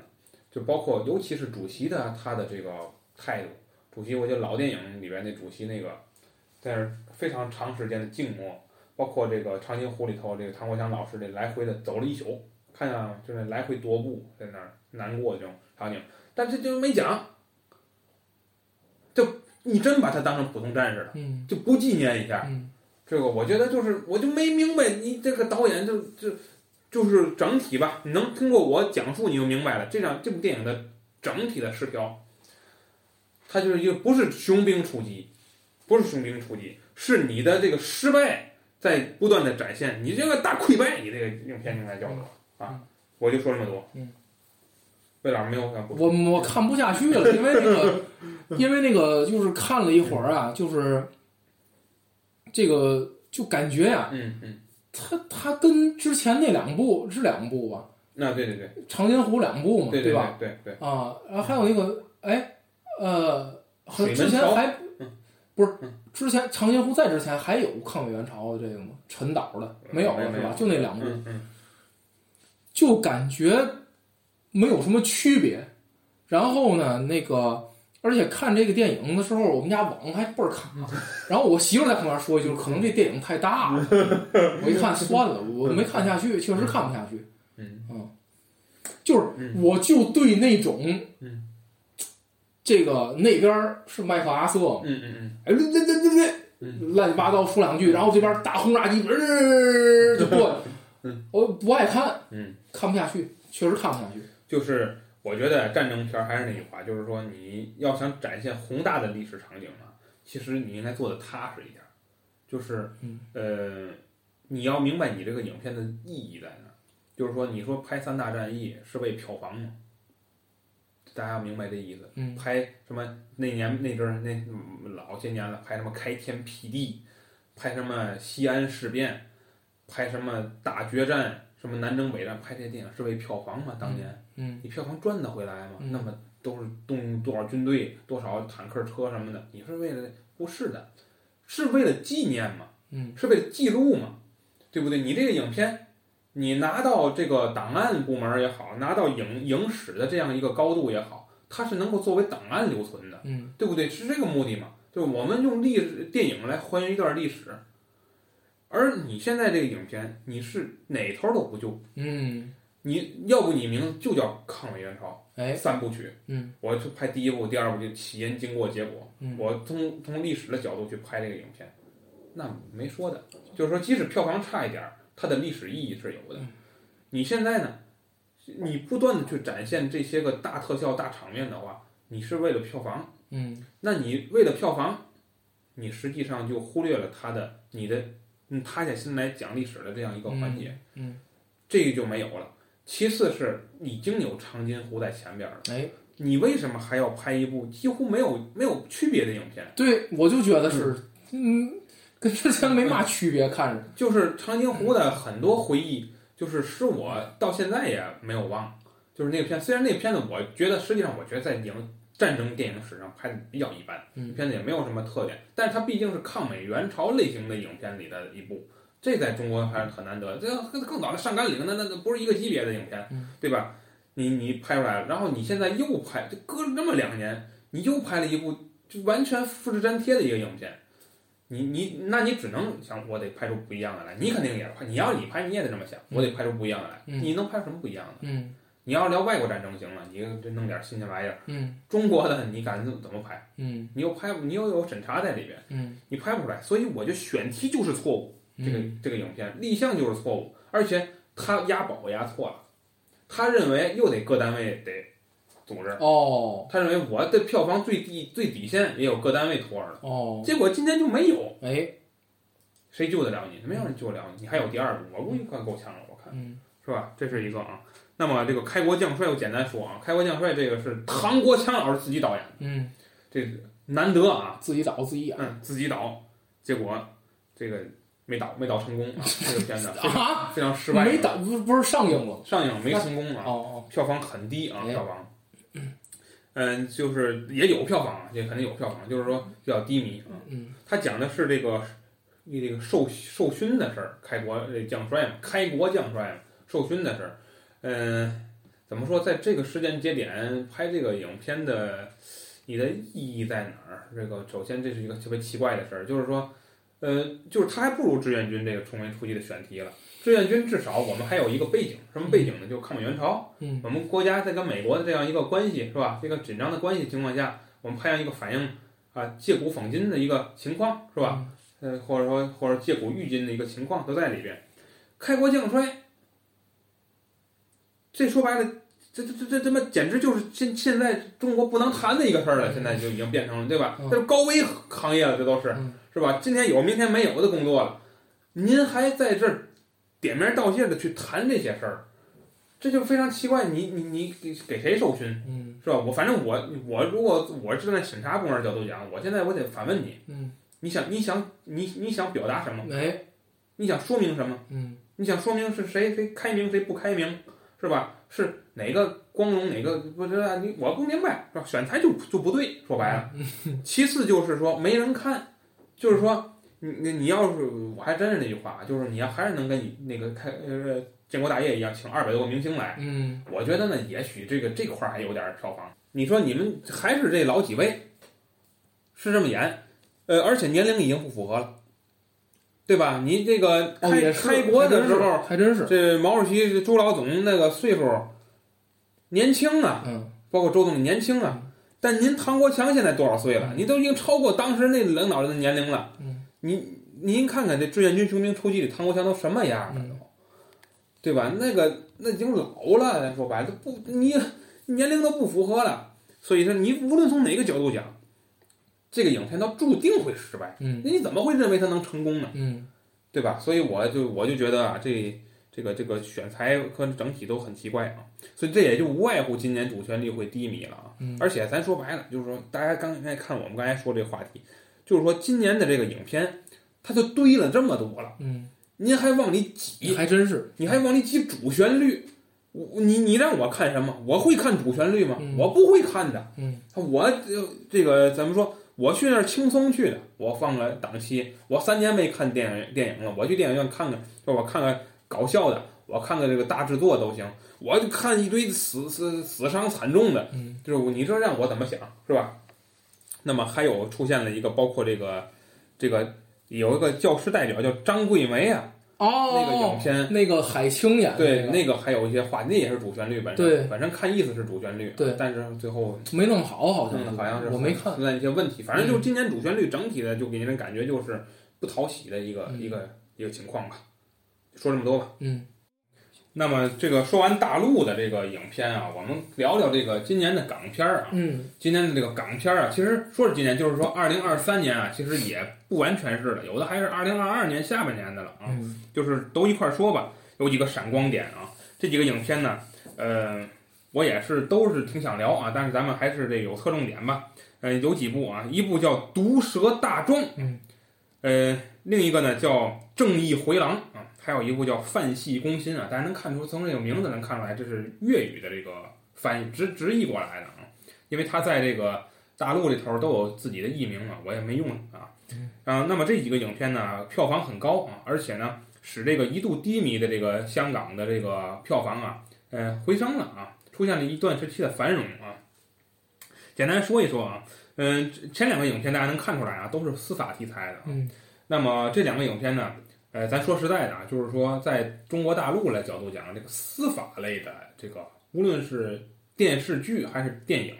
Speaker 1: 就包括尤其是主席的他的这个态度，主席我觉得老电影里边那主席那个在那儿非常长时间的静默。包括这个长津湖里头，这个唐国强老师这来回的走了一宿，看见啊，就是来回踱步在那儿难过这种场景，但这就没讲，就你真把他当成普通战士了，
Speaker 3: 嗯
Speaker 1: 就不纪念一下，
Speaker 3: 嗯，
Speaker 1: 这个我觉得就是我就没明白你这个导演就就就是整体吧，你能通过我讲述你就明白了这场这部电影的整体的失调，它就是一个不是雄兵出击，不是雄兵出击，是你的这个失败在不断的展现，你这个大溃败，你这个影片应该叫做啊，我就说这么多，
Speaker 3: 嗯，
Speaker 1: 魏老师没有想补充
Speaker 3: 我我看不下去了，因为那个，因为那个就是看了一会儿啊，就是这个就感觉呀、
Speaker 1: 嗯嗯，
Speaker 3: 它它跟之前那两部是两部吧，
Speaker 1: 那对对对
Speaker 3: 《长津湖》两部嘛，
Speaker 1: 对对
Speaker 3: 吧？
Speaker 1: 对对，
Speaker 3: 啊，然后还有那个，哎，呃，和
Speaker 1: 水门
Speaker 3: 之前
Speaker 1: 桥
Speaker 3: 还
Speaker 1: 嗯
Speaker 3: 不是
Speaker 1: 嗯
Speaker 3: 之前长津湖在之前还有抗美援朝的这个吗？陈岛的没有
Speaker 1: 没有
Speaker 3: 了是
Speaker 1: 没
Speaker 3: 吧
Speaker 1: 有？
Speaker 3: 就那两部，
Speaker 1: 嗯嗯
Speaker 3: 就感觉没有什么区别。然后呢，那个而且看这个电影的时候，我们家网还倍儿 卡。然后我媳妇儿在旁边说一句：“可能这电影太大 了。”我一看算了，我没看下去，确实看不下去。
Speaker 1: 嗯
Speaker 3: 就是我就对那种，
Speaker 1: 嗯
Speaker 3: 这个那边儿是麦克阿瑟嘛，
Speaker 1: 嗯嗯嗯，
Speaker 3: 哎，对对对对对，
Speaker 1: 嗯
Speaker 3: 乱七八糟说两句，然后这边大轰炸机、呃、就过来了
Speaker 1: 嗯，
Speaker 3: 我不爱看，
Speaker 1: 嗯。
Speaker 3: 看不下去，确实看不下去。
Speaker 1: 就是我觉得战争片儿还是那句话，就是说你要想展现宏大的历史场景啊，其实你应该做的踏实一点儿，就是
Speaker 3: 嗯
Speaker 1: 呃，你要明白你这个影片的意义在哪儿。就是说，你说拍三大战役是为票房吗？大家要明白这意思。
Speaker 3: 嗯
Speaker 1: 拍什么那年那阵儿那嗯老些年了，拍什么开天辟地，拍什么西安事变，拍什么大决战，什么南征北战，拍这些电影是为票房吗？当年。
Speaker 3: 嗯，
Speaker 1: 你票房赚得回来吗？
Speaker 3: 嗯
Speaker 1: 那么都是动用多少军队、多少坦克车什么的，你是为了不是的，是为了纪念嘛，
Speaker 3: 嗯，
Speaker 1: 是为了记录嘛，对不对？你这个影片，你拿到这个档案部门也好，拿到影影史的这样一个高度也好，它是能够作为档案留存的，
Speaker 3: 嗯，
Speaker 1: 对不对？是这个目的嘛？就是我们用历史电影来还原一段历史，而你现在这个影片，你是哪头都不救，
Speaker 3: 嗯，
Speaker 1: 你要不你名字就叫抗美援朝
Speaker 3: 哎，
Speaker 1: 三部曲，
Speaker 3: 嗯，
Speaker 1: 我就拍第一部、第二部就起因、经过、结果，
Speaker 3: 嗯
Speaker 1: 我从从历史的角度去拍这个影片，那没说的，就是说即使票房差一点儿，它的历史意义是有的。你现在呢，你不断的去展现这些个大特效、大场面的话，你是为了票房，
Speaker 3: 嗯，
Speaker 1: 那你为了票房，你实际上就忽略了它的你的嗯塌下心来讲历史的这样一个环节，
Speaker 3: 嗯嗯
Speaker 1: 这个就没有了。其次是已经有长津湖在前边了。
Speaker 3: 哎，
Speaker 1: 你为什么还要拍一部几乎没有没有区别的影片？
Speaker 3: 对，我就觉得是，嗯，跟之前没嘛区别，看着，
Speaker 1: 就是长津湖的很多回忆，就是使我到现在也没有忘。就是那个片，虽然那个片子我觉得实际上我觉得在影战争电影史上拍的比较一般，
Speaker 3: 嗯
Speaker 1: 片子也没有什么特点，但是它毕竟是抗美援朝类型的影片里的一部，这在中国还是很难得。这更更早的《上甘岭》那那那不是一个级别的影片，
Speaker 3: 嗯
Speaker 1: 对吧？你你拍出来了，然后你现在又拍，就隔了那么两年，你又拍了一部就完全复制粘贴的一个影片，你你那你只能想我得拍出不一样的来，你肯定也拍，你要是你拍你也得这么想，我得拍出不一样的来，
Speaker 3: 嗯
Speaker 1: 你能拍出什么不一样的？
Speaker 3: 嗯
Speaker 1: 你要是聊外国战争行了，你就弄点新鲜玩意儿，
Speaker 3: 嗯
Speaker 1: 中国的你敢怎么怎么拍？
Speaker 3: 嗯
Speaker 1: 你又拍你又有审查在里边，
Speaker 3: 嗯
Speaker 1: 你拍不出来，所以我就选题就是错误，这个、这个影片立项就是错误，而且他押宝押错了，他认为又得各单位得组织，
Speaker 3: 哦
Speaker 1: 他认为我的票房最低最底线也有各单位托儿了，
Speaker 3: 哦，
Speaker 1: 结果今天就没有，
Speaker 3: 哎，
Speaker 1: 谁救得了你？没有人救得了你，你还有第二部，我估计快够呛了，我看。
Speaker 3: 嗯
Speaker 1: 嗯是吧？这是一个啊。那么这个开国将帅，我简单说啊，开国将帅这个是唐国强老师自己导演的，
Speaker 3: 嗯，
Speaker 1: 这个难得啊，
Speaker 3: 自己导自己演
Speaker 1: 嗯，自己导，结果这个没导没导成功啊，这个片子非常
Speaker 3: 啊，
Speaker 1: 非常失败，
Speaker 3: 没导不是不是上映了吗？
Speaker 1: 上映没成功啊，
Speaker 3: 哦
Speaker 1: 票房很低啊，
Speaker 3: 哎
Speaker 1: 票房。嗯，就是也有票房，啊，也肯定有票房，就是说比较低迷啊
Speaker 3: 哦。，嗯
Speaker 1: 他讲的是这个这个授授勋的事儿，开国这将帅嘛，开国将帅嘛，授勋的事儿。嗯、怎么说，在这个时间节点拍这个影片的，你的意义在哪儿？这个首先这是一个特别奇怪的事儿，就是说，呃，就是他还不如志愿军这个重围出击的选题了。志愿军至少我们还有一个背景，什么背景呢？就是抗美援朝。
Speaker 3: 嗯
Speaker 1: 我们国家在跟美国的这样一个关系是吧？这个紧张的关系情况下，我们拍一个反映啊借古讽今的一个情况是吧？呃，或者说或者借古喻今的一个情况都在里边。开国将衰，这说白了，这这这这他妈简直就是现现在中国不能谈的一个事儿了，现在就已经变成了对吧
Speaker 3: 嗯？
Speaker 1: 这是高危行业了，这都是
Speaker 3: 嗯
Speaker 1: 是吧？今天有明天没有的工作了，您还在这儿点名道姓的去谈这些事儿，这就非常奇怪。你你你给给谁授勋
Speaker 3: 嗯
Speaker 1: 是吧？我反正我我如果我是站在审查部门的角度讲，我现在我得反问你，
Speaker 3: 嗯，
Speaker 1: 你想你想你你想表达什么？
Speaker 3: 哎，
Speaker 1: 你想说明什么？
Speaker 3: 嗯
Speaker 1: 你想说明是谁谁开明谁不开明是吧？是哪个光荣哪个不知道你我不明白是吧？选材就就不对，说白了。
Speaker 3: 嗯
Speaker 1: 其次就是说没人看，就是说你你你要是我还真是那句话，啊就是你要还是能跟你那个开呃建国大业一样，请二百多个明星来，
Speaker 3: 嗯
Speaker 1: 我觉得呢，也许这个这块儿还有点儿票房。你说你们还是这老几位，是这么演，呃，而且年龄已经不符合了，对吧？你这个
Speaker 3: 哦
Speaker 1: 开、
Speaker 3: 也是
Speaker 1: 开国的时候，
Speaker 3: 还真是，
Speaker 1: 这毛主席、朱老总那个岁数年轻啊，
Speaker 3: 嗯
Speaker 1: 包括周总年轻啊。但您唐国强现在多少岁了？您都已经超过当时那领导人的年龄了。
Speaker 3: 嗯
Speaker 1: 您您看看这志愿军雄兵出击里唐国强都什么样了都，
Speaker 3: 嗯
Speaker 1: 对吧？那个那已经老了，咱说白了，都不你年龄都不符合了。所以说，你无论从哪个角度讲，这个影片它注定会失败。
Speaker 3: 嗯
Speaker 1: 那你怎么会认为它能成功呢？
Speaker 3: 嗯
Speaker 1: 对吧？所以我就我就觉得啊，这这个这个选材和整体都很奇怪啊，所以这也就无外乎今年主旋律会低迷了啊。
Speaker 3: 嗯
Speaker 1: 而且咱说白了，就是说大家刚才看我们刚才说这个话题，就是说今年的这个影片，它就堆了这么多了，
Speaker 3: 嗯，
Speaker 1: 您还往里挤，
Speaker 3: 还真是，
Speaker 1: 你还往里挤主旋律，我你你让我看什么？我会看主旋律吗？
Speaker 3: 嗯
Speaker 1: 我不会看的。
Speaker 3: 嗯
Speaker 1: 我呃这个怎么说？我去那儿轻松去的，我放个档期，我三年没看电影电影了，我去电影院看看，就我看看搞笑的，我看看这个大制作都行，我就看一堆死死死伤惨重的，
Speaker 3: 嗯
Speaker 1: 就是我你这让我怎么想是吧？那么还有出现了一个，包括这个这个有一个教师代表叫张桂梅啊，那个影
Speaker 3: 哦，
Speaker 1: 片
Speaker 3: 那个海清演的
Speaker 1: 对，
Speaker 3: 那个
Speaker 1: 那个还有一些话，那也是主旋律本身。
Speaker 3: 对
Speaker 1: 本身看意思是主旋律，
Speaker 3: 对
Speaker 1: 但是最后
Speaker 3: 没弄好，好像
Speaker 1: 嗯，好像是
Speaker 3: 我没看。嗯
Speaker 1: 存在一些问题。反正就是今年主旋律整体的就给人感觉就是不讨喜的一个、
Speaker 3: 嗯
Speaker 1: 一个一个情况吧。说这么多吧。
Speaker 3: 嗯，
Speaker 1: 那么这个说完大陆的这个影片啊，我们聊聊这个今年的港片儿啊。
Speaker 3: 嗯，
Speaker 1: 今年的这个港片儿啊，其实说是今年，就是说二零二三年啊，其实也不完全是的，有的还是二零二二年下半年的了啊。
Speaker 3: 嗯，
Speaker 1: 就是都一块儿说吧，有几个闪光点啊。这几个影片呢，呃，我也是都是挺想聊啊，但是咱们还是得有侧重点吧。呃，有几部啊，一部叫《毒舌大壮》，
Speaker 3: 嗯，
Speaker 1: 呃，另一个呢叫《正义回廊》啊，还有一部叫《泛系攻心》啊。大家能看出，从这个名字能看出来，这是粤语的这个翻译直直译过来的啊，因为它在这个大陆这头都有自己的译名啊，我也没用啊。啊，那么这几个影片呢，票房很高啊，而且呢，使这个一度低迷的这个香港的这个票房啊，呃，回升了啊，出现了一段时期的繁荣啊。简单说一说啊，嗯、前两个影片大家能看出来啊，都是司法题材的啊。
Speaker 3: 嗯
Speaker 1: 那么这两个影片呢，呃，咱说实在的啊，就是说在中国大陆来角度讲，这个司法类的这个，无论是电视剧还是电影，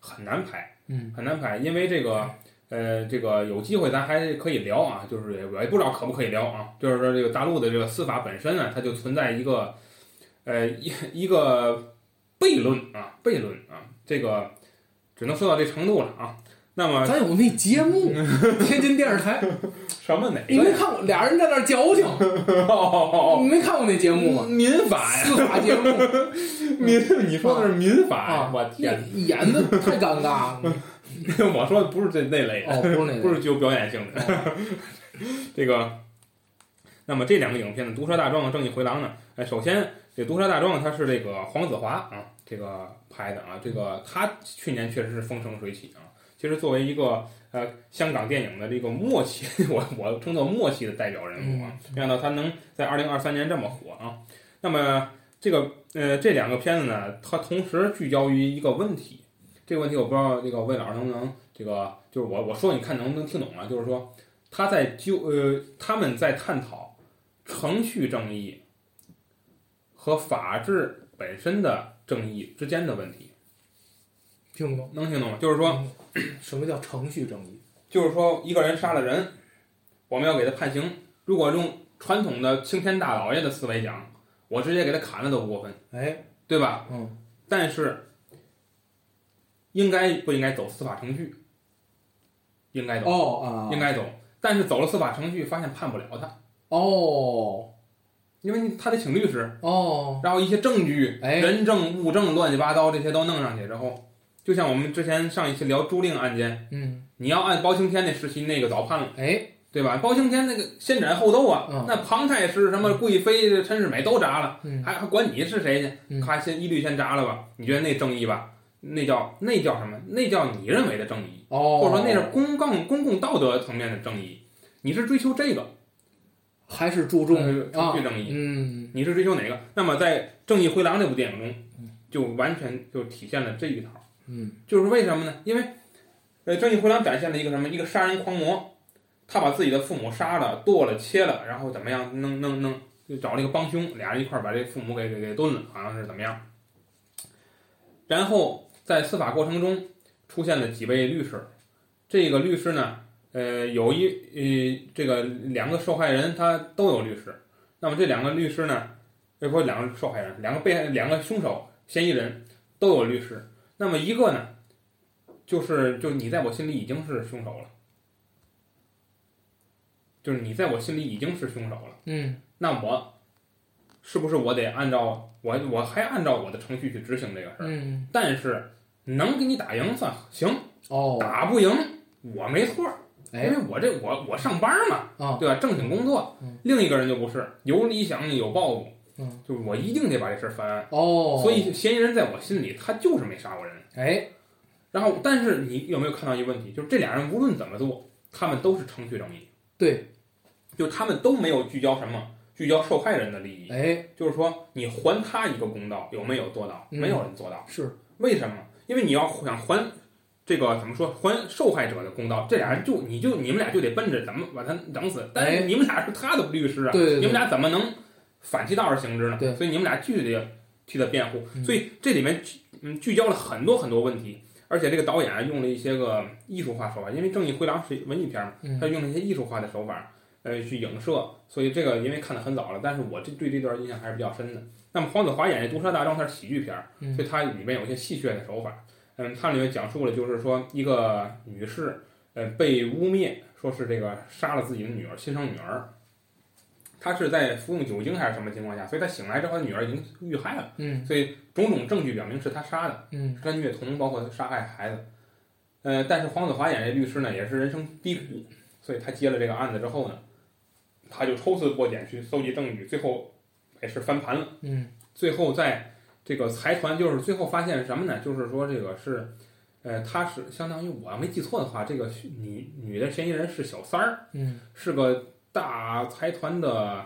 Speaker 1: 很难拍。
Speaker 3: 嗯，
Speaker 1: 很难排，因为这个呃，这个有机会咱还可以聊啊，就是我也不知道可不可以聊啊，就是说这个大陆的这个司法本身呢，它就存在一个呃一一个悖论啊，悖论啊，这个只能说到这程度了啊。那么
Speaker 3: 咱有那节目，天津电视台，
Speaker 1: 什么哪
Speaker 3: 你没
Speaker 1: 个？
Speaker 3: 看过俩人在那儿矫情，
Speaker 1: 哦哦
Speaker 3: 你没看过那节
Speaker 1: 哦
Speaker 3: 目
Speaker 1: 哦，
Speaker 3: 吗？
Speaker 1: 民法呀，
Speaker 3: 司法节目
Speaker 1: 民你说的是民法呀，
Speaker 3: 啊，
Speaker 1: 我天，
Speaker 3: 那演的太尴尬了。
Speaker 1: 我说的不是这那类的。
Speaker 3: 哦，不是那个，
Speaker 1: 不是具有表演性的。
Speaker 3: 嗯
Speaker 1: 这个，那么这两个影片呢，《毒舌大壮》和《正义回廊》呢，呃，首先这《毒舌大壮》它是这个黄子华啊，这个拍的啊，这个他去年确实是风生水起啊。其实作为一个呃香港电影的这个默契， 我我称作默契的代表人物啊，没想到他能在二零二三年这么火啊。那么这个呃这两个片子呢，它同时聚焦于一个问题，这个问题我不知道这个魏老师能不能这个，就是我我说你看能不能听懂啊？就是说他在纠呃他们在探讨程序正义和法治本身的正义之间的问题，
Speaker 3: 听不懂。
Speaker 1: 能听懂吗？就是说
Speaker 3: 什么叫程序正义？
Speaker 1: 就是说一个人杀了人，我们要给他判刑。如果用传统的青天大老爷的思维讲，我直接给他砍了都不过分，
Speaker 3: 哎，
Speaker 1: 对吧？
Speaker 3: 嗯，
Speaker 1: 但是应该不应该走司法程序？应该走。
Speaker 3: 哦啊，
Speaker 1: 应该走，但是走了司法程序，发现判不了他，
Speaker 3: 哦
Speaker 1: 因为他得请律师，
Speaker 3: 哦，
Speaker 1: 然后一些证据、
Speaker 3: 哎
Speaker 1: 人证、物证、乱七八糟这些都弄上去之后，就像我们之前上一期聊朱令案件，
Speaker 3: 嗯，
Speaker 1: 你要按包青天那时期那个早判了，
Speaker 3: 哎，
Speaker 1: 对吧？包青天那个先斩后奏啊，
Speaker 3: 嗯
Speaker 1: 那庞太师、什么贵妃、陈世美都铡了，
Speaker 3: 嗯
Speaker 1: 还还管你是谁去？
Speaker 3: 嗯
Speaker 1: 咔，先一律先铡了吧？你觉得那正义吧？那叫那叫什么？那叫你认为的正义。
Speaker 3: 哦，
Speaker 1: 或者说那是公共公共道德层面的正义，你是追求这个
Speaker 3: 还是注重
Speaker 1: 呃
Speaker 3: 啊
Speaker 1: 程序，正义，
Speaker 3: 嗯
Speaker 1: 你是追求哪个？那么在《正义回廊》这部电影中，就完全就体现了这一套。
Speaker 3: 嗯
Speaker 1: 就是为什么呢？因为呃，《正义回廊》展现了一个什么？一个杀人狂魔，他把自己的父母杀了、剁了、切了，然后怎么样？弄弄弄，就找了一个帮凶，俩人一块儿把这父母给给给炖了，好像是怎么样？然后在司法过程中出现了几位律师，这个律师呢，呃，有一呃，这个两个受害人他都有律师，那么这两个律师呢，呃，不是两个受害人，两个被害两个凶手嫌疑人都有律师，那么一个呢，就是就是你在我心里已经是凶手了，就是你在我心里已经是凶手了。
Speaker 3: 嗯
Speaker 1: 那我是不是我得按照我我还按照我的程序去执行这个事儿？
Speaker 3: 嗯，
Speaker 1: 但是能给你打赢算行，
Speaker 3: 哦，
Speaker 1: 打不赢我没错儿，因
Speaker 3: 哎
Speaker 1: 为我这我我上班嘛，
Speaker 3: 啊
Speaker 1: 对吧？正经工作
Speaker 3: 嗯。
Speaker 1: 另一个人就不是有理想有抱负，
Speaker 3: 嗯，
Speaker 1: 就是我一定得把这事儿翻案。
Speaker 3: 哦，
Speaker 1: 所以嫌疑人在我心里他就是没杀过人，
Speaker 3: 哎
Speaker 1: 然后，但是你有没有看到一个问题？就是这俩人无论怎么做，他们都是程序正义，
Speaker 3: 对，
Speaker 1: 就他们都没有聚焦什么，聚焦受害人的利益。
Speaker 3: 哎，
Speaker 1: 就是说，你还他一个公道，有没有做到？
Speaker 3: 嗯
Speaker 1: 没有人做到。
Speaker 3: 是，
Speaker 1: 为什么？因为你要想还这个怎么说，还受害者的公道，这俩人就你就你们俩就得奔着怎么把他整死。但
Speaker 3: 哎
Speaker 1: 是你们俩是他的律师啊，
Speaker 3: 对对对
Speaker 1: 你们俩怎么能反其道而行之呢？
Speaker 3: 对
Speaker 1: 所以你们俩必须得替他辩护。
Speaker 3: 嗯
Speaker 1: 所以这里面聚嗯聚焦了很多很多问题，而且这个导演啊用了一些个艺术化手法，因为《正义回廊》是文艺片嘛，
Speaker 3: 嗯
Speaker 1: 他用了一些艺术化的手法。呃，去影射，所以这个因为看的很早了，但是我这对这段印象还是比较深的。那么黄子华演这《毒舌大状》，它是喜剧片儿，
Speaker 3: 嗯
Speaker 1: 所以它里面有一些戏谑的手法。嗯，它里面讲述了就是说一个女士，呃，被污蔑说是这个杀了自己的女儿，亲生女儿。她是在服用酒精还是什么情况下？所以她醒来之后，她女儿已经遇害了。
Speaker 3: 嗯
Speaker 1: 所以种种证据表明是她杀的，
Speaker 3: 嗯，
Speaker 1: 是她虐童，包括杀害孩子。呃，但是黄子华演这律师呢，也是人生低谷，所以他接了这个案子之后呢，他就抽丝剥茧去搜集证据，最后也是翻盘了。
Speaker 3: 嗯
Speaker 1: 最后在这个财团，就是最后发现是什么呢？就是说这个是，呃，他是相当于我要没记错的话，这个女女的嫌疑人是小三儿，
Speaker 3: 嗯
Speaker 1: 是个大财团的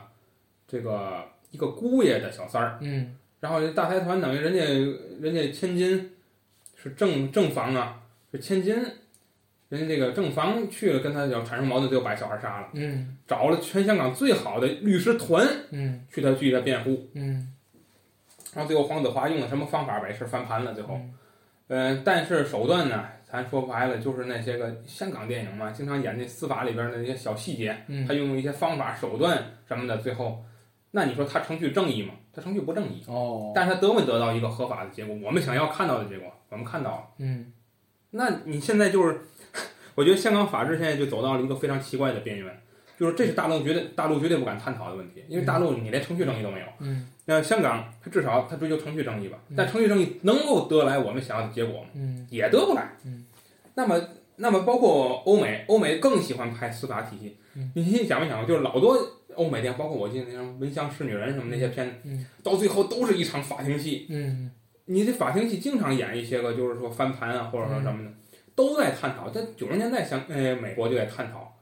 Speaker 1: 这个一个姑爷的小三儿。
Speaker 3: 嗯
Speaker 1: 然后这大财团等于人家人家千金是正正房啊，是千金，人家这个正房去了跟他要产生矛盾，就把小孩杀了，
Speaker 3: 嗯
Speaker 1: 找了全香港最好的律师团
Speaker 3: 嗯
Speaker 1: 去他去他辩护。
Speaker 3: 嗯，
Speaker 1: 然后最后黄子华用了什么方法把这事翻盘了？最后，嗯、但是手段呢，咱说白了就是那些个香港电影嘛，经常演那司法里边的那些小细节，
Speaker 3: 嗯
Speaker 1: 他用一些方法手段什么的，最后，那你说他程序正义吗？他程序不正义，
Speaker 3: 哦，
Speaker 1: 但是他得没得到一个合法的结果？我们想要看到的结果，我们看到了。
Speaker 3: 嗯
Speaker 1: 那你现在就是， 我觉得香港法治现在就走到了一个非常奇怪的边缘，就是这是大陆绝对大陆绝对不敢探讨的问题，因为大陆你连程序正义都没有。
Speaker 3: 嗯
Speaker 1: 那香港，它至少它追求程序正义吧
Speaker 3: 嗯，
Speaker 1: 但程序正义能够得来我们想要的结果吗？
Speaker 3: 嗯
Speaker 1: 也得不来。
Speaker 3: 嗯，
Speaker 1: 那么，那么包括欧美，欧美更喜欢拍司法体系
Speaker 3: 嗯。
Speaker 1: 你想没想啊过，就是老多欧美电影，包括我记得那什么《闻香识女人》什么那些片子，
Speaker 3: 嗯
Speaker 1: 到最后都是一场法庭戏。
Speaker 3: 嗯
Speaker 1: 你这法庭戏经常演一些个，就是说翻盘啊，或者说什么的，都在探讨。在九十年代香，呃，美国就在探讨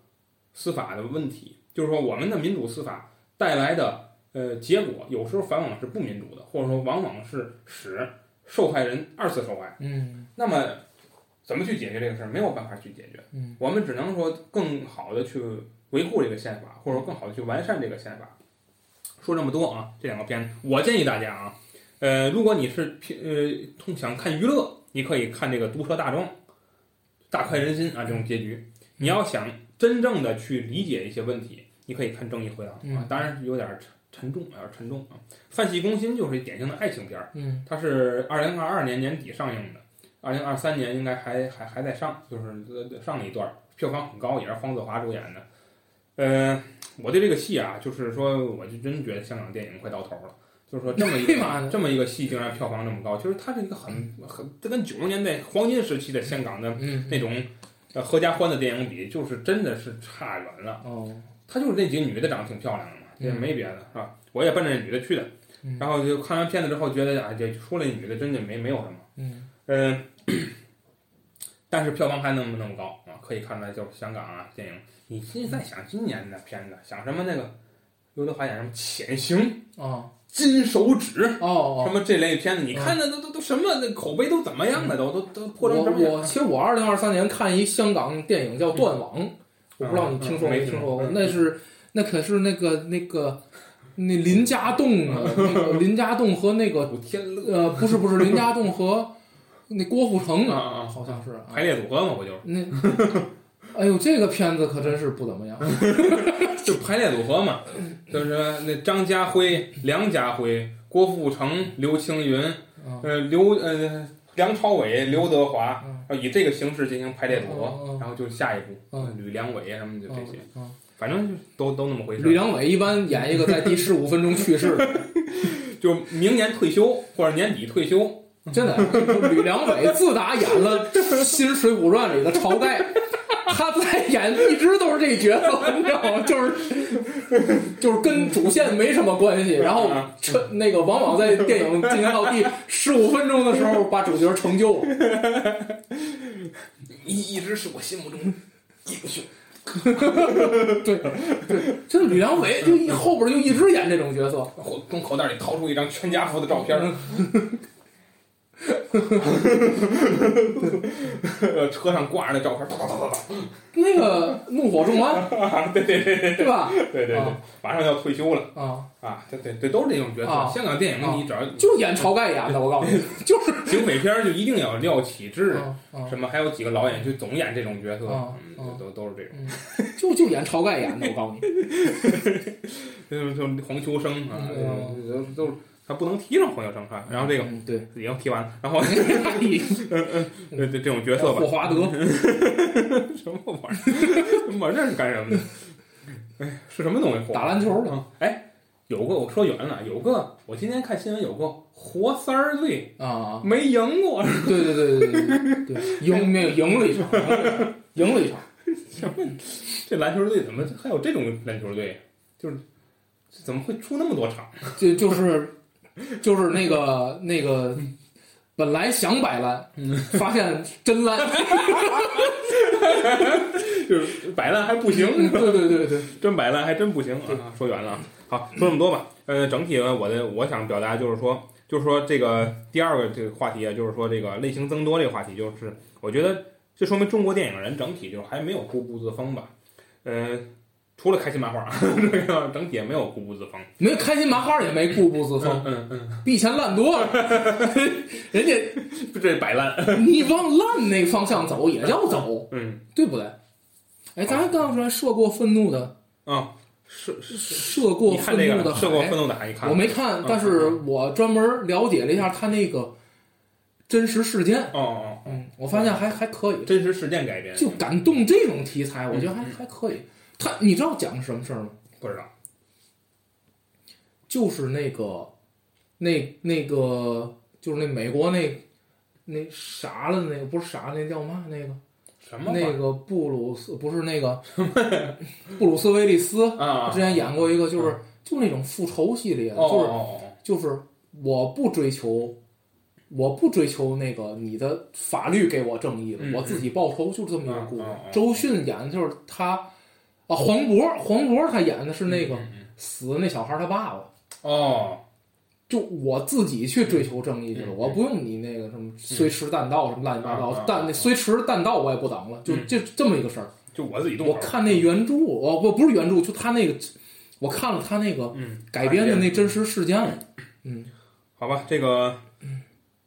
Speaker 1: 司法的问题，就是说我们的民主司法带来的呃结果，有时候反往是不民主的，或者说往往是使受害人二次受害。
Speaker 3: 嗯
Speaker 1: 那么怎么去解决这个事儿？没有办法去解决，
Speaker 3: 嗯
Speaker 1: 我们只能说更好的去维护这个宪法，或者说更好的去完善这个宪法。说这么多啊，这两个片子，我建议大家啊，呃，如果你是偏呃通想看娱乐，你可以看这个《毒舌大状》，大快人心啊这种结
Speaker 3: 嗯
Speaker 1: 局。你要想真正的去理解一些问题，你可以看《正义回廊》啊
Speaker 3: 嗯，
Speaker 1: 当然有点沉沉重，有点沉重啊。《泛戏攻心》就是典型的爱情片儿，
Speaker 3: 嗯
Speaker 1: 它是二零二二年年底上映的，二零二三年应该还还还在上，就是呃上了一段，票房很高，也是黄子华主演的。呃，我对这个戏啊，就是说，我就真觉得香港电影快到头了。就是说，这么一
Speaker 3: 哎妈呀
Speaker 1: 个这么一个戏，竟然票房这么高，就是它是一个很很，这跟九十年代黄金时期的香港的
Speaker 3: 嗯
Speaker 1: 那种呃合家欢的电影比，就是真的是差远了。
Speaker 3: 哦，
Speaker 1: 她就是那几个女的长得挺漂亮的嘛，也
Speaker 3: 嗯
Speaker 1: 没别的，是吧？我也奔着那女的去的，
Speaker 3: 嗯
Speaker 1: 然后就看完片子之后觉得，哎，这说那女的真的没没有什么，
Speaker 3: 嗯
Speaker 1: 嗯， 但是票房还能不那么高啊？可以看出来，就是香港啊电影，你现在想今年的片子，想什么那个刘德华演什么《潜行》《
Speaker 3: 哦
Speaker 1: 金手指》
Speaker 3: 哦哦
Speaker 1: 什。么这类片子，你看那都都都什么那口碑都怎么样了？都都都破成
Speaker 3: 我
Speaker 1: 什么样？
Speaker 3: 嗯我其实我二零二三年看一香港电影叫《断网》，我不知道你听说
Speaker 1: 嗯
Speaker 3: 没
Speaker 1: 没
Speaker 3: 听
Speaker 1: 听
Speaker 3: 说
Speaker 1: 过
Speaker 3: 过，
Speaker 1: 嗯
Speaker 3: 那是那可是那个那个那林家栋啊，那个林家栋和那个
Speaker 1: 古天乐
Speaker 3: 呃不是不是林家栋和那郭富城
Speaker 1: 啊
Speaker 3: 啊，
Speaker 1: 啊，
Speaker 3: 好像是啊，
Speaker 1: 排列组合嘛，我就是
Speaker 3: 那哎呦这个片子可真是不怎么样，
Speaker 1: 嗯
Speaker 3: 啊
Speaker 1: 就排列组合嘛，就是说那张家辉、梁家辉、郭富城、刘青云，
Speaker 3: 嗯
Speaker 1: 呃，刘呃梁朝伟、刘德华
Speaker 3: 嗯，
Speaker 1: 然后以这个形式进行排列组
Speaker 3: 嗯嗯
Speaker 1: 合
Speaker 3: 嗯，
Speaker 1: 然后就下一步，
Speaker 3: 嗯
Speaker 1: 吕良伟啊什么的就这些，
Speaker 3: 嗯
Speaker 1: 反正就都都那么回
Speaker 3: 吕
Speaker 1: 事。
Speaker 3: 良伟一般演一个在第十五分钟去世的，
Speaker 1: 就明年退休或者年底退休，
Speaker 3: 真的，吕良伟自打演了《新水浒传》里的晁盖，他在演一直都是这角色， 你知道吗？就是就是跟主线没什么关系。然后这那个往往在电影进行到第十五分钟的时候，把主角成就了。 一一直是我心目中的英雄。 对对，就是吕良伟，就一后边就一直演这种角色。
Speaker 1: 我从口袋里掏出一张全家福的照片儿，呃车上挂着那照片儿，哒哒哒哒
Speaker 3: 那个《怒火中安》，
Speaker 1: 哒，对对对对
Speaker 3: 对吧？
Speaker 1: 对对对
Speaker 3: 啊，
Speaker 1: 马上要退休了
Speaker 3: 啊，
Speaker 1: 啊，对对对，都是这种角
Speaker 3: 啊
Speaker 1: 色。香港电
Speaker 3: 啊
Speaker 1: 影你只要
Speaker 3: 就是演晁盖演的，我 告诉你，就是。
Speaker 1: 警匪片儿就一定要廖启智，
Speaker 3: 啊啊
Speaker 1: 什么还有几个老演就总演这种角色
Speaker 3: 啊，
Speaker 1: 嗯，
Speaker 3: 啊
Speaker 1: 就都都是这种。
Speaker 3: 就就演晁盖演的，我告诉你，
Speaker 1: 就是就是黄秋生啊，
Speaker 3: 对啊
Speaker 1: 这都都是他不能提上黄秋生哈。然后这个
Speaker 3: 嗯对，
Speaker 1: 已经提完了，然 后
Speaker 3: 霍
Speaker 1: 这这这种角色吧，
Speaker 3: 华德，
Speaker 1: 什么玩意儿？玩这是干什么的？哎，是什么东西？
Speaker 3: 打篮球的
Speaker 1: 啊！哎，有个我说远了，有个我今天看新闻有个活三儿队
Speaker 3: 啊，
Speaker 1: 没赢过，
Speaker 3: 对对对对对对，赢没有赢了一场，赢了一场，
Speaker 1: 这篮球队怎么还有这种篮球队？就是怎么会出那么多场？
Speaker 3: 就就是就是那个那个，本来想摆烂，
Speaker 1: 嗯
Speaker 3: 发现真烂，
Speaker 1: 就是摆烂还不行，
Speaker 3: 对对对对，
Speaker 1: 真摆烂还真不行啊！ 说远了啊，好，说这么多吧。呃，整体呢，我的我想表达就是说，就是说这个第二个这个话题啊，就是说这个类型增多这个话题，就是我觉得这说明中国电影人整体就还没有固步自封吧。呃，除了开心麻 花，这个整体也没有固步自封。
Speaker 3: 没开心麻花也没固步自封，
Speaker 1: 嗯嗯，
Speaker 3: 比以前烂多了， 人家
Speaker 1: 这摆烂。
Speaker 3: 你往烂那方向走也要走，
Speaker 1: 嗯
Speaker 3: 对不对？哎，咱还刚出来涉过愤怒的。
Speaker 1: 啊，是是，
Speaker 3: 涉过
Speaker 1: 你看
Speaker 3: 愤
Speaker 1: 这个
Speaker 3: 怒的
Speaker 1: 了，
Speaker 3: 海，
Speaker 1: 涉过愤怒的海，你看
Speaker 3: 我没看
Speaker 1: 嗯，
Speaker 3: 但是我专门了解了一下他那个真实事件，
Speaker 1: 哦哦，哦
Speaker 3: 嗯，我发现还还可以，
Speaker 1: 真实事件改编，
Speaker 3: 就感动这种题材，我觉得还
Speaker 1: 嗯
Speaker 3: 还可以。他你知道讲的是什么事儿吗？
Speaker 1: 不知道。
Speaker 3: 就是那个那那个就是那美国那那啥了那个不是啥那叫嘛那个
Speaker 1: 什么玩意
Speaker 3: 那
Speaker 1: 儿
Speaker 3: 个布鲁斯不是那个 布鲁斯威利斯
Speaker 1: 啊？嗯
Speaker 3: 之前演过一个就是就那种复仇系列的，
Speaker 1: 哦
Speaker 3: 就是
Speaker 1: 哦哦
Speaker 3: 就是我不追求，我不追求那个你的法律给我正义了，
Speaker 1: 嗯
Speaker 3: 我自己报仇，就是这么一个故事。
Speaker 1: 嗯嗯嗯
Speaker 3: 周迅演的就是他，啊，黄渤，黄渤他演的是那个、
Speaker 1: 嗯嗯
Speaker 3: 死的那小孩他爸爸。
Speaker 1: 哦哦。
Speaker 3: 就我自己去追求正义去了，
Speaker 1: 嗯嗯嗯
Speaker 3: 我不用你那个什么虽迟但到什么乱七八糟
Speaker 1: 啊啊啊，
Speaker 3: 但那虽迟但到我也不等了，就
Speaker 1: 嗯
Speaker 3: 这这么一个事儿。
Speaker 1: 就我自己动手。
Speaker 3: 我看那原著，我不不是原著，就他那个，我看了他那个
Speaker 1: 嗯，
Speaker 3: 改编的
Speaker 1: 改
Speaker 3: 那真实事件
Speaker 1: 啊
Speaker 3: 了。
Speaker 1: 好吧，这个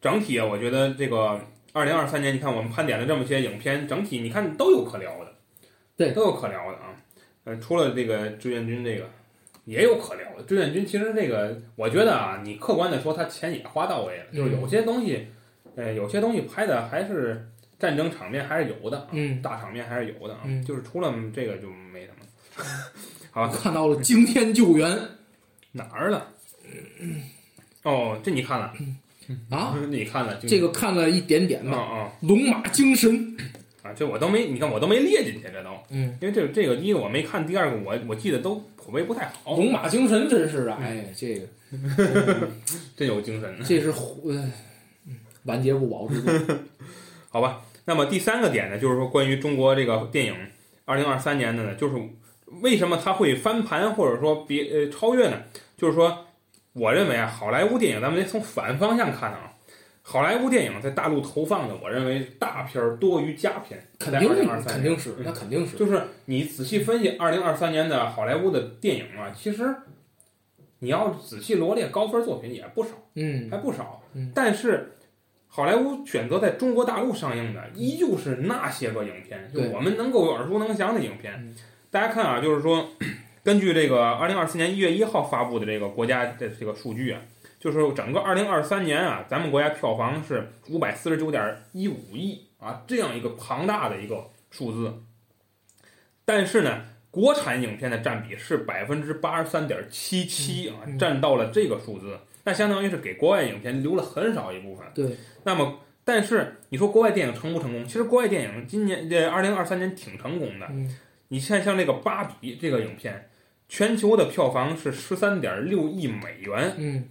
Speaker 1: 整体啊，我觉得这个二零二三年，你看我们盘点了这么些影片，整体你看都有可聊的，
Speaker 3: 对
Speaker 1: 都有可聊的啊。呃，除了这个志愿军这个，也有可聊的。志愿军其实这个，我觉得啊，你客观的说，他钱也花到位了，就是有些东西，呃，有些东西拍的还是战争场面还是有的啊，
Speaker 3: 嗯
Speaker 1: 大场面还是有的啊，
Speaker 3: 嗯
Speaker 1: 就是除了这个就没什么。好吧，
Speaker 3: 看到了惊天救援，
Speaker 1: 哪儿了？哦，这你看了
Speaker 3: 啊，
Speaker 1: 你看了
Speaker 3: 这个看了一点点
Speaker 1: 啊
Speaker 3: 吧，
Speaker 1: 啊
Speaker 3: 《龙马精神》
Speaker 1: 啊！这我都没，你看我都没列进去，这都，
Speaker 3: 嗯，
Speaker 1: 因为这这个一个我没看，第二个我我记得都口碑不太好。
Speaker 3: 《龙马精神》真是
Speaker 1: 嗯
Speaker 3: 啊，哎，这个
Speaker 1: 真有精神，
Speaker 3: 这是虎，呃嗯晚节不保之作。
Speaker 1: 好吧？那么第三个点呢，就是说关于中国这个电影二零二三年的呢，就是为什么它会翻盘或者说别呃超越呢？就是说，我认为啊，好莱坞电影咱们得从反方向看啊。好莱坞电影在大陆投放的，我认为大片儿多于佳片，
Speaker 3: 肯
Speaker 1: 在
Speaker 3: 定
Speaker 1: 二零二三
Speaker 3: 肯定是，
Speaker 1: 嗯
Speaker 3: 那肯定是，
Speaker 1: 就是你仔细分析二零二三年的好莱坞的电影啊，其实你要仔细罗列高分作品也不少，
Speaker 3: 嗯
Speaker 1: 还不少。
Speaker 3: 嗯
Speaker 1: 但是好莱坞选择在中国大陆上映的，依旧是那些个影片，就
Speaker 3: 对
Speaker 1: 我们能够耳熟能详的影片
Speaker 3: 嗯。
Speaker 1: 大家看啊，就是说， 根据这个二零二四年一月一号发布的这个国家的这个数据啊，就是整个二零二三年啊，咱们国家票房是五百四十九点一五亿啊，这样一个庞大的一个数字。但是呢，国产影片的占比是百分之八十三点七七啊，
Speaker 3: 嗯
Speaker 1: 占到了这个数字，那相当于是给国外影片留了很少一部分。
Speaker 3: 对，
Speaker 1: 那么但是你说国外电影成不成功？其实国外电影今年这二零二三年挺成功的。
Speaker 3: 嗯
Speaker 1: 你看像这个《芭比》这个影片，全球的票房是十三点六亿美元，
Speaker 3: 嗯，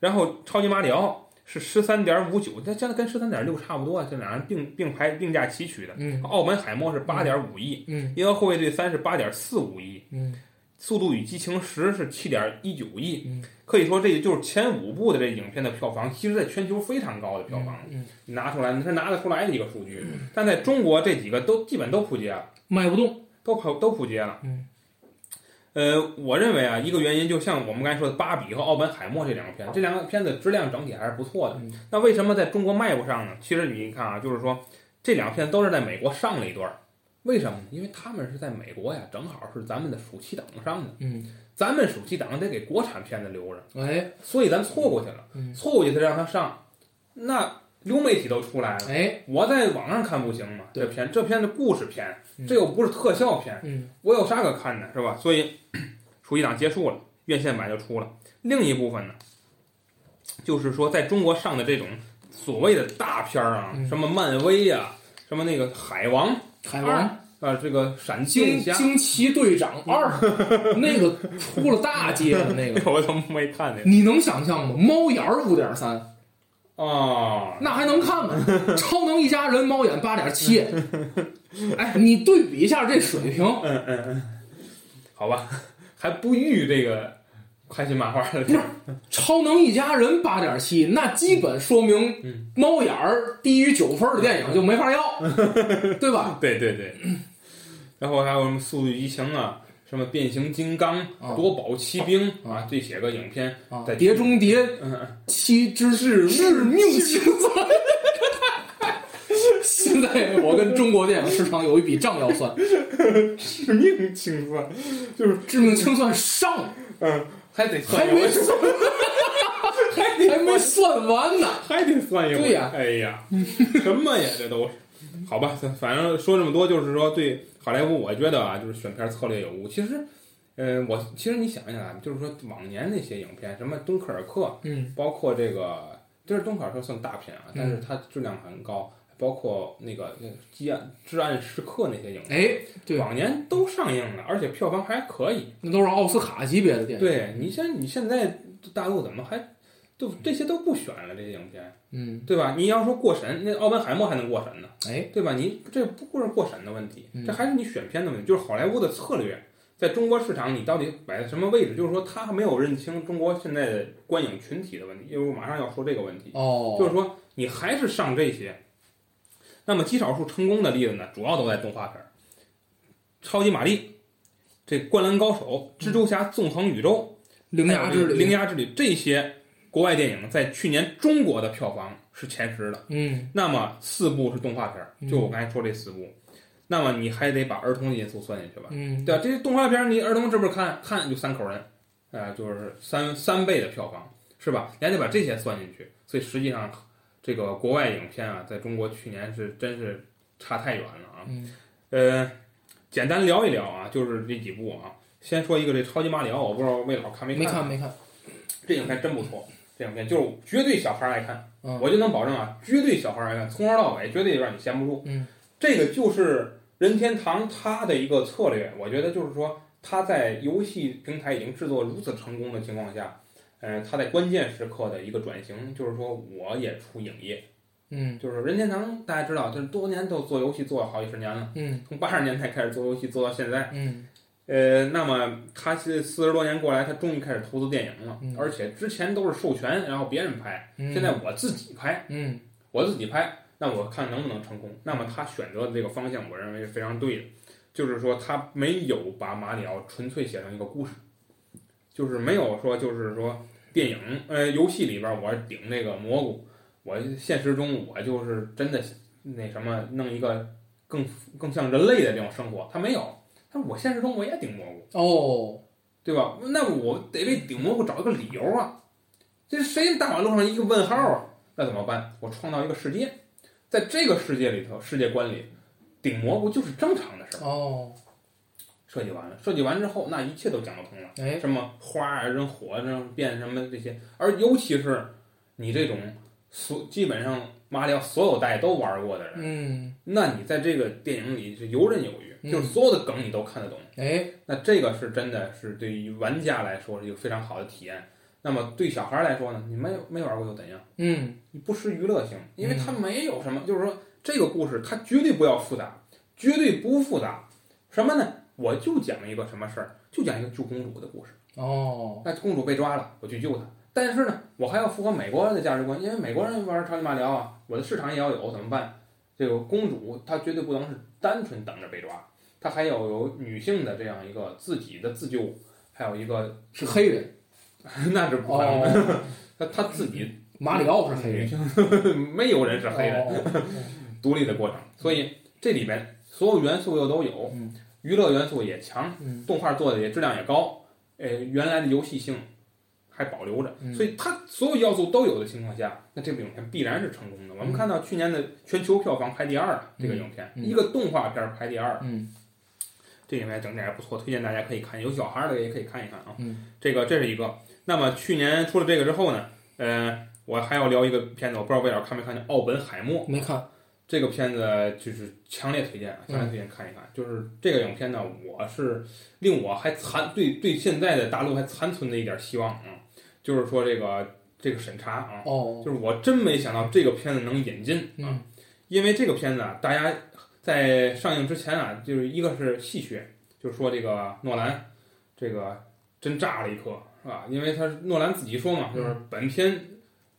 Speaker 1: 然后《超级马里奥》是十三点五九，那现在跟十三点六差不多，啊这俩人并并排并驾齐驱的。
Speaker 3: 嗯
Speaker 1: 奥本海默是八点五亿，
Speaker 3: 嗯
Speaker 1: 银河护卫队三是八点四五亿，
Speaker 3: 嗯
Speaker 1: 《速度与激情十》是七点一九亿，
Speaker 3: 嗯
Speaker 1: 可以说这就是前五部的这影片的票房，其实在全球非常高的票房，
Speaker 3: 嗯，
Speaker 1: 拿出来是拿得出来的一个数据。但在中国这几个都基本都扑街了，
Speaker 3: 卖不动，
Speaker 1: 都跑都扑街了。
Speaker 3: 嗯，
Speaker 1: 呃，我认为啊，一个原因就像我们刚才说的《芭比》和《奥本海默》这两个片，这两个片子质量整体还是不错的。
Speaker 3: 嗯
Speaker 1: 那为什么在中国卖不上呢？其实你看啊，就是说这两片都是在美国上了一段儿，为什么呢？因为他们是在美国呀，正好是咱们的暑期档上的。
Speaker 3: 嗯，
Speaker 1: 咱们暑期档得给国产片子留着，
Speaker 3: 哎
Speaker 1: 所以咱错过去了，
Speaker 3: 嗯
Speaker 1: 错过去他让他上，那流媒体都出来了，
Speaker 3: 哎，
Speaker 1: 我在网上看不行吗？这片这片子故事片，
Speaker 3: 嗯
Speaker 1: 这又不是特效片，
Speaker 3: 嗯
Speaker 1: 我有啥可看的，是吧？所以暑期档结束了，院线版就出了。另一部分呢，就是说在中国上的这种所谓的大片儿啊，
Speaker 3: 嗯
Speaker 1: 什么漫威呀、什么那个海王，
Speaker 3: 海
Speaker 1: 二
Speaker 3: 王
Speaker 1: 啊，这个闪
Speaker 3: 惊
Speaker 1: 电侠，嗯
Speaker 3: 惊奇队长二，那个出了大街的那个，
Speaker 1: 我怎么没看那个？
Speaker 3: 你能想象吗？猫眼儿五点三。
Speaker 1: 哦，
Speaker 3: 那还能看吗？ 超能一家人猫眼八点 七，哎，你对比一下这水平，
Speaker 1: 嗯嗯嗯，好吧，还不遇这个开心麻花的地儿
Speaker 3: 超能一家人八点七，那基本说明
Speaker 1: 嗯
Speaker 3: 猫眼儿低于九分儿的电影就没 法要，对吧？
Speaker 1: 对对对，然后还有什么《速度与激情》啊，什么《变形金刚》
Speaker 3: 啊
Speaker 1: 夺宝奇兵》
Speaker 3: 啊
Speaker 1: 啊，这些个影片，
Speaker 3: 啊，
Speaker 1: 在
Speaker 3: 碟中谍
Speaker 1: 嗯，嗯
Speaker 3: 七之致致命 情算。现在我跟中国电影市场有一笔账要 算，
Speaker 1: 致命清算，就是
Speaker 3: 致命清算上
Speaker 1: 嗯，还得
Speaker 3: 还
Speaker 1: 算一
Speaker 3: 没
Speaker 1: 回，
Speaker 3: 算，
Speaker 1: 还
Speaker 3: 还
Speaker 1: 得
Speaker 3: 没算完呢。
Speaker 1: 还得算一回，
Speaker 3: 对呀
Speaker 1: 哎呀，什么呀，这都是。好吧，反正说这么多，就是说对好莱坞，我觉得啊，就是选片策略有误。其实，呃，我其实你想一想啊，就是说往年那些影片，什么《敦刻尔克》，
Speaker 3: 嗯
Speaker 1: 包括这个，这是敦刻尔克算大片啊，但是它质量很高，包括那个那个《激安至暗时刻》那些影片，
Speaker 3: 哎，对，
Speaker 1: 往年都上映了，而且票房还可以。
Speaker 3: 那都是奥斯卡级别的电影。
Speaker 1: 对你像你现在大陆怎么还都这些都不选了这些影片，
Speaker 3: 嗯，
Speaker 1: 对吧？你要说过审，那奥本海默还能过审呢，
Speaker 3: 哎，
Speaker 1: 对吧？你这不是过审的问题
Speaker 3: 嗯，
Speaker 1: 这还是你选片的问题，就是好莱坞的策略。在中国市场，你到底摆在什么位置？就是说，他没有认清中国现在的观影群体的问题，因为我马上要说这个问题。
Speaker 3: 哦，
Speaker 1: 就是说你还是上这些。那么极少数成功的例子呢，主要都在动画片儿，《超级玛丽》、这《灌篮高手》、《蜘蛛侠：纵横宇宙》、
Speaker 3: 零
Speaker 1: 还
Speaker 3: 压
Speaker 1: 有
Speaker 3: 制
Speaker 1: 这
Speaker 3: 力，
Speaker 1: 个《铃芽之旅》这些国外电影，在去年中国的票房是前十的。
Speaker 3: 嗯
Speaker 1: 那么四部是动画片儿，就我刚才说这四部。那么你还得把儿童的因素算进去吧，
Speaker 3: 嗯，
Speaker 1: 对吧？这些动画片儿你儿童是不是看看就三口人，呃，就是三三倍的票房，是吧？你还得把这些算进去，所以实际上这个国外影片啊，在中国去年是真是差太远了啊。
Speaker 3: 嗯
Speaker 1: 呃，简单聊一聊啊，就是这几部啊，先说一个这《超级马里奥》，我不知道魏老师看没
Speaker 3: 没看没看，
Speaker 1: 这影片真不错，这影片就是绝对小孩儿爱看，
Speaker 3: 嗯
Speaker 1: 我就能保证啊，绝对小孩儿爱看，从头到尾绝对让你闲不住。
Speaker 3: 嗯，
Speaker 1: 这个就是任天堂它的一个策略，我觉得就是说它在游戏平台已经制作如此成功的情况下，嗯、它在关键时刻的一个转型，就是说我也出影业，
Speaker 3: 嗯
Speaker 1: 就是任天堂大家知道，就是多年都做游戏做了好几十年了，
Speaker 3: 嗯
Speaker 1: 从八十年代开始做游戏做到现在。
Speaker 3: 嗯
Speaker 1: 呃，那么他是四十多年过来，他终于开始投资电影了，
Speaker 3: 嗯
Speaker 1: 而且之前都是授权，然后别人拍，
Speaker 3: 嗯，
Speaker 1: 现在我自己拍，
Speaker 3: 嗯
Speaker 1: 我自己拍，那我看能不能成功。那么他选择的这个方向，我认为是非常对的，就是说他没有把马里奥纯粹写成一个故事，就是没有说就是说电影呃游戏里边儿我顶那个蘑菇，我现实中我就是真的那什么弄一个更更像人类的这种生活，他没有，但是我现实中我也顶蘑菇。
Speaker 3: 哦，
Speaker 1: 对吧？那我得为顶蘑菇找一个理由啊！这谁大马路上一个问号啊？那怎么办？我创造一个世界，在这个世界里头，世界观里，顶蘑菇就是正常的事儿。
Speaker 3: 哦，
Speaker 1: 设计完了，设计完之后，那一切都讲得通了。
Speaker 3: 哎，
Speaker 1: 什么花啊，扔火啊，扔变什么这些，而尤其是你这种所基本上马里奥所有代都玩过的人，
Speaker 3: 嗯，
Speaker 1: 那你在这个电影里是游刃有余，
Speaker 3: 嗯
Speaker 1: 就是所有的梗你都看得懂。
Speaker 3: 哎，
Speaker 1: 那这个是真的是对于玩家来说是一个非常好的体验。那么对小孩儿来说呢，你没有没玩过又怎样？
Speaker 3: 嗯
Speaker 1: 你不失娱乐性，因为
Speaker 3: 嗯
Speaker 1: 它没有什么，就是说这个故事它绝对不要复杂，绝对不复杂。什么呢？我就讲一个什么事儿，就讲一个救公主的故事。
Speaker 3: 哦，
Speaker 1: 那公主被抓了，我去救她，但是呢，我还要符合美国人的价值观，因为美国人玩超级马里奥啊，我的市场也要有，怎么办？这个公主她绝对不能是单纯等着被抓，她还要有女性的这样一个自己的自救，还有一个
Speaker 3: 是黑人
Speaker 1: 那是不可能 的，
Speaker 3: 哦，
Speaker 1: 她她自己
Speaker 3: 马里奥是黑
Speaker 1: 女
Speaker 3: 人，
Speaker 1: 性 没有人是黑人。
Speaker 3: 哦
Speaker 1: 独立的过程。所以这里边所有元素又都有
Speaker 3: 嗯，
Speaker 1: 娱乐元素也强，
Speaker 3: 嗯
Speaker 1: 动画做的也质量也高，呃，原来的游戏性还保留着，
Speaker 3: 嗯
Speaker 1: 所以它所有要素都有的情况下，那这部影片必然是成功的。我们看到去年的全球票房排第二，这个影片
Speaker 3: 嗯
Speaker 1: 一个动画片排第二，
Speaker 3: 嗯
Speaker 1: 这影片整体还不错，推荐大家可以看，有小孩儿的也可以看一看啊。
Speaker 3: 嗯，
Speaker 1: 这个这是一个。那么去年出了这个之后呢，呃，我还要聊一个片子，我不知道魏老师看没看见《奥本海默》。
Speaker 3: 没看，
Speaker 1: 这个片子就是强烈推荐，啊，强烈推荐看一看。就是这个影片呢，我是令我还残对对现在的大陆还残存的一点希望啊，就是说这个这个审查啊，
Speaker 3: 哦，
Speaker 1: 就是我真没想到这个片子能引进啊，
Speaker 3: 嗯
Speaker 1: 因为这个片子啊，大家在上映之前啊，就是一个是戏谑，就是说这个诺兰这个真炸了一颗，是吧？因为他是诺兰自己说嘛，就是本片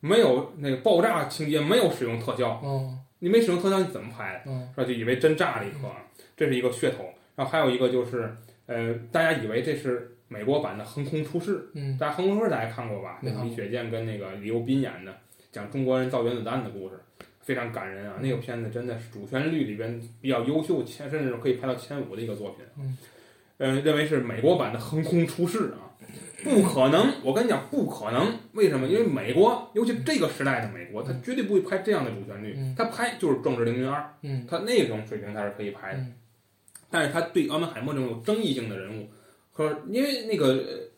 Speaker 1: 没有那个爆炸情节，没有使用特效。
Speaker 3: 哦，
Speaker 1: 你没使用特效，你怎么拍的？
Speaker 3: 嗯
Speaker 1: 是吧？就以为真炸了一颗，这是一个噱头。然后还有一个就是，呃，大家以为这是美国版的《横空出世》，
Speaker 3: 嗯
Speaker 1: 大家《横空出世》大家看过吧？
Speaker 3: 没看过
Speaker 1: 李雪健跟那个李幼斌演的，讲中国人造原子弹的故事，非常感人啊！
Speaker 3: 嗯
Speaker 1: 那个片子真的是主旋律里边比较优秀，前甚至可以排到前五的一个作品。
Speaker 3: 嗯，
Speaker 1: 呃，认为是美国版的《横空出世》啊。不可能！我跟你讲，不可能！为什么？因为美国，尤其这个时代的美国，他绝对不会拍这样的主旋律
Speaker 3: 嗯。
Speaker 1: 他拍就是《壮志凌云二》，
Speaker 3: 嗯
Speaker 1: 他那种水平他是可以拍的，
Speaker 3: 嗯
Speaker 1: 但是他对奥本海默这种有争议性的人物，和因为那个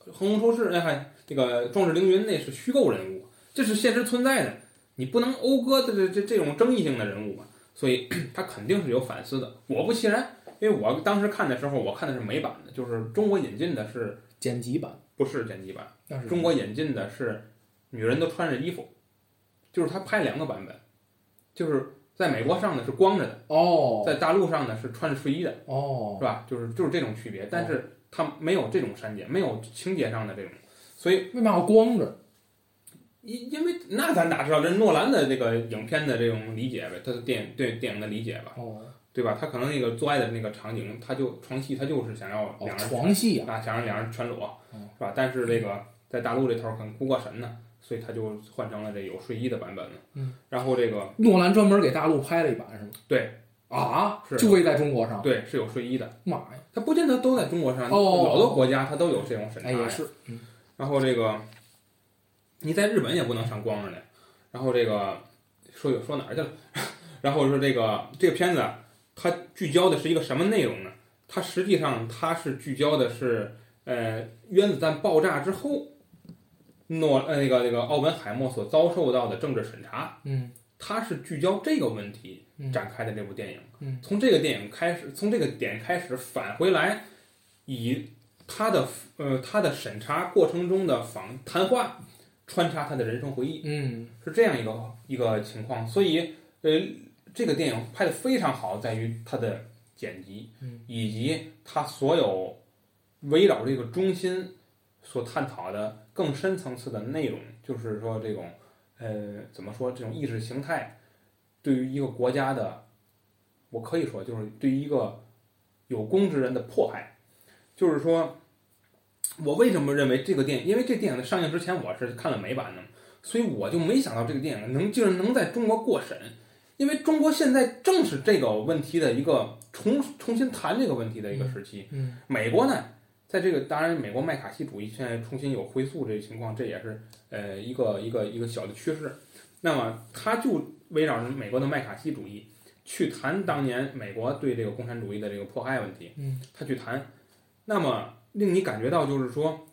Speaker 1: 呃横空出世，哎嗨，这个壮志凌云那是虚构人物，这是现实存在的，你不能讴歌的这这这种争议性的人物吧？所以 他肯定是有反思的。果不其然，因为我当时看的时候，我看的是美版的，就是中国引进的是
Speaker 3: 剪辑版，
Speaker 1: 不是剪辑版？
Speaker 3: 那是
Speaker 1: 中国引进的是女人都穿着衣服，就是他拍两个版本，就是在美国上的是光着的。
Speaker 3: 哦
Speaker 1: 在大陆上呢是穿着睡衣的，
Speaker 3: 哦
Speaker 1: 是，吧？就是就是这种区别，但是它没有这种删减，没有情节上的这种，所以
Speaker 3: 为嘛要光着？
Speaker 1: 因因为那咱哪知道这是诺兰的这个影片的这种理解呗，他的电影对电影的理解吧，
Speaker 3: 哦
Speaker 1: 对吧？他可能那个做爱的那个场景，他就床戏，他就是想要
Speaker 3: 哦
Speaker 1: 两，人
Speaker 3: 床戏啊，
Speaker 1: 啊，想让两人全裸
Speaker 3: 嗯，
Speaker 1: 是吧？但是这个在大陆这头可能顾过神呢，所以他就换成了这有睡衣的版本了。
Speaker 3: 嗯，
Speaker 1: 然后这个
Speaker 3: 诺兰专门给大陆拍了一版是吗？
Speaker 1: 对
Speaker 3: 啊，
Speaker 1: 是
Speaker 3: 就为在中国上，
Speaker 1: 对是有睡衣的，
Speaker 3: 妈呀，
Speaker 1: 他不见得都在中国上，
Speaker 3: 哦
Speaker 1: 老多国家他都有这种审查
Speaker 3: 哎
Speaker 1: 呀。
Speaker 3: 也是，嗯
Speaker 1: 然后这个你在日本也不能上光着嘞。然后这个说有说哪儿去了？ 然后说这个这个片子啊，它聚焦的是一个什么内容呢？它实际上它是聚焦的是呃原子弹爆炸之后，诺呃那个那个奥本海默所遭受到的政治审查，
Speaker 3: 嗯
Speaker 1: 它是聚焦这个问题
Speaker 3: 嗯
Speaker 1: 展开的这部电影。
Speaker 3: 嗯
Speaker 1: 从这个电影开始，从这个点开始返回来，以他的呃他的审查过程中的访谈话穿插他的人生回忆，
Speaker 3: 嗯
Speaker 1: 是这样一个一个情况。所以呃，这个电影拍的非常好，在于它的剪辑
Speaker 3: 嗯，
Speaker 1: 以及它所有围绕这个中心所探讨的更深层次的内容，就是说这种呃怎么说这种意识形态对于一个国家的，我可以说就是对于一个有功之人的迫害，就是说。我为什么认为这个电影？因为这电影在上映之前，我是看了美版的嘛，所以我就没想到这个电影能竟然能在中国过审，因为中国现在正是这个问题的一个重重新谈这个问题的一个时期。
Speaker 3: 嗯
Speaker 1: 美国呢，在这个当然，美国麦卡锡主义现在重新有回溯这个情况，这也是呃一个一个一个小的趋势。那么，他就围绕着美国的麦卡锡主义去谈当年美国对这个共产主义的这个迫害问题，
Speaker 3: 嗯，
Speaker 1: 他去谈。那么，令你感觉到就是说，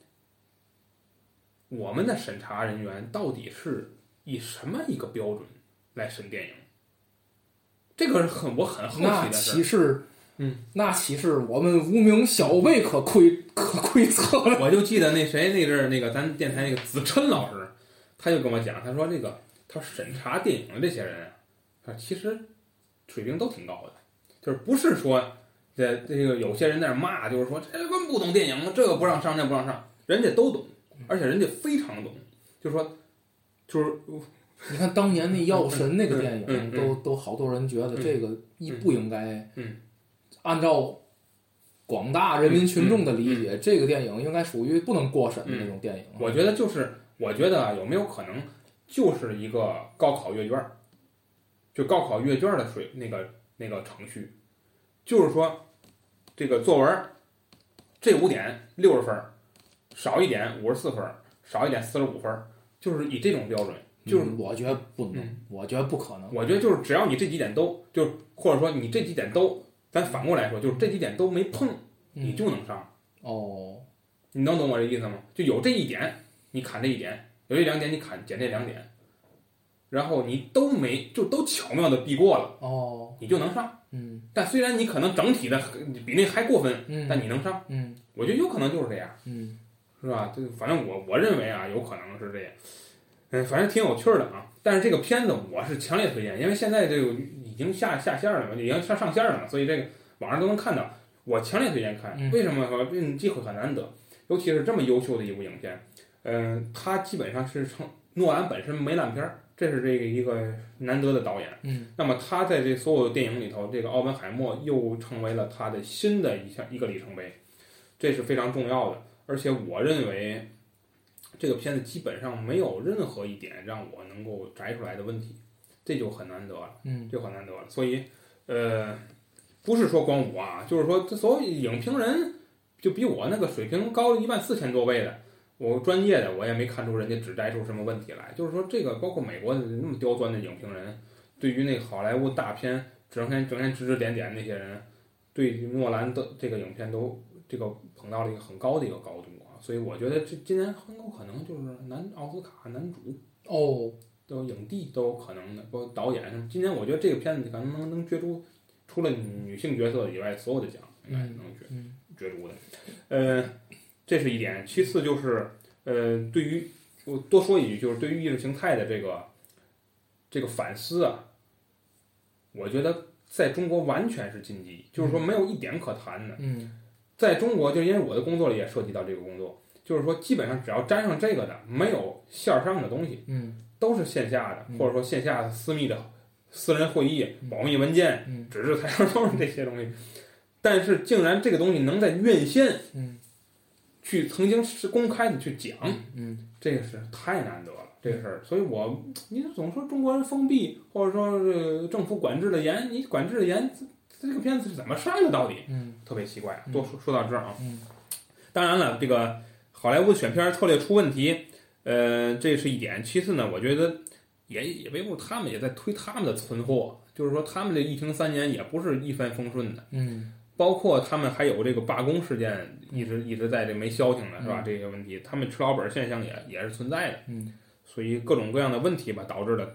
Speaker 1: 我们的审查人员到底是以什么一个标准来审电影，这个是很我很好
Speaker 3: 那
Speaker 1: 奇的事
Speaker 3: 岂
Speaker 1: 儿。
Speaker 3: 是，
Speaker 1: 嗯，
Speaker 3: 那岂是我们无名小辈可窥 可窥测了？
Speaker 1: 我就记得那谁那阵儿那个咱电台那个子琛老师，他就跟我讲，他说这个他审查电影的这些人啊，他说其实水平都挺高的，就是不是说这这个有些人在那儿骂，就是说这根本不懂电影，这个不让上，那不让上，人家都懂，而且人家非常懂，就是说就是
Speaker 3: 你看当年那《药神》那个电影，
Speaker 1: 嗯嗯嗯
Speaker 3: 都都好多人觉得这个一
Speaker 1: 嗯
Speaker 3: 不应该，
Speaker 1: 嗯
Speaker 3: 按照广大人民群众的理
Speaker 1: 嗯
Speaker 3: 解，这个电影应该属于不能过审的那种电影。
Speaker 1: 我觉得就是，我觉得啊，有没有可能就是一个高考阅卷儿，就高考阅卷儿的水那个那个程序，就是说这个作文儿这五点六十分儿，少一点五十四分儿，少一点四十五分儿，就是以这种标准，就是
Speaker 3: 嗯我觉得不能，
Speaker 1: 嗯
Speaker 3: 我觉得不可能。
Speaker 1: 我觉得就是只要你这几点都就或者说你这几点都，咱反过来说，就是这几点都没碰，你
Speaker 3: 嗯
Speaker 1: 就能上。
Speaker 3: 哦，
Speaker 1: 你能懂我这意思吗？就有这一点，你砍这一点；有这两点，你砍减这两点，然后你都没就都巧妙的避过了，
Speaker 3: 哦，
Speaker 1: 你就能上。
Speaker 3: 嗯
Speaker 1: 但虽然你可能整体的比那还过分，
Speaker 3: 嗯
Speaker 1: 但你能上，
Speaker 3: 嗯
Speaker 1: 我觉得有可能就是这样，
Speaker 3: 嗯，
Speaker 1: 是吧？就反正我我认为啊，有可能是这样。嗯，反正挺有趣儿的啊。但是这个片子我是强烈推荐，因为现在这个已经下下线了嘛，已经上上线了嘛，所以这个网上都能看到。我强烈推荐看，
Speaker 3: 嗯
Speaker 1: 为什么说嗯机会很难得，尤其是这么优秀的一部影片，嗯、它基本上是成诺兰本身没烂片儿，这是这个一个难得的导演。
Speaker 3: 嗯，
Speaker 1: 那么他在这所有的电影里头，这个奥本海默又成为了他的新的一项一个里程碑，这是非常重要的。而且我认为，这个片子基本上没有任何一点让我能够摘出来的问题，这就很难得了，
Speaker 3: 嗯
Speaker 1: 这很难得了。所以，呃，不是说光我啊，就是说这所有影评人就比我那个水平高一万四千多倍的，我专业的我也没看出人家指摘出什么问题来。就是说，这个包括美国的那么刁钻的影评人，对于那个好莱坞大片整天整天指指点点那些人，对诺兰的这个影片都这个捧到了一个很高的一个高度啊，所以我觉得这今年很有可能就是男奥斯卡男主
Speaker 3: 哦，
Speaker 1: 都影帝都有可能的，包括导演什么。今年我觉得这个片子可能能能角逐，除了女性角色以外，所有的奖应该能角
Speaker 3: 嗯
Speaker 1: 角逐的。呃，这是一点。其次就是呃，对于我多说一句，就是对于意识形态的这个这个反思啊，我觉得在中国完全是禁忌，就是说没有一点可谈的。
Speaker 3: 嗯
Speaker 1: 在中国，就因为我的工作里也涉及到这个工作，就是说，基本上只要沾上这个的，没有线儿上的东西，
Speaker 3: 嗯
Speaker 1: 都是线下的，
Speaker 3: 嗯
Speaker 1: 或者说线下私密的私人会议、保密文件、
Speaker 3: 嗯
Speaker 1: 纸质材料都是这些东西。但是，竟然这个东西能在院线
Speaker 3: 嗯
Speaker 1: 去曾经是公开的去讲，
Speaker 3: 嗯
Speaker 1: 这个是太难得了，这个事儿。所以我，你总说中国人封闭，或者说是政府管制的严，你管制的严，这这个片子是怎么上的？到底
Speaker 3: 嗯
Speaker 1: 特别奇怪。
Speaker 3: 嗯
Speaker 1: 多说说到这儿啊。
Speaker 3: 嗯
Speaker 1: 当然了，这个好莱坞选片策略出问题，呃，这是一点。其次呢，我觉得也也唯物他们也在推他们的存货，就是说他们这疫情三年也不是一帆风顺的，
Speaker 3: 嗯
Speaker 1: 包括他们还有这个罢工事件，一直一直在这没消停呢，是吧？这些问题，他们吃老本现象也也是存在的，
Speaker 3: 嗯
Speaker 1: 所以各种各样的问题吧，导致了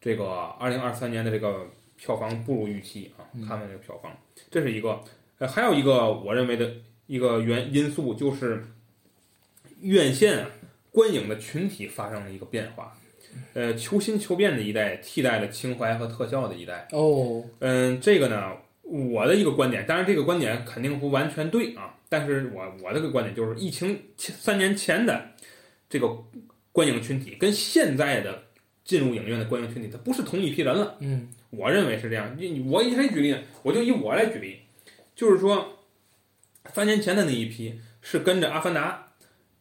Speaker 1: 这个二零二三年的这个票房不如预期啊
Speaker 3: 嗯，
Speaker 1: 他们这个票房，这是一个。呃，还有一个我认为的一个原因素就是院线啊观影的群体发生了一个变化，呃，求新求变的一代替代了情怀和特效的一代。
Speaker 3: 哦，
Speaker 1: 嗯，这个呢，我的一个观点，当然这个观点肯定不完全对啊，但是我我的这个观点就是，疫情前三年前的这个观影群体跟现在的进入影院的观影群体，它不是同一批人了。
Speaker 3: 嗯
Speaker 1: 我认为是这样。你你我以谁举例呢？我就以我来举例，就是说，三年前的那一批是跟着《阿凡达》、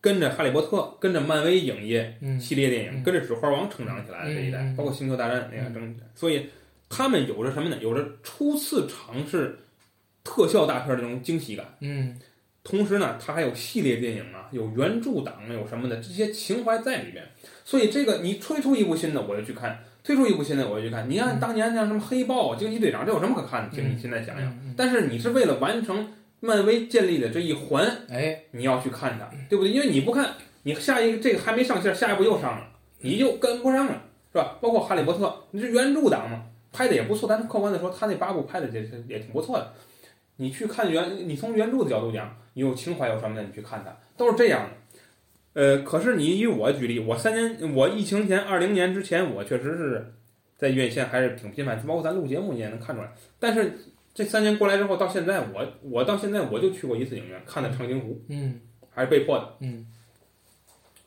Speaker 1: 跟着《哈利波特》、跟着漫威影业
Speaker 3: 嗯
Speaker 1: 系列电影，
Speaker 3: 嗯
Speaker 1: 跟着《指环王》成长起来的这一代，
Speaker 3: 嗯嗯嗯
Speaker 1: 包括《星球大战》那个
Speaker 3: 嗯
Speaker 1: 争，所以他们有着什么呢？有着初次尝试特效大片儿的这种惊喜感。
Speaker 3: 嗯
Speaker 1: 同时呢，它还有系列电影啊，有原著党啊，有什么的这些情怀在里面。所以这个你推出一部新的，我就去看；推出一部新的，我就去看。你看当年像什么黑豹啊、惊奇队长，这有什么可看的？请你
Speaker 3: 嗯
Speaker 1: 现在想想。
Speaker 3: 嗯，
Speaker 1: 但是你是为了完成漫威建立的这一环，
Speaker 3: 哎，
Speaker 1: 你要去看它，对不对？因为你不看，你下一个这个还没上线，下一步又上了，你就跟不上了，是吧？包括《哈利波特》，你是原著党嘛，拍的也不错。但是客观的说，他那八部拍的也是也挺不错的。你去看原，你从原著的角度讲，你有情怀有什么的，你去看它都是这样的。呃，可是你以我举例，我三年，我疫情前二零年之前，我确实是在院线还是挺频繁，包括咱录节目你也能看出来。但是这三年过来之后，到现在我我到现在我就去过一次影院看的《长津湖》，
Speaker 3: 嗯
Speaker 1: 还是被迫的，
Speaker 3: 嗯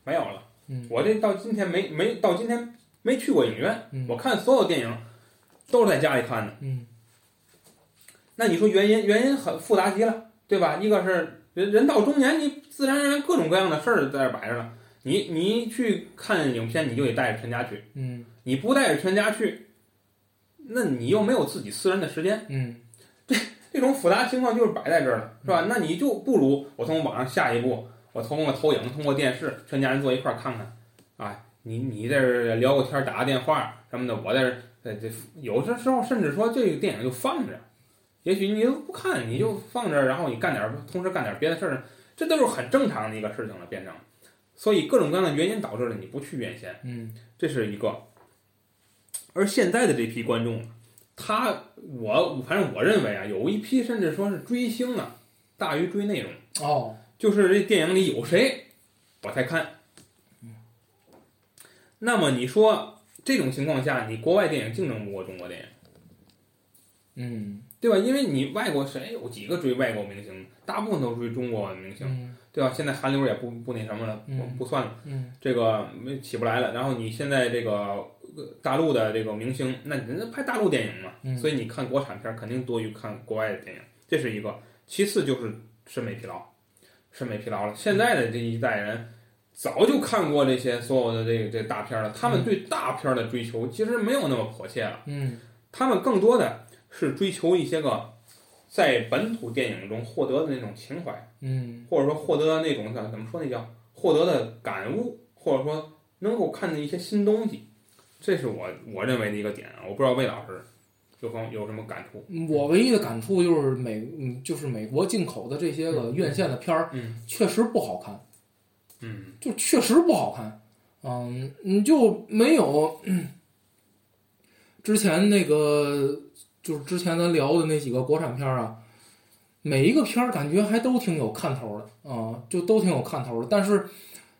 Speaker 1: 没有了。
Speaker 3: 嗯
Speaker 1: 我这到今天没没到今天没去过影院，
Speaker 3: 嗯
Speaker 1: 我看所有电影都是在家里看的。
Speaker 3: 嗯
Speaker 1: 那你说原因原因很复杂极了，对吧？一个是人人到中年，你自然而然各种各样的事儿在这儿摆着了。你你去看影片，你就得带着全家去，
Speaker 3: 嗯
Speaker 1: 你不带着全家去，那你又没有自己私人的时间，
Speaker 3: 嗯
Speaker 1: 这种复杂情况就是摆在这儿了，是吧？那你就不如我从网上下一步，我通过投影，通过电视，全家人坐一块儿看看，啊，你你在这儿聊个天儿，打个电话什么的，我在这儿呃这有的时候甚至说这个电影就放着，也许你都不看，你就放这儿，然后你干点儿同时干点儿别的事儿，这都是很正常的一个事情了，变成。所以各种各样的原因导致了你不去院线，
Speaker 3: 嗯
Speaker 1: 这是一个。而现在的这批观众，他我反正我认为啊，有一批甚至说是追星啊，大于追内容，
Speaker 3: 哦
Speaker 1: 就是这电影里有谁，我才看。那么你说这种情况下，你国外电影竞争不过中国电影，
Speaker 3: 嗯
Speaker 1: 对吧？因为你外国谁有几个追外国明星，大部分都追中国明星，
Speaker 3: 嗯
Speaker 1: 对吧？现在韩流也不不那什么了，不
Speaker 3: 嗯
Speaker 1: 不算了。
Speaker 3: 嗯
Speaker 1: 这个没起不来了。然后你现在这个呃大陆的这个明星，那人家拍大陆电影嘛，
Speaker 3: 嗯
Speaker 1: 所以你看国产片儿肯定多于看国外的电影，这是一个。其次就是审美疲劳，审美疲劳了。现在的这一代人早就看过这些所有的这个这大片儿了，他们对大片儿的追求其实没有那么迫切了，
Speaker 3: 嗯
Speaker 1: 他们更多的是追求一些个在本土电影中获得的那种情怀。
Speaker 3: 嗯
Speaker 1: 或者说获得那种叫怎么说那叫获得的感悟，或者说能够看见一些新东西，这是我我认为的一个点啊。我不知道魏老师有方有什么感触？
Speaker 3: 我唯一的感触就是美，嗯，就是美国进口的这些个院线的片儿，
Speaker 1: 嗯
Speaker 3: 确实不好看，
Speaker 1: 嗯
Speaker 3: 就确实不好看。嗯，你就没有嗯之前那个，就是之前咱聊的那几个国产片儿啊，每一个片儿感觉还都挺有看头的啊、就都挺有看头的。但是，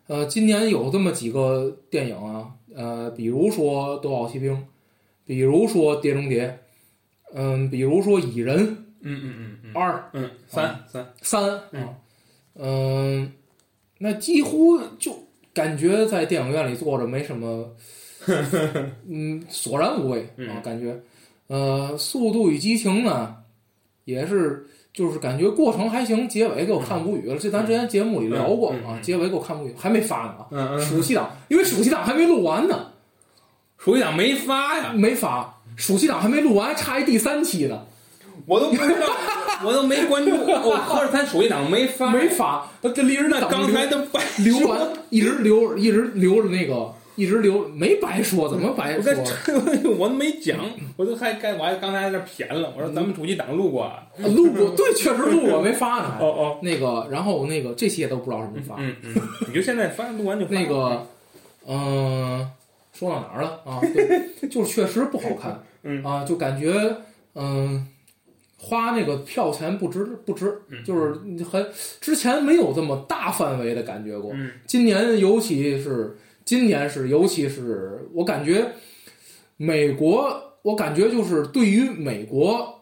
Speaker 3: 呃，今年有这么几个电影啊，呃，比如说《斗宝奇兵》，比如说《碟中谍》，嗯，比如说《蚁人
Speaker 1: 嗯嗯嗯嗯
Speaker 3: 二》
Speaker 1: 嗯，三三
Speaker 3: 三
Speaker 1: 嗯
Speaker 3: 啊，嗯、那几乎就感觉在电影院里坐着没什 么，嗯，索然无味啊
Speaker 1: 嗯，
Speaker 3: 感觉，呃，《速度与激情》呢，也是就是感觉过程还行，结尾给我看无语了。这咱之前节目里聊过
Speaker 1: 嗯嗯
Speaker 3: 啊，
Speaker 1: 嗯
Speaker 3: 结尾给我看无语，还没发呢啊，
Speaker 1: 嗯嗯，
Speaker 3: 暑期档，因为暑期档还没录完呢，
Speaker 1: 属于党没发呀，
Speaker 3: 没发。暑期档还没录完，还差一第三期呢，
Speaker 1: 我都不知道， 我都没关注。我合着咱属于党没发，
Speaker 3: 没发。这离着
Speaker 1: 哎那刚才都白
Speaker 3: 留完一直留一直留着那个，一直留没白说，怎么白
Speaker 1: 我
Speaker 3: 说
Speaker 1: 在？ 这，我都没讲，我都还该我还刚才还在那谝了，我说咱们主机党路过啊，
Speaker 3: 录过，对，确实录过，没发呢。
Speaker 1: 哦哦，
Speaker 3: 那个，然后那个这些都不知道什么时候发。
Speaker 1: 嗯嗯，你就现哎在发录完就发
Speaker 3: 那个，嗯、说到哪儿了啊？对， 就是确实不好看，
Speaker 1: 嗯
Speaker 3: 啊，就感觉嗯、花那个票钱不值不值，
Speaker 1: 嗯
Speaker 3: 就是很之前没有这么大范围的感觉过，
Speaker 1: 嗯
Speaker 3: 今年尤其是今年是尤其是我感觉美国，我感觉就是对于美国。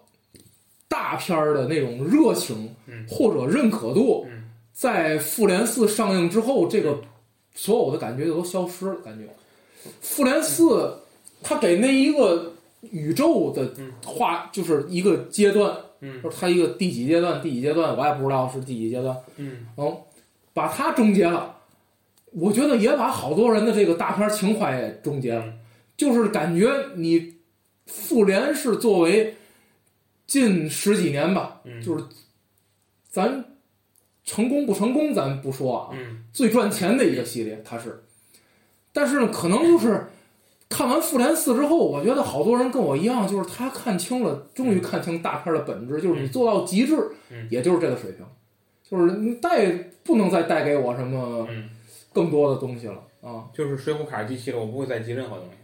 Speaker 3: 大片儿的那种热情
Speaker 1: 嗯
Speaker 3: 或者认可度，
Speaker 1: 嗯
Speaker 3: 在《复联四》上映之后，这个所有的感觉就都消失了。感觉《复联四》它给那一个宇宙的
Speaker 1: 嗯
Speaker 3: 画就是一个阶段，
Speaker 1: 嗯
Speaker 3: 就是它一个第几阶段，第几阶段我也不知道是第几阶段，
Speaker 1: 嗯
Speaker 3: 哦把它终结了。我觉得也把好多人的这个大片情怀也终结了
Speaker 1: 嗯，
Speaker 3: 就是感觉你复联是作为近十几年吧，
Speaker 1: 嗯
Speaker 3: 就是咱成功不成功咱不说啊，
Speaker 1: 嗯
Speaker 3: 最赚钱的一个系列，它是。但是呢，可能就是看完《复联四》之后，我觉得好多人跟我一样，就是他看清了，终于看清大片的本质，就是你做到极致
Speaker 1: 嗯，
Speaker 3: 也就是这个水平，就是你带不能再带给我什么
Speaker 1: 嗯，
Speaker 3: 更多的东西了啊。
Speaker 1: 就是水浒卡机器了，我不会再记任何东西。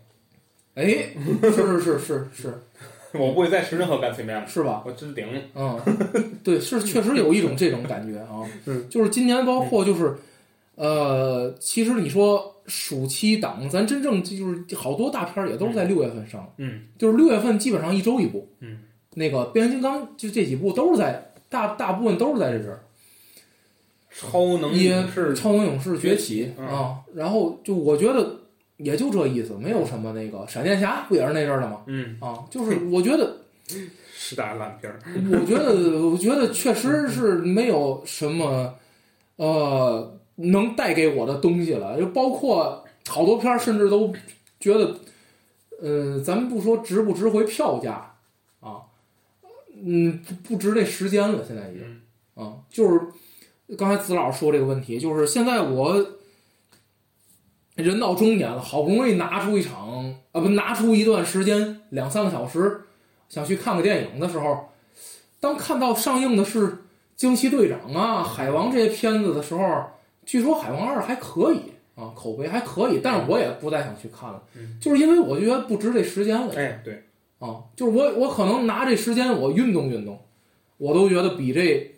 Speaker 3: 哎，是是是是是
Speaker 1: 我不会再吃任何干脆面了，
Speaker 3: 是吧？
Speaker 1: 我置顶。
Speaker 3: 嗯，对，是确实有一种这种感觉啊。
Speaker 1: 嗯，
Speaker 3: 就是今年包括就是，呃，其实你说暑期档，咱真正就是好多大片儿也都是在六月份上，
Speaker 1: 嗯
Speaker 3: 就是六月份基本上一周一部。
Speaker 1: 嗯，
Speaker 3: 那个变形金刚就这几部都是在大大部分都是在这阵儿，
Speaker 1: 超能
Speaker 3: 也
Speaker 1: 影视
Speaker 3: 《超能勇士崛起》
Speaker 1: 嗯
Speaker 3: 啊，然后就我觉得也就这意思，没有什么那个闪电侠不也是那阵儿的吗？
Speaker 1: 嗯，
Speaker 3: 啊，就是我觉得
Speaker 1: 十大烂片儿。
Speaker 3: 我觉得，我觉得确实是没有什么，呃，能带给我的东西了。就包括好多片儿，甚至都觉得，呃，咱们不说值不值回票价啊，嗯，不不值这时间了。现在已经啊，就是刚才子老师说这个问题，就是现在我呃人到中年了，好不容易拿出一场啊，不拿出一段时间两三个小时，想去看个电影的时候。当看到上映的是《惊奇队长》啊、《海王》这些片子的时候，据说《海王二》还可以啊，口碑还可以，但是我也不再想去看了，
Speaker 1: 嗯
Speaker 3: 就是因为我觉得不值这时间了
Speaker 1: 哎，对，
Speaker 3: 啊。就是我我可能拿这时间我运动运动，我都觉得比这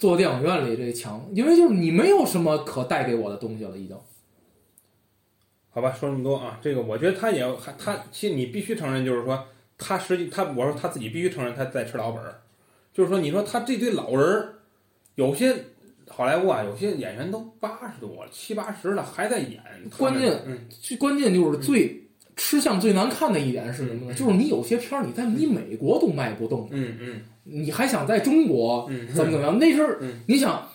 Speaker 3: 坐电影院里这强，因为就是你没有什么可带给我的东西了，已经。
Speaker 1: 好吧，说这么多啊，这个我觉得他也还他，其实你必须承认，就是说他实际他，我说他自己必须承认他在吃老本儿，就是说你说他这堆老人儿，有些好莱坞啊，有些演员都八十多了，七八十了还在演，
Speaker 3: 关键
Speaker 1: 嗯。
Speaker 3: 最关键就是最吃相最难看的一点是什么呢？就是你有些片儿你在你美国都卖不动，
Speaker 1: 嗯嗯
Speaker 3: 你还想在中国
Speaker 1: 嗯
Speaker 3: 怎么怎么样？那阵儿
Speaker 1: 嗯
Speaker 3: 你想，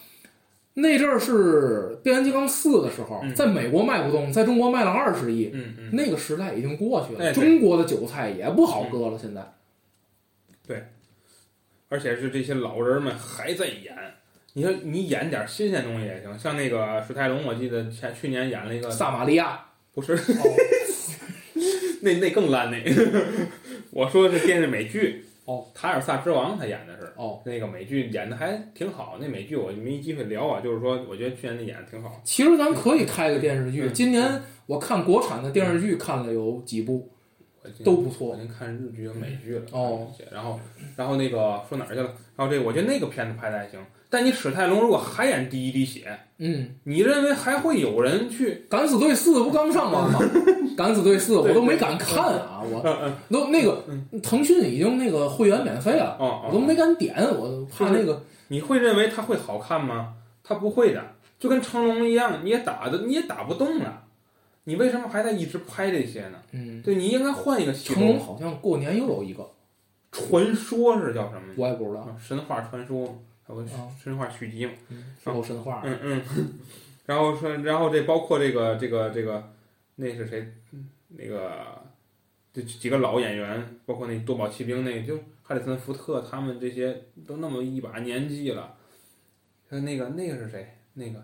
Speaker 3: 那阵儿是《变形金刚四》的时候
Speaker 1: 嗯，
Speaker 3: 在美国卖不动，在中国卖了二十亿，
Speaker 1: 嗯嗯，
Speaker 3: 那个时代已经过去
Speaker 1: 哎
Speaker 3: 了，
Speaker 1: 对嗯
Speaker 3: 中国的韭菜也不好割了。现在，
Speaker 1: 而且是这些老人们还在演。你说你演点新鲜东西也行，像那个史泰龙，我记得前去年演了一个，
Speaker 3: 撒玛利亚
Speaker 1: 不是，那那更烂那。 我说的是电视美剧
Speaker 3: 哦，
Speaker 1: 《塔尔萨之王》，他演的是
Speaker 3: 哦，
Speaker 1: 那个美剧，演的还挺好。那美剧我没机会聊啊，就是说，我觉得去年那演的挺好。
Speaker 3: 其实咱可以开个电视剧。
Speaker 1: 嗯
Speaker 3: 今年我看国产的电视剧看了有几部，
Speaker 1: 我今
Speaker 3: 都不错
Speaker 1: 我已经看日剧和美剧了。
Speaker 3: 哦
Speaker 1: 看这些，然后然后那个说哪儿去了？然后这我觉得那个片子拍的还行，但你史泰龙如果还演第一滴血，
Speaker 3: 嗯，
Speaker 1: 你认为还会有人去？
Speaker 3: 《敢死队四》不刚上完吗？《 敢死队四》我都
Speaker 1: 对
Speaker 3: 没敢看啊，我
Speaker 1: 嗯嗯，
Speaker 3: 都那个腾讯已经那个会员免费了，
Speaker 1: 哦
Speaker 3: 我都
Speaker 1: 哦，
Speaker 3: 没敢点，我怕那个
Speaker 1: 你会认为他会好看吗？他不会的，就跟成龙一样，你也打的你也打不动了，你为什么还在一直拍这些呢？
Speaker 3: 嗯。
Speaker 1: 对你应该换一个系
Speaker 3: 成龙
Speaker 1: 统。
Speaker 3: 好像过年又有一个，
Speaker 1: 传说是叫什么？
Speaker 3: 我也不知道，
Speaker 1: 啊神话传说，还有
Speaker 3: 啊
Speaker 1: 神话续集嘛？
Speaker 3: 是后神话。
Speaker 1: 嗯嗯。然后说，然后这包括这个这个这个，那是谁？嗯那个这几个老演员，包括那夺宝奇兵那，就哈里森福特他们这些都那么一把年纪了。呃，那个那个是谁？那个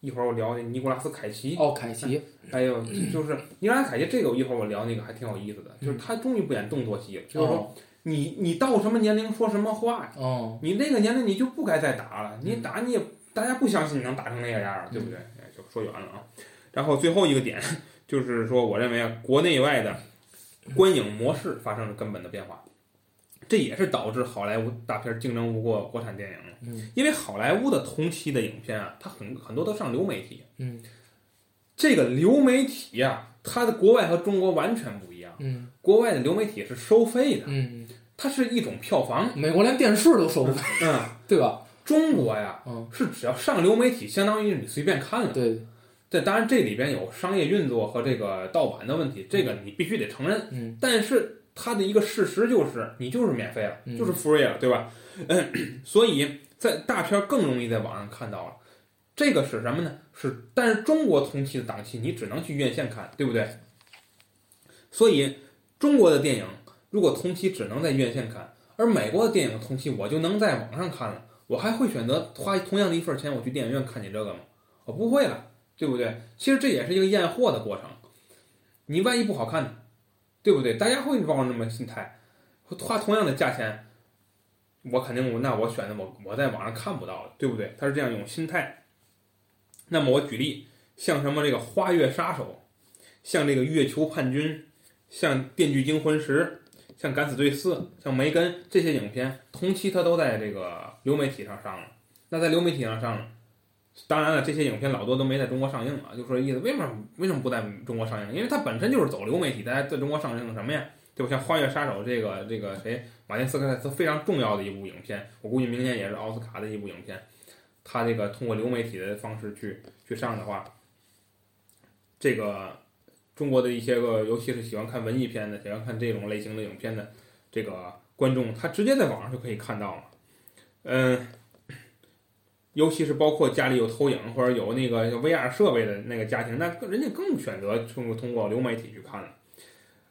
Speaker 1: 一会儿我聊那尼古拉斯凯奇，
Speaker 3: 哦，凯奇，
Speaker 1: 还有就是尼古拉斯凯奇这个，一会儿我聊那个还挺有意思的，就是他终于不演动作戏了，就是说
Speaker 3: 哦
Speaker 1: 你你到什么年龄说什么话呀。
Speaker 3: 哦，
Speaker 1: 你那个年龄你就不该再打
Speaker 3: 嗯
Speaker 1: 了，你打你也大家不相信你能打成那个样儿，对不对？
Speaker 3: 嗯
Speaker 1: 哎，就说远了啊。然后最后一个点就是说，我认为啊，国内外的观影模式发生了根本的变化，这也是导致好莱坞大片竞争不过国产电影了。
Speaker 3: 嗯
Speaker 1: 因为好莱坞的同期的影片啊，它很很多都上流媒体，
Speaker 3: 嗯
Speaker 1: 这个流媒体呀、它的国外和中国完全不一样，
Speaker 3: 嗯
Speaker 1: 国外的流媒体是收费的，
Speaker 3: 嗯，
Speaker 1: 它是一种票房，
Speaker 3: 美国连电视都收不费，
Speaker 1: 嗯。
Speaker 3: 对吧？
Speaker 1: 中国呀，
Speaker 3: 嗯，
Speaker 1: 是只要上流媒体，相当于你随便看了。
Speaker 3: 对，
Speaker 1: 这当然这里边有商业运作和这个盗版的问题，这个你必须得承认。
Speaker 3: 嗯
Speaker 1: 但是它的一个事实就是，你就是免费了，
Speaker 3: 嗯
Speaker 1: 就是 free 了，对吧？ 嗯，所以在大片更容易在网上看到了。这个是什么呢？是，但是中国同期的档期你只能去院线看，对不对？所以中国的电影如果同期只能在院线看，而美国的电影同期我就能在网上看了，我还会选择花同样的一份钱我去电影院看你这个吗？我不会了，对不对？其实这也是一个验货的过程，你万一不好看呢，对不对？大家会抱着这么心态，花同样的价钱，我肯定我那我选的我我在网上看不到的，对不对？他是这样一种心态。那么我举例，像什么这个《花月杀手》，像这个《月球叛军》，像《电锯惊魂十》、像《敢死队四》、像《梅根》这些影片，同期它都在这个流媒体上上了。那在流媒体上上了，当然了，这些影片老多都没在中国上映啊，就说意思为什么为什么不在中国上映？因为它本身就是走流媒体，大家在中国上映什么呀？对吧？像《花月杀手》这个这个谁，马丁斯科塞斯非常重要的一部影片，我估计明年也是奥斯卡的一部影片。它这个通过流媒体的方式去去上的话，这个中国的一些个，尤其是喜欢看文艺片的、喜欢看这种类型的影片的这个观众，他直接在网上就可以看到了。嗯，尤其是包括家里有投影或者有那个 VR 设备的那个家庭，那更人家更选择通过通过流媒体去看了。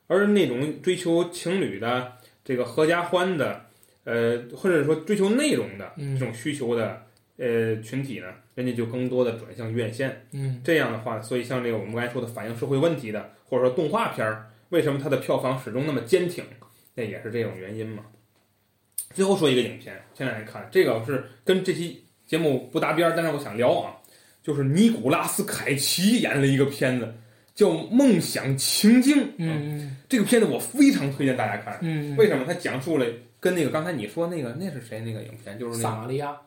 Speaker 1: 而那种追求情侣的、这个合家欢的，呃，或者说追求内容的
Speaker 3: 嗯
Speaker 1: 这种需求的呃群体呢，人家就更多的转向院线。
Speaker 3: 嗯
Speaker 1: 这样的话，所以像这个我们刚才说的反映社会问题的，或者说动画片儿，为什么它的票房始终那么坚挺？那也是这种原因嘛。最后说一个影片，现在来看，这个是跟这期节目不搭边儿，但是我想聊啊，就是尼古拉斯凯奇演了一个片子，叫《梦想情境》。，
Speaker 3: 嗯
Speaker 1: 这个片子我非常推荐大家看，
Speaker 3: 嗯
Speaker 1: 为什么？它讲述了跟那个刚才你说那个那是谁那个影片，就是那
Speaker 3: 撒
Speaker 1: 个
Speaker 3: 玛利亚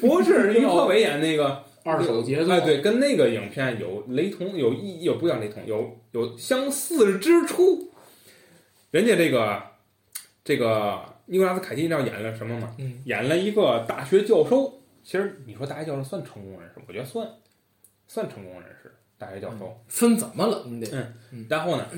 Speaker 1: 不 是于和伟演那个。
Speaker 3: 二手节奏，
Speaker 1: 哎，对，跟那个影片有雷同，有异，有不叫雷同，有有相似之处。人家这个这个尼古拉斯凯奇，你知道演了什么吗？
Speaker 3: 嗯，
Speaker 1: 演了一个大学教授。其实你说大学教授算成功人士，我觉得算算成功人士，大学教授。
Speaker 3: 分怎么了？你得，
Speaker 1: 然后呢，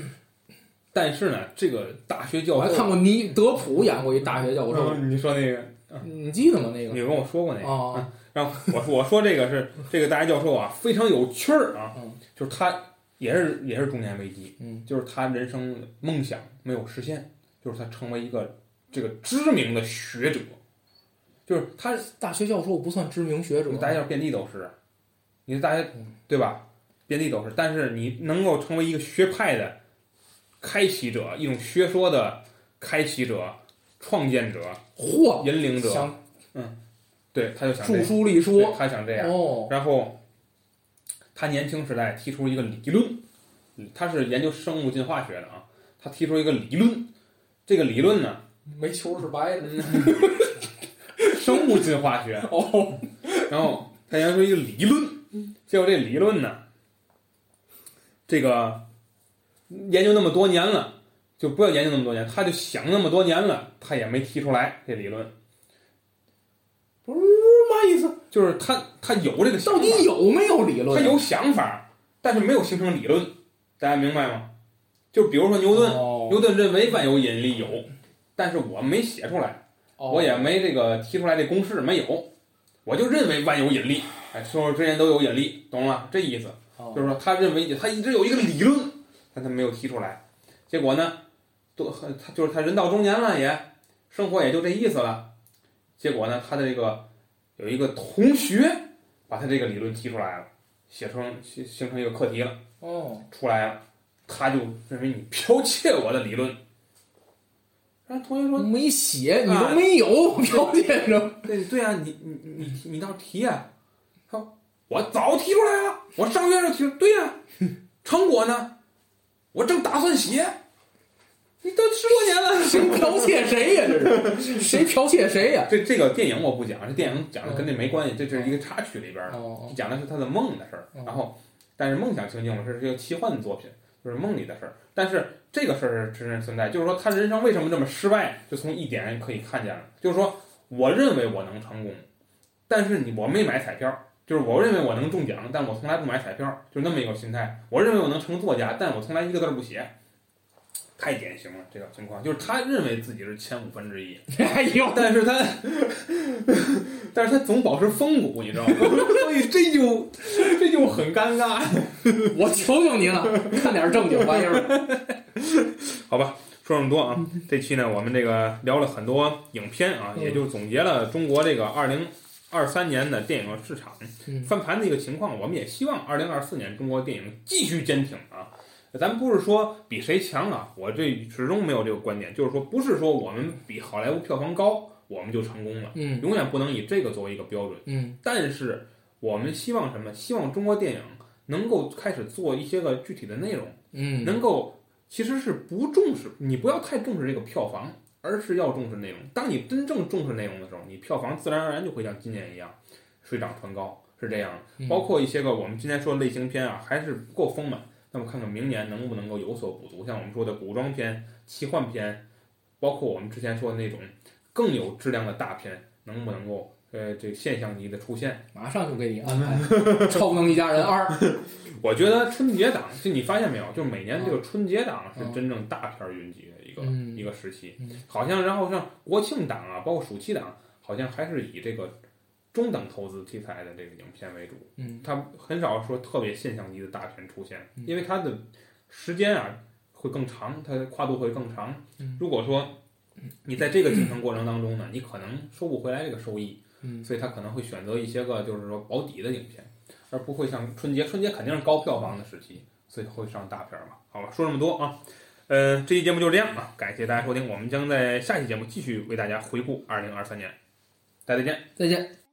Speaker 1: 但是呢，这个大学教
Speaker 3: 我
Speaker 1: 授，
Speaker 3: 还看过尼德普演过一大学教授，
Speaker 1: 嗯你说那个，
Speaker 3: 你记得吗？那
Speaker 1: 你
Speaker 3: 个
Speaker 1: 跟我说过那个，
Speaker 3: 哦
Speaker 1: 然后我说我说这个 是这个大学教授啊，非常有趣儿啊
Speaker 3: 嗯，
Speaker 1: 就是他也是也是中年危机，
Speaker 3: 嗯，
Speaker 1: 就是他人生梦想没有实现，就是他成为一个这个知名的学者，就是他
Speaker 3: 大学教授不算知名学者，
Speaker 1: 大家要遍地都是，啊你大家
Speaker 3: 嗯
Speaker 1: 对吧？遍地都是，但是你能够成为一个学派的开启者，一种学说的开启者、创建者、
Speaker 3: 嚯，
Speaker 1: 引领者，
Speaker 3: 想
Speaker 1: 对，他就想这
Speaker 3: 著
Speaker 1: 样
Speaker 3: 书立
Speaker 1: 对
Speaker 3: 说，
Speaker 1: 他想这样。
Speaker 3: 哦，
Speaker 1: 然后他年轻时代提出一个理论，嗯他是研究生物进化学的啊，他提出一个理论，这个理论呢，
Speaker 3: 煤球是白的，
Speaker 1: 生物进化学，
Speaker 3: 哦，
Speaker 1: 然后他研究出一个理论，结果这理论呢，这个研究那么多年了，就不要研究那么多年，他就想那么多年了，他也没提出来这理论，
Speaker 3: 不是嘛意思？
Speaker 1: 就是他他有这个想
Speaker 3: 到
Speaker 1: 法
Speaker 3: 底有没有理论？
Speaker 1: 他有想法，但是没有形成理论，大家明白吗？就比如说牛顿，
Speaker 3: 哦，
Speaker 1: 牛顿认为万有引力有，但是我没写出来，
Speaker 3: 哦
Speaker 1: 我也没这个提出来这公式没有，我就认为万有引力，哎，所有之间都有引力，懂了这意思？
Speaker 3: 哦
Speaker 1: 就是说他认为他一直有一个理论，但他没有提出来，结果呢，多他就是他人到中年了也，生活也就这意思了，结果呢，他的这个有一个同学把他这个理论提出来了，写成形形成一个课题了。
Speaker 3: 哦，
Speaker 1: 出来了，他就认为你 剽窃我的理论。然后同学
Speaker 3: 我
Speaker 1: 说
Speaker 3: 没写，你都没有，了解着，：“
Speaker 1: 对对啊，你你你你你倒是提啊。”他说：“我早提出来了，我上月就提。对呀、成果呢？我正打算写。你都十多年 了，
Speaker 3: 谁剽窃谁呀？这是谁剽窃谁呀？
Speaker 1: 这这个电影我不讲，这电影讲的跟这没关系，这是一个插曲里边儿的，
Speaker 3: 哦
Speaker 1: 讲的是他的梦的事儿
Speaker 3: 哦。
Speaker 1: 然后，但是梦想情境我是这个奇幻作品，就是梦里的事儿。但是这个事儿是真实存在，就是说他人生为什么这么失败，就从一点可以看见了，就是说我认为我能成功，但是你我没买彩票。就是我认为我能中奖，但我从来不买彩票，就那么一个心态。我认为我能成作家，但我从来一个字儿不写，太典型了这个情况。就是他认为自己是前五分之一，
Speaker 3: 哎呦，
Speaker 1: 但是他，但是他总保持风骨，你知道吗？ 所以这就这就很尴尬，
Speaker 3: 我求求您了，看点正经玩意儿。
Speaker 1: 好吧？说这么多啊，这期呢，我们这个聊了很多影片啊，
Speaker 3: 嗯
Speaker 1: 也就总结了中国这个二零二三年的电影市场
Speaker 3: 嗯
Speaker 1: 翻盘的一个情况。我们也希望二零二四年中国电影继续坚挺啊。咱不是说比谁强啊，我这始终没有这个观点，就是说不是说我们比好莱坞票房高我们就成功了，
Speaker 3: 嗯
Speaker 1: 永远不能以这个作为一个标准。
Speaker 3: 嗯
Speaker 1: 但是我们希望什么？希望中国电影能够开始做一些个具体的内容，
Speaker 3: 嗯，
Speaker 1: 能够其实是不重视，你不要太重视这个票房，而是要重视内容。当你真正重视内容的时候，你票房自然而然就会像今年一样水涨船高，是这样的。
Speaker 3: 嗯
Speaker 1: 包括一些个我们今天说的类型片啊，还是不够丰满。那么看看明年能不能够有所补足，像我们说的古装片、奇幻片，包括我们之前说的那种更有质量的大片，能不能够呃这现象级的出现？
Speaker 3: 马上就给你安排 《超能一家人二》。
Speaker 1: 我觉得春节档，就你发现没有，就每年这个春节档是真正大片云集的一个、
Speaker 3: 嗯
Speaker 1: 一个时期
Speaker 3: 嗯，
Speaker 1: 好像然后像国庆档啊，包括暑期档，好像还是以这个中等投资题材的这个影片为主，
Speaker 3: 嗯
Speaker 1: 它很少说特别现象级的大片出现
Speaker 3: 嗯，
Speaker 1: 因为它的时间啊会更长，它的跨度会更长
Speaker 3: 嗯。
Speaker 1: 如果说你在这个进程过程当中呢，你可能收不回来这个收益，
Speaker 3: 嗯
Speaker 1: 所以他可能会选择一些个就是说保底的影片，而不会像春节，春节肯定是高票房的时期，所以会上大片嘛。好吧，说这么多啊，呃，这期节目就这样啊，感谢大家收听，我们将在下期节目继续为大家回顾二零二三年，大家再见。
Speaker 3: 再见。